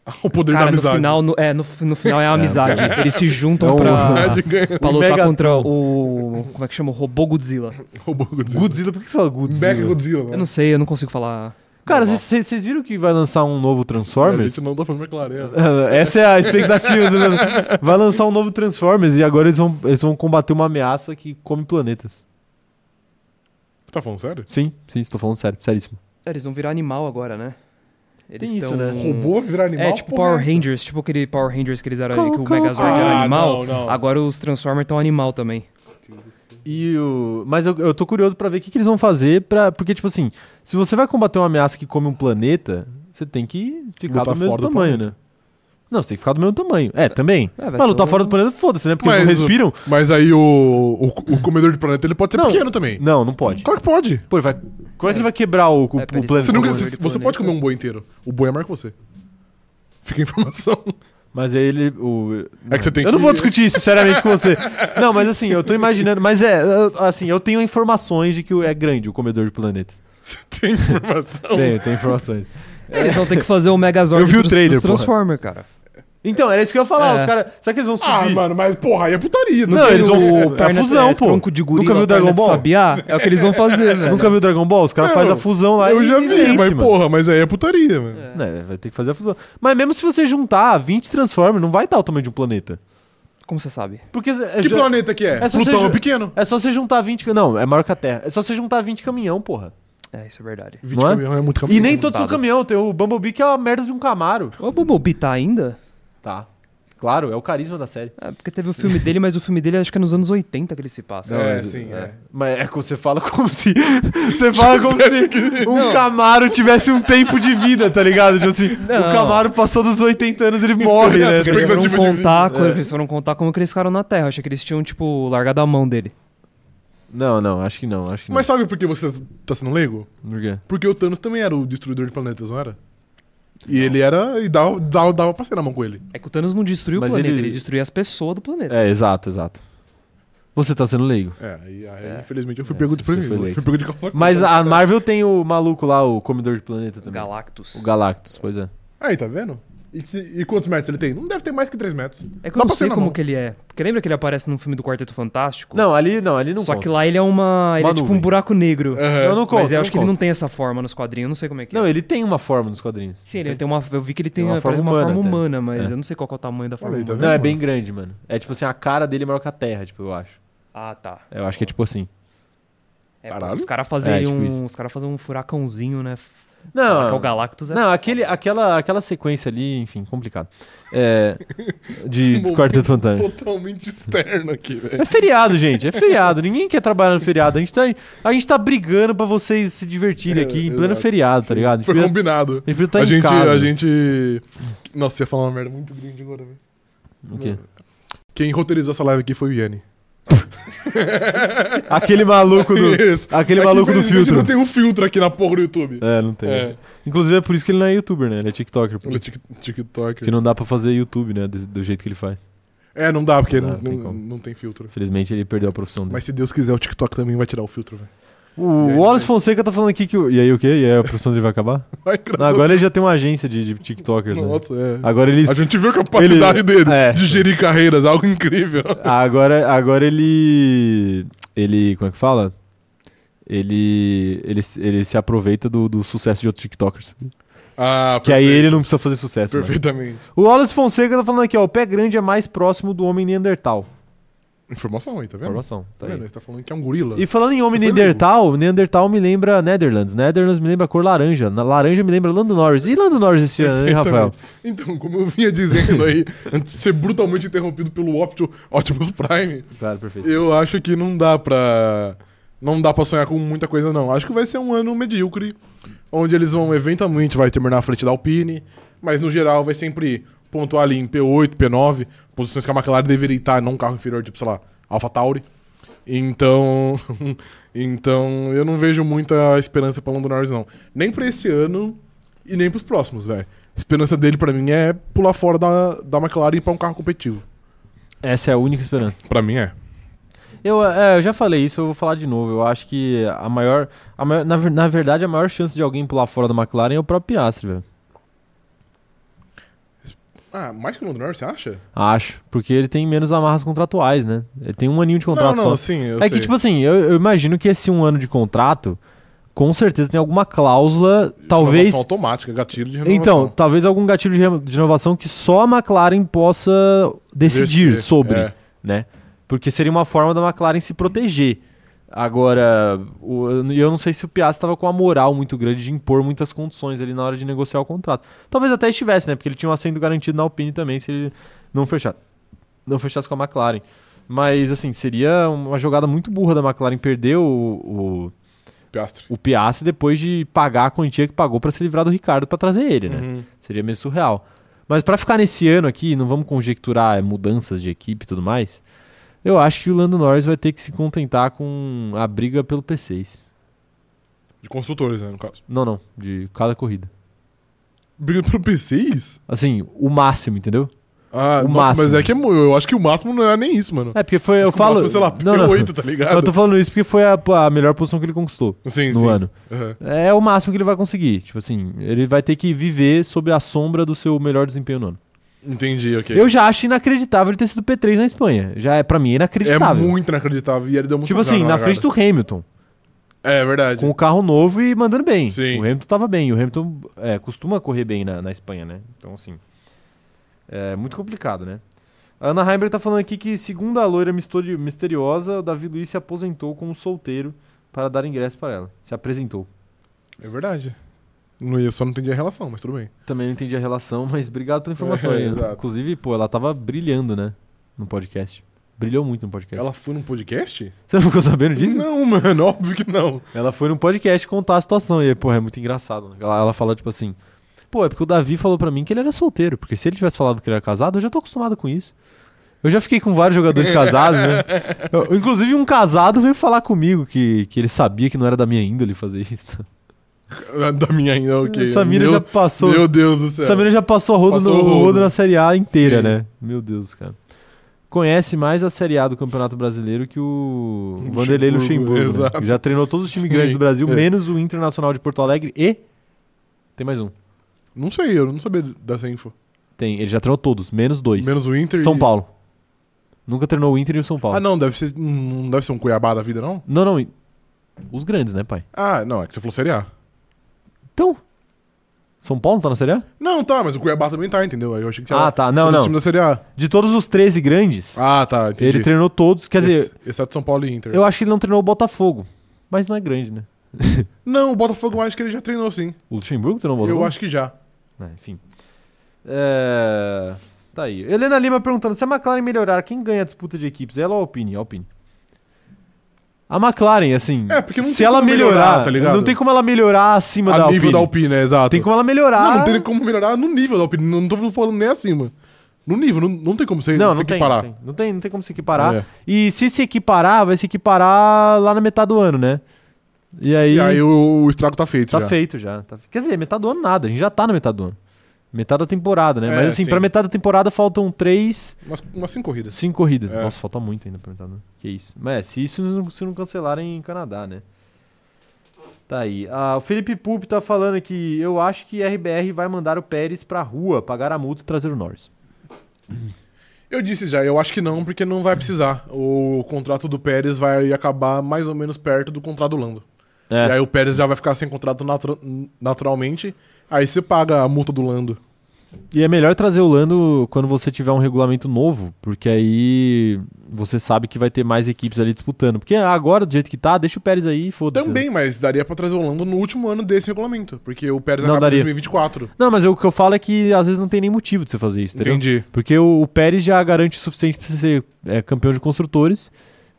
[SPEAKER 2] O poder
[SPEAKER 5] Cara,
[SPEAKER 2] da
[SPEAKER 5] no
[SPEAKER 2] amizade.
[SPEAKER 5] final, no, é, no, no final é a
[SPEAKER 1] É,
[SPEAKER 5] amizade. Eles se juntam
[SPEAKER 1] É um-
[SPEAKER 5] pra,
[SPEAKER 2] Amizade ganha.
[SPEAKER 5] pra
[SPEAKER 1] um
[SPEAKER 5] lutar
[SPEAKER 1] megatron.
[SPEAKER 5] contra o. Como é que chama? O robô Godzilla.
[SPEAKER 2] Roubou o Godzilla.
[SPEAKER 1] Godzilla, por que você fala Godzilla? É
[SPEAKER 2] Back Godzilla.
[SPEAKER 5] Eu não sei, eu não consigo falar.
[SPEAKER 1] Cara,
[SPEAKER 5] normal.
[SPEAKER 1] vocês vocês viram que vai lançar um novo
[SPEAKER 2] A
[SPEAKER 1] Transformers?
[SPEAKER 2] gente não tá falando McLaren.
[SPEAKER 1] Essa é a expectativa. do Leandro. Vai lançar um novo Transformers e agora eles vão, eles vão combater uma ameaça que come planetas.
[SPEAKER 2] Você tá falando sério?
[SPEAKER 1] Sim, sim, estou falando sério, seríssimo.
[SPEAKER 5] É, Eles vão virar animal agora, né? Eles
[SPEAKER 1] Tem isso,
[SPEAKER 5] tão-
[SPEAKER 1] né?
[SPEAKER 2] Roubou virar animal?
[SPEAKER 5] É, tipo
[SPEAKER 2] Porra,
[SPEAKER 5] Power
[SPEAKER 2] essa.
[SPEAKER 5] Rangers, tipo aquele Power Rangers que eles eram,
[SPEAKER 1] Cal-
[SPEAKER 5] que o
[SPEAKER 1] cal-
[SPEAKER 5] Megazord era
[SPEAKER 2] Ah,
[SPEAKER 5] animal.
[SPEAKER 2] não, não.
[SPEAKER 5] Agora os Transformers estão animal também.
[SPEAKER 1] E o... Mas eu, eu tô curioso pra ver o que, que eles vão fazer pra... Porque, tipo assim, se você vai combater uma ameaça que come um planeta, você tem que ficar
[SPEAKER 2] Lutar
[SPEAKER 1] do mesmo
[SPEAKER 2] fora do
[SPEAKER 1] tamanho, né? Não, você tem que ficar do mesmo tamanho. É, também.
[SPEAKER 5] É, vai
[SPEAKER 1] Mas
[SPEAKER 5] ser
[SPEAKER 1] lutar
[SPEAKER 5] um-
[SPEAKER 1] fora do planeta, foda-se, né? Porque eles não
[SPEAKER 2] Mas o-
[SPEAKER 1] respiram.
[SPEAKER 2] Mas aí o, o, o comedor de planeta ele pode ser
[SPEAKER 1] Não.
[SPEAKER 2] pequeno também.
[SPEAKER 1] Não, não pode.
[SPEAKER 2] Claro que pode.
[SPEAKER 1] Pô, ele vai... Como é que ele vai um quebrar o, o,
[SPEAKER 5] É,
[SPEAKER 1] o
[SPEAKER 5] pra eles-
[SPEAKER 1] planeta?
[SPEAKER 2] Você, nunca-
[SPEAKER 5] comedor
[SPEAKER 2] você-
[SPEAKER 5] de
[SPEAKER 2] você
[SPEAKER 5] planeta.
[SPEAKER 2] pode comer um boi inteiro. O boi é maior que você. Fica a informação.
[SPEAKER 1] Mas aí ele... O...
[SPEAKER 2] É que você tem
[SPEAKER 1] Eu
[SPEAKER 2] que...
[SPEAKER 1] não vou discutir isso seriamente com você. Não, mas assim, eu tô imaginando. Mas é, eu- assim, eu tenho informações de que é grande o comedor de planetas.
[SPEAKER 2] Você tem informação.
[SPEAKER 1] Tenho, tenho informações.
[SPEAKER 5] Eles vão ter que fazer o Megazord
[SPEAKER 1] Eu vi o
[SPEAKER 5] dos,
[SPEAKER 1] trailer,
[SPEAKER 5] dos Transformers, cara.
[SPEAKER 1] Então, era isso que eu ia falar.
[SPEAKER 5] É.
[SPEAKER 1] Os caras. Será que eles vão subir?
[SPEAKER 2] Ah, mano, mas porra, aí é putaria.
[SPEAKER 1] Não,
[SPEAKER 5] tem
[SPEAKER 1] eles vão-
[SPEAKER 5] o
[SPEAKER 1] é a fusão, pô.
[SPEAKER 5] Tronco de gorila,
[SPEAKER 1] Nunca viu
[SPEAKER 5] perna
[SPEAKER 1] Dragon
[SPEAKER 5] de
[SPEAKER 1] Ball?
[SPEAKER 5] Sabiá? É o que eles vão fazer, velho.
[SPEAKER 1] Nunca viu Dragon Ball? Os caras
[SPEAKER 2] Não,
[SPEAKER 1] fazem a fusão lá
[SPEAKER 2] Eu
[SPEAKER 1] e
[SPEAKER 2] já vi,
[SPEAKER 1] vence,
[SPEAKER 2] mas
[SPEAKER 1] é mano.
[SPEAKER 2] porra, mas aí é putaria, mano.
[SPEAKER 1] É, vai ter que fazer a fusão. Mas mesmo se você juntar 20 Transformers, não vai estar o tamanho de um planeta.
[SPEAKER 5] Como você sabe?
[SPEAKER 1] Porque é,
[SPEAKER 2] Que
[SPEAKER 1] ju-
[SPEAKER 2] planeta que é?
[SPEAKER 1] É só
[SPEAKER 2] Plutão
[SPEAKER 1] você-
[SPEAKER 2] é pequeno.
[SPEAKER 1] é só você juntar 20. ca- Não, é maior que a Terra. É só você juntar 20 caminhão, porra.
[SPEAKER 5] É, isso é verdade.
[SPEAKER 2] 20
[SPEAKER 1] Não é?
[SPEAKER 2] caminhão é muito
[SPEAKER 1] E
[SPEAKER 2] caminhão.
[SPEAKER 1] nem todos são
[SPEAKER 5] montado.
[SPEAKER 1] caminhão. Tem o Bumblebee que é uma merda de um Camaro.
[SPEAKER 5] O Bumblebee tá ainda?
[SPEAKER 1] Tá. Claro, é o carisma da série.
[SPEAKER 5] É, porque teve o filme dele, mas o filme dele acho que é nos anos 80 que ele se passa.
[SPEAKER 2] É,
[SPEAKER 1] mas-
[SPEAKER 2] sim, é.
[SPEAKER 1] Mas é que você fala como se. Você fala como se um Camaro tivesse um tempo de vida, tá ligado? Tipo assim, o
[SPEAKER 5] Não.
[SPEAKER 1] Camaro passou dos 80 anos, ele morre, né?
[SPEAKER 5] Porque eles
[SPEAKER 2] Precisa
[SPEAKER 5] foram,
[SPEAKER 2] de-
[SPEAKER 5] contar,
[SPEAKER 1] é.
[SPEAKER 5] quando eles foram contar como que eles ficaram na Terra. Achei que eles tinham, tipo, largado a mão dele.
[SPEAKER 1] Não, não, acho que não, acho que não.
[SPEAKER 2] Mas sabe por que você tá sendo leigo?
[SPEAKER 1] Por quê?
[SPEAKER 2] Porque o Thanos também era o destruidor de planetas, não era? E ele era. E dava, dava, dava pra ser na mão com ele.
[SPEAKER 5] É que o Thanos não destruiu
[SPEAKER 1] Mas
[SPEAKER 5] o planeta,
[SPEAKER 1] ele-
[SPEAKER 5] ele... destruiu as pessoas do planeta.
[SPEAKER 1] É, exato, exato. Você tá sendo leigo.
[SPEAKER 2] É, aí, aí,
[SPEAKER 5] É.
[SPEAKER 2] infelizmente eu fui
[SPEAKER 1] É,
[SPEAKER 2] pego
[SPEAKER 1] você
[SPEAKER 2] de
[SPEAKER 1] foi
[SPEAKER 2] prejuízo.
[SPEAKER 1] leigo.
[SPEAKER 2] Fui pego de calça curta.
[SPEAKER 1] Mas a Marvel tem o maluco lá, o comedor de planeta também.
[SPEAKER 5] Galactus.
[SPEAKER 1] É, O Galactus, pois é.
[SPEAKER 2] Aí, tá vendo? E, que- e quantos metros ele tem? Não deve ter mais que 3 metros.
[SPEAKER 5] É que
[SPEAKER 2] Dá
[SPEAKER 5] eu
[SPEAKER 2] pra
[SPEAKER 5] não
[SPEAKER 2] ser
[SPEAKER 5] sei
[SPEAKER 2] na
[SPEAKER 5] como
[SPEAKER 2] mão.
[SPEAKER 5] que ele é. Porque lembra que ele aparece num filme do Quarteto Fantástico?
[SPEAKER 1] Não, ali não, ali não
[SPEAKER 5] Só que
[SPEAKER 1] conta.
[SPEAKER 5] lá ele é uma. Ele
[SPEAKER 1] Uma
[SPEAKER 5] é tipo
[SPEAKER 1] nuvem.
[SPEAKER 5] um buraco negro.
[SPEAKER 1] Eu não conto.
[SPEAKER 5] Mas eu acho que ele não
[SPEAKER 1] conto.
[SPEAKER 5] tem essa forma nos quadrinhos, eu não sei como é que
[SPEAKER 1] Não,
[SPEAKER 5] é.
[SPEAKER 1] ele tem uma forma nos quadrinhos.
[SPEAKER 5] Sim, ele tem uma. Eu vi que ele
[SPEAKER 1] Tem
[SPEAKER 5] tem,
[SPEAKER 1] uma
[SPEAKER 5] parece
[SPEAKER 1] forma
[SPEAKER 5] uma forma
[SPEAKER 1] humana,
[SPEAKER 5] humana, mas
[SPEAKER 1] É.
[SPEAKER 5] eu não sei qual que é o tamanho da forma
[SPEAKER 2] Olha aí, tá
[SPEAKER 5] humana.
[SPEAKER 1] Não, é
[SPEAKER 2] mano?
[SPEAKER 1] bem grande, mano. É tipo assim, a cara dele é maior que a terra, tipo, eu acho.
[SPEAKER 5] Ah, tá.
[SPEAKER 1] Eu acho que é tipo assim.
[SPEAKER 5] É, pô,
[SPEAKER 2] Caralho.
[SPEAKER 5] os caras fazerem
[SPEAKER 1] É, tipo isso.
[SPEAKER 5] um. Os caras fazem um furacãozinho, né? Falar
[SPEAKER 1] Não,
[SPEAKER 5] que é o Galactus é.
[SPEAKER 1] Não, aquele, aquela, aquela sequência ali, enfim, complicado. É, de, de Quarteto Fantástico.
[SPEAKER 2] Totalmente externo aqui, velho.
[SPEAKER 1] É feriado, gente. É feriado. Ninguém quer trabalhar no feriado. A gente tá, a gente tá brigando pra vocês se divertirem
[SPEAKER 2] É,
[SPEAKER 1] aqui em
[SPEAKER 2] exato.
[SPEAKER 1] pleno feriado, tá ligado? A gente
[SPEAKER 2] Foi
[SPEAKER 1] podia-
[SPEAKER 2] combinado.
[SPEAKER 1] a gente podia tá
[SPEAKER 2] a,
[SPEAKER 1] em
[SPEAKER 2] gente,
[SPEAKER 1] casa.
[SPEAKER 2] a gente. Nossa, ia falar uma merda muito grande agora, velho.
[SPEAKER 1] O quê?
[SPEAKER 2] Quem roteirizou essa live aqui foi o Yanni.
[SPEAKER 1] Aquele maluco do.
[SPEAKER 2] Isso.
[SPEAKER 1] Aquele
[SPEAKER 2] É que,
[SPEAKER 1] maluco do
[SPEAKER 2] infelizmente,
[SPEAKER 1] filtro.
[SPEAKER 2] não tem um filtro aqui na porra do YouTube.
[SPEAKER 1] É, não tem.
[SPEAKER 2] É.
[SPEAKER 1] Inclusive é por isso que ele não é youtuber, né? Ele é TikToker. pô.
[SPEAKER 2] Olha o tik- TikToker.
[SPEAKER 1] Porque não dá pra fazer YouTube, né? Desse- Do jeito que ele faz.
[SPEAKER 2] É, não dá, porque
[SPEAKER 1] Não
[SPEAKER 2] não,
[SPEAKER 1] dá, tem
[SPEAKER 2] não-
[SPEAKER 1] como.
[SPEAKER 2] não tem filtro.
[SPEAKER 1] Infelizmente ele perdeu a profissão dele.
[SPEAKER 2] Mas se Deus quiser, o TikTok também vai tirar o filtro, velho. E aí,
[SPEAKER 1] O Wallace
[SPEAKER 2] vai?
[SPEAKER 1] Fonseca tá falando aqui que. o- E aí o quê? E aí a profissão dele vai acabar?
[SPEAKER 2] Vai, graças
[SPEAKER 1] Não, agora ele já tem uma agência de, de TikTokers, né?
[SPEAKER 2] Nossa, é.
[SPEAKER 1] Agora ele.
[SPEAKER 2] A gente viu a capacidade
[SPEAKER 1] ele-
[SPEAKER 2] dele
[SPEAKER 1] é.
[SPEAKER 2] de gerir carreiras, algo incrível.
[SPEAKER 1] Agora, agora ele. Ele. Como é que fala? Ele. Ele, se- ele se aproveita do, do sucesso de outros TikTokers.
[SPEAKER 2] Ah,
[SPEAKER 1] Que aí ele é né? não precisa fazer sucesso. mais.
[SPEAKER 2] Perfeitamente.
[SPEAKER 1] O Wallace Fonseca tá falando aqui, ó. O pé grande é mais próximo do homem Neandertal.
[SPEAKER 2] Informação aí, tá vendo?
[SPEAKER 1] Informação. Tá
[SPEAKER 2] Tá
[SPEAKER 1] aí.
[SPEAKER 2] vendo? Você tá falando que é um gorila.
[SPEAKER 1] E falando em homem
[SPEAKER 2] Você foi
[SPEAKER 1] Neandertal, Neandertal me lembra Netherlands. Netherlands me lembra a cor laranja. Na laranja me lembra Lando Norris. E Lando Norris esse ano, hein, Rafael?
[SPEAKER 2] Perfeitamente. Então, como eu vinha dizendo aí, antes de ser brutalmente interrompido pelo Opti- Optimus Prime,
[SPEAKER 1] Claro, perfeito.
[SPEAKER 2] eu acho que não dá pra. Não dá pra sonhar com muita coisa, não. Acho que vai ser um ano medíocre, onde eles vão eventualmente vai terminar na frente da Alpine, mas no geral vai sempre pontuar ali em P8, P9, posições que a McLaren deveria estar, não um carro inferior, tipo, sei lá, Alpha Tauri. Então. então, eu não vejo muita esperança pra Lando Norris, não. Nem pra esse ano e nem pros próximos, velho. A esperança dele pra mim é pular fora da, da McLaren e ir pra um carro competitivo.
[SPEAKER 1] Essa é a única esperança.
[SPEAKER 2] Pra mim é.
[SPEAKER 1] Eu, é, eu já falei isso, eu vou falar de novo. Eu acho que a maior. A maior na, ver- na verdade, a maior chance de alguém pular fora da McLaren é o próprio Piastri, velho.
[SPEAKER 2] Ah, mais que o Lando Norris, você acha?
[SPEAKER 1] Acho. Porque ele tem menos amarras contratuais, né? Ele tem um aninho de contrato
[SPEAKER 2] não,
[SPEAKER 1] só.
[SPEAKER 2] não, sim, eu
[SPEAKER 1] é
[SPEAKER 2] sei.
[SPEAKER 1] que, tipo assim, eu, eu imagino que esse um ano de contrato, com certeza tem alguma cláusula, talvez.
[SPEAKER 2] Renovação É automática, gatilho de renovação.
[SPEAKER 1] Então, talvez algum gatilho de re- de renovação que só a McLaren possa decidir
[SPEAKER 2] Exercer,
[SPEAKER 1] sobre,
[SPEAKER 2] é.
[SPEAKER 1] né? Porque seria uma forma da McLaren se proteger. Agora, o- eu não sei se o Piastri estava com uma moral muito grande de impor muitas condições ali na hora de negociar o contrato. Talvez até estivesse, né? Porque ele tinha um assento garantido na Alpine também, se ele não fechar, não fechasse com a McLaren. Mas, assim, seria uma jogada muito burra da McLaren perder o,
[SPEAKER 2] Piastri.
[SPEAKER 1] o, o Piastri depois de pagar a quantia que pagou para se livrar do Ricardo para trazer ele, né?
[SPEAKER 2] Uhum.
[SPEAKER 1] Seria meio surreal. Mas pra ficar nesse ano aqui, não vamos conjecturar eh, mudanças de equipe e tudo mais. Eu acho que o Lando Norris vai ter que se contentar com a briga pelo P6.
[SPEAKER 2] De construtores, né, no caso.
[SPEAKER 1] Não, não, de cada corrida.
[SPEAKER 2] Briga pelo P6?
[SPEAKER 1] Assim, o máximo, entendeu?
[SPEAKER 2] Ah,
[SPEAKER 1] O
[SPEAKER 2] nossa,
[SPEAKER 1] máximo.
[SPEAKER 2] mas é que é, mu- eu acho que o máximo não é nem isso, mano.
[SPEAKER 1] É, porque foi. Eu
[SPEAKER 2] Acho que o
[SPEAKER 1] falo.
[SPEAKER 2] máximo, sei lá,
[SPEAKER 1] não, não.
[SPEAKER 2] P8, tá ligado?
[SPEAKER 1] Eu tô falando isso porque foi a, a melhor posição que ele conquistou
[SPEAKER 2] Sim,
[SPEAKER 1] no
[SPEAKER 2] sim.
[SPEAKER 1] ano.
[SPEAKER 2] Aham.
[SPEAKER 1] É o máximo que ele vai conseguir. Tipo assim, ele vai ter que viver sob a sombra do seu melhor desempenho no ano.
[SPEAKER 2] Entendi, ok.
[SPEAKER 1] Eu já acho inacreditável ele ter sido P3 na Espanha. Já é, pra mim, é
[SPEAKER 2] é
[SPEAKER 1] inacreditável.
[SPEAKER 2] muito né, inacreditável e ele deu muito
[SPEAKER 1] tipo
[SPEAKER 2] azar
[SPEAKER 1] assim, na
[SPEAKER 2] largada.
[SPEAKER 1] frente do Hamilton.
[SPEAKER 2] É verdade.
[SPEAKER 1] com o carro novo e mandando bem.
[SPEAKER 2] Sim.
[SPEAKER 1] O Hamilton tava bem. O Hamilton é, costuma correr bem na, na Espanha, né? Então, assim. É muito complicado, né? A Ana Heimberg tá falando aqui que, segundo a loira mistori- misteriosa, o Davi Luiz se aposentou como solteiro para dar ingresso para ela. Se apresentou.
[SPEAKER 2] É verdade. Não, eu só não entendi a relação, mas tudo bem.
[SPEAKER 1] Também não entendi a relação, mas obrigado pela informação
[SPEAKER 2] É,
[SPEAKER 1] aí. Ana.
[SPEAKER 2] exato.
[SPEAKER 1] Inclusive, pô, ela tava brilhando, né? No podcast. Brilhou muito no podcast.
[SPEAKER 2] Ela foi num podcast?
[SPEAKER 1] É. Você não ficou sabendo disso?
[SPEAKER 2] Não, mano, óbvio que não.
[SPEAKER 1] Ela foi num podcast contar a situação. E, porra, é muito engraçado. né? Ela, ela fala, tipo assim. Pô, é porque o Davi falou pra mim que ele era solteiro. Porque se ele tivesse falado que ele era casado, eu já tô acostumado com isso. Eu já fiquei com vários jogadores casados, né? Eu- inclusive, um casado veio falar comigo que, que ele sabia que não era da minha índole fazer isso.
[SPEAKER 2] Da minha ainda, ok.
[SPEAKER 1] Essa mina
[SPEAKER 2] meu,
[SPEAKER 1] já passou.
[SPEAKER 2] Meu Deus do céu.
[SPEAKER 1] Essa mina já passou a roda
[SPEAKER 2] Passou
[SPEAKER 1] no,
[SPEAKER 2] o rodo.
[SPEAKER 1] rodo na Série A inteira,
[SPEAKER 2] Sim.
[SPEAKER 1] né? Meu Deus, cara. Conhece mais a Série A do Campeonato Brasileiro que o
[SPEAKER 2] Luxemburgo,
[SPEAKER 1] Vanderlei Luxemburgo. né?
[SPEAKER 2] exato.
[SPEAKER 1] Que Já treinou todos os times
[SPEAKER 2] Sim,
[SPEAKER 1] grandes do Brasil,
[SPEAKER 2] é.
[SPEAKER 1] menos o Internacional de Porto Alegre e. Tem mais um.
[SPEAKER 2] Não sei, eu não sabia dessa info.
[SPEAKER 1] Tem. Ele já treinou todos, menos dois.
[SPEAKER 2] Menos o Inter
[SPEAKER 1] São
[SPEAKER 2] e-
[SPEAKER 1] Paulo. Nunca treinou o Inter e o São Paulo.
[SPEAKER 2] Ah, não, deve ser, não deve ser um Cuiabá da vida, não?
[SPEAKER 1] não, não. Os grandes, né, pai?
[SPEAKER 2] Ah, não, é que você falou Série A.
[SPEAKER 1] Então. São Paulo não tá na Série A?
[SPEAKER 2] Não, tá, mas o Cuiabá também tá, entendeu? Aí Eu achei que
[SPEAKER 1] Ah, tá, não,
[SPEAKER 2] todos os
[SPEAKER 1] não.
[SPEAKER 2] times da Série A.
[SPEAKER 1] De todos os 13 grandes,
[SPEAKER 2] Ah, tá, entendi.
[SPEAKER 1] ele treinou todos. Quer dizer,
[SPEAKER 2] Ex- Exceto São Paulo e Inter.
[SPEAKER 1] eu acho que ele não treinou o Botafogo. Mas não é grande, né?
[SPEAKER 2] Não, o Botafogo eu acho que ele já treinou, sim.
[SPEAKER 1] O Luxemburgo treinou o Botafogo?
[SPEAKER 2] Eu acho que já.
[SPEAKER 1] É, enfim. É... Tá aí. Helena Lima perguntando: se a McLaren melhorar, quem ganha a disputa de equipes? Ela ou a Alpine? Alpine. A McLaren, assim.
[SPEAKER 2] É, porque não
[SPEAKER 1] se
[SPEAKER 2] tem
[SPEAKER 1] ela
[SPEAKER 2] como
[SPEAKER 1] melhorar,
[SPEAKER 2] melhorar, tá ligado?
[SPEAKER 1] Não tem como ela melhorar acima da
[SPEAKER 2] A
[SPEAKER 1] Alpine.
[SPEAKER 2] nível da Alpine, né? Exato.
[SPEAKER 1] Tem como ela melhorar.
[SPEAKER 2] Não, não tem como melhorar no nível da Alpine. Não tô falando nem acima. No nível, não, não tem como você,
[SPEAKER 1] Não,
[SPEAKER 2] você
[SPEAKER 1] não tem, não
[SPEAKER 2] equiparar.
[SPEAKER 1] tem. Não tem, não tem como se equiparar.
[SPEAKER 2] É.
[SPEAKER 1] E se se equiparar, vai se equiparar lá na metade do ano, né? E aí.
[SPEAKER 2] E aí o, o estrago tá feito
[SPEAKER 1] Tá
[SPEAKER 2] já.
[SPEAKER 1] feito já. tá- Quer dizer, metade do ano nada, a gente já tá na metade do ano. Metade da temporada, né?
[SPEAKER 2] É,
[SPEAKER 1] Mas assim,
[SPEAKER 2] sim.
[SPEAKER 1] pra metade da temporada faltam três.
[SPEAKER 2] Umas, umas cinco corridas.
[SPEAKER 1] Cinco corridas.
[SPEAKER 2] É.
[SPEAKER 1] Nossa, falta muito ainda pra entrar, né? Que isso. Mas é, se isso não- se não cancelarem em Canadá, né? Tá aí. Ah, o Felipe Pup tá falando que eu acho que RBR vai mandar o Pérez pra rua pagar a multa e trazer o Norris.
[SPEAKER 2] Eu disse já, eu acho que não, porque não vai precisar. O contrato do Pérez vai acabar mais ou menos perto do contrato do Lando.
[SPEAKER 1] É.
[SPEAKER 2] E aí o Pérez já vai ficar sem contrato natu- naturalmente. Aí você paga a multa do Lando.
[SPEAKER 1] E é melhor trazer o Lando quando você tiver um regulamento novo, porque aí você sabe que vai ter mais equipes ali disputando. Porque agora, do jeito que tá, deixa o Pérez aí e foda-se.
[SPEAKER 2] Também, mas daria pra trazer o Lando no último ano desse regulamento. Porque o Pérez
[SPEAKER 1] Não,
[SPEAKER 2] acaba
[SPEAKER 1] daria.
[SPEAKER 2] em 2024.
[SPEAKER 1] Não, mas o que eu falo é que às vezes não tem nem motivo de você fazer isso, entendeu?
[SPEAKER 2] Entendi.
[SPEAKER 1] Porque o, o Pérez já garante o suficiente pra você ser é, campeão de construtores.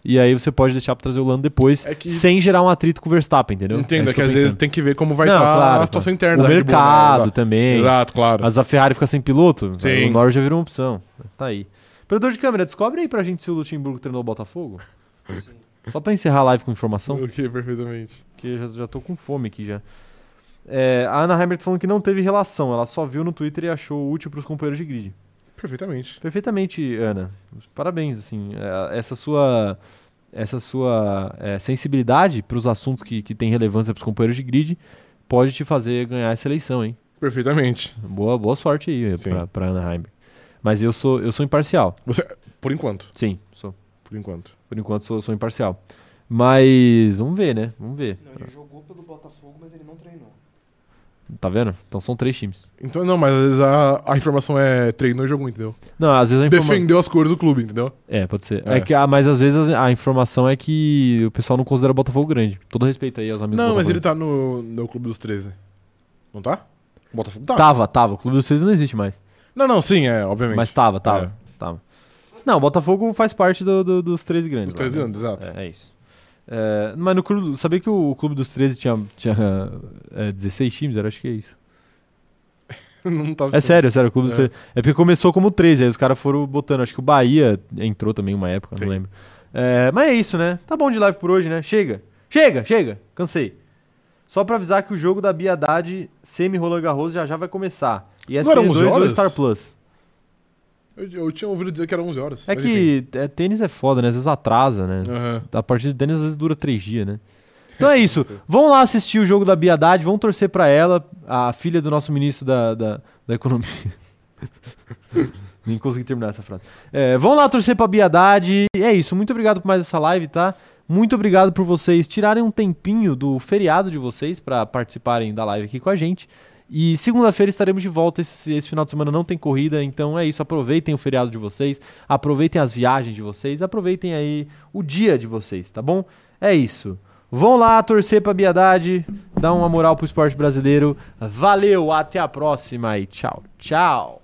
[SPEAKER 1] E aí você pode deixar pra trazer o Lando depois,
[SPEAKER 2] É que-
[SPEAKER 1] sem gerar um atrito com o Verstappen, entendeu?
[SPEAKER 2] Entendo,
[SPEAKER 1] isso
[SPEAKER 2] é que
[SPEAKER 1] eu tô
[SPEAKER 2] às vezes
[SPEAKER 1] pensando.
[SPEAKER 2] tem que ver como vai
[SPEAKER 1] Não,
[SPEAKER 2] estar
[SPEAKER 1] claro,
[SPEAKER 2] a situação
[SPEAKER 1] claro.
[SPEAKER 2] interna
[SPEAKER 1] o
[SPEAKER 2] da Red Bull, né?
[SPEAKER 1] mercado
[SPEAKER 2] Exato.
[SPEAKER 1] também.
[SPEAKER 2] Exato, claro.
[SPEAKER 1] Mas a Ferrari fica sem piloto, né?
[SPEAKER 2] Sim.
[SPEAKER 1] o Norris já virou uma opção. Tá aí. Operador de câmera, descobre aí pra gente se o Luxemburgo treinou o Botafogo. Só pra encerrar a live com informação.
[SPEAKER 2] Ok, perfeitamente.
[SPEAKER 1] Porque eu já, já tô com fome aqui já. É, a Ana Heimer tá falando que não teve relação, ela só viu no Twitter e achou útil pros companheiros de grid.
[SPEAKER 2] Perfeitamente.
[SPEAKER 1] Perfeitamente, Ana. Parabéns, assim, é, essa sua essa sua eh, sensibilidade para os assuntos que, que têm relevância para os companheiros de grid pode te fazer ganhar essa eleição, hein?
[SPEAKER 2] Perfeitamente.
[SPEAKER 1] Boa, boa sorte aí é,
[SPEAKER 2] Sim.
[SPEAKER 1] pra- pra Anaheim. Mas eu sou, eu sou imparcial.
[SPEAKER 2] Você, por enquanto,
[SPEAKER 1] Sim, sou.
[SPEAKER 2] por enquanto.
[SPEAKER 1] Por enquanto sou, sou imparcial. Mas vamos ver, né? Vamos ver.
[SPEAKER 3] Não, ele jogou pelo Botafogo, mas ele não treinou.
[SPEAKER 1] Tá vendo? Então são três times.
[SPEAKER 2] Então, não, mas às vezes a, a informação é treinou e jogou, entendeu?
[SPEAKER 1] Não, às vezes a informação.
[SPEAKER 2] Defendeu as cores do clube, entendeu?
[SPEAKER 1] É, pode ser.
[SPEAKER 2] É.
[SPEAKER 1] É que, ah, mas às vezes a informação é que o pessoal não considera o Botafogo grande. Todo respeito aí aos amigos
[SPEAKER 2] não,
[SPEAKER 1] do
[SPEAKER 2] mas
[SPEAKER 1] Botafogo.
[SPEAKER 2] ele tá no, no clube dos 13. Não tá? O Botafogo tá.
[SPEAKER 1] Tava, tava. O Clube dos Seis não existe mais.
[SPEAKER 2] Não, não, sim, é, obviamente.
[SPEAKER 1] Mas tá tava, tava,
[SPEAKER 2] É.
[SPEAKER 1] tava. Não, o Botafogo faz parte do- do- dos 13 grandes.
[SPEAKER 2] Dos
[SPEAKER 1] lá,
[SPEAKER 2] 13
[SPEAKER 1] né?
[SPEAKER 2] anos, exato.
[SPEAKER 1] É, é isso. É, mas no clube, sabia que o clube dos 13 tinha, tinha é, 16 times? Era, acho que é isso.
[SPEAKER 2] não tava
[SPEAKER 1] É sério, é sério. O clube
[SPEAKER 2] É.
[SPEAKER 1] dos 13. É porque começou como 13, aí os caras foram botando. Acho que o Bahia entrou também uma época,
[SPEAKER 2] Sim.
[SPEAKER 1] não lembro. É, mas é isso, né? Tá bom de live por hoje, né? Chega, chega, chega. Cansei. Só pra avisar que o jogo da Bia Haddad semi-Roland Garros já já vai começar. E
[SPEAKER 2] Não era 11
[SPEAKER 1] ou
[SPEAKER 2] é horas?
[SPEAKER 1] Star Plus?
[SPEAKER 2] Eu, eu tinha ouvido dizer que era 11 horas.
[SPEAKER 1] É
[SPEAKER 2] mas enfim.
[SPEAKER 1] que é, tênis é foda, né? Às vezes atrasa, né?
[SPEAKER 2] Aham.
[SPEAKER 1] A partida de tênis às vezes dura três dias, né? Então é isso.
[SPEAKER 2] Sim.
[SPEAKER 1] Vão lá assistir o jogo da Bia Haddad, vão torcer pra ela, a filha do nosso ministro da, da, da Economia. Nem consegui terminar essa frase. É, vão lá torcer pra Bia Haddad. E É isso. Muito obrigado por mais essa live, tá? Muito obrigado por vocês tirarem um tempinho do feriado de vocês pra participarem da live aqui com a gente. E segunda-feira estaremos de volta. Esse, esse final de semana não tem corrida, então é isso. Aproveitem o feriado de vocês, aproveitem as viagens de vocês, aproveitem aí o dia de vocês, tá bom? É isso. Vão lá torcer pra Biedade, dar uma moral pro esporte brasileiro. Valeu, até a próxima e tchau, tchau.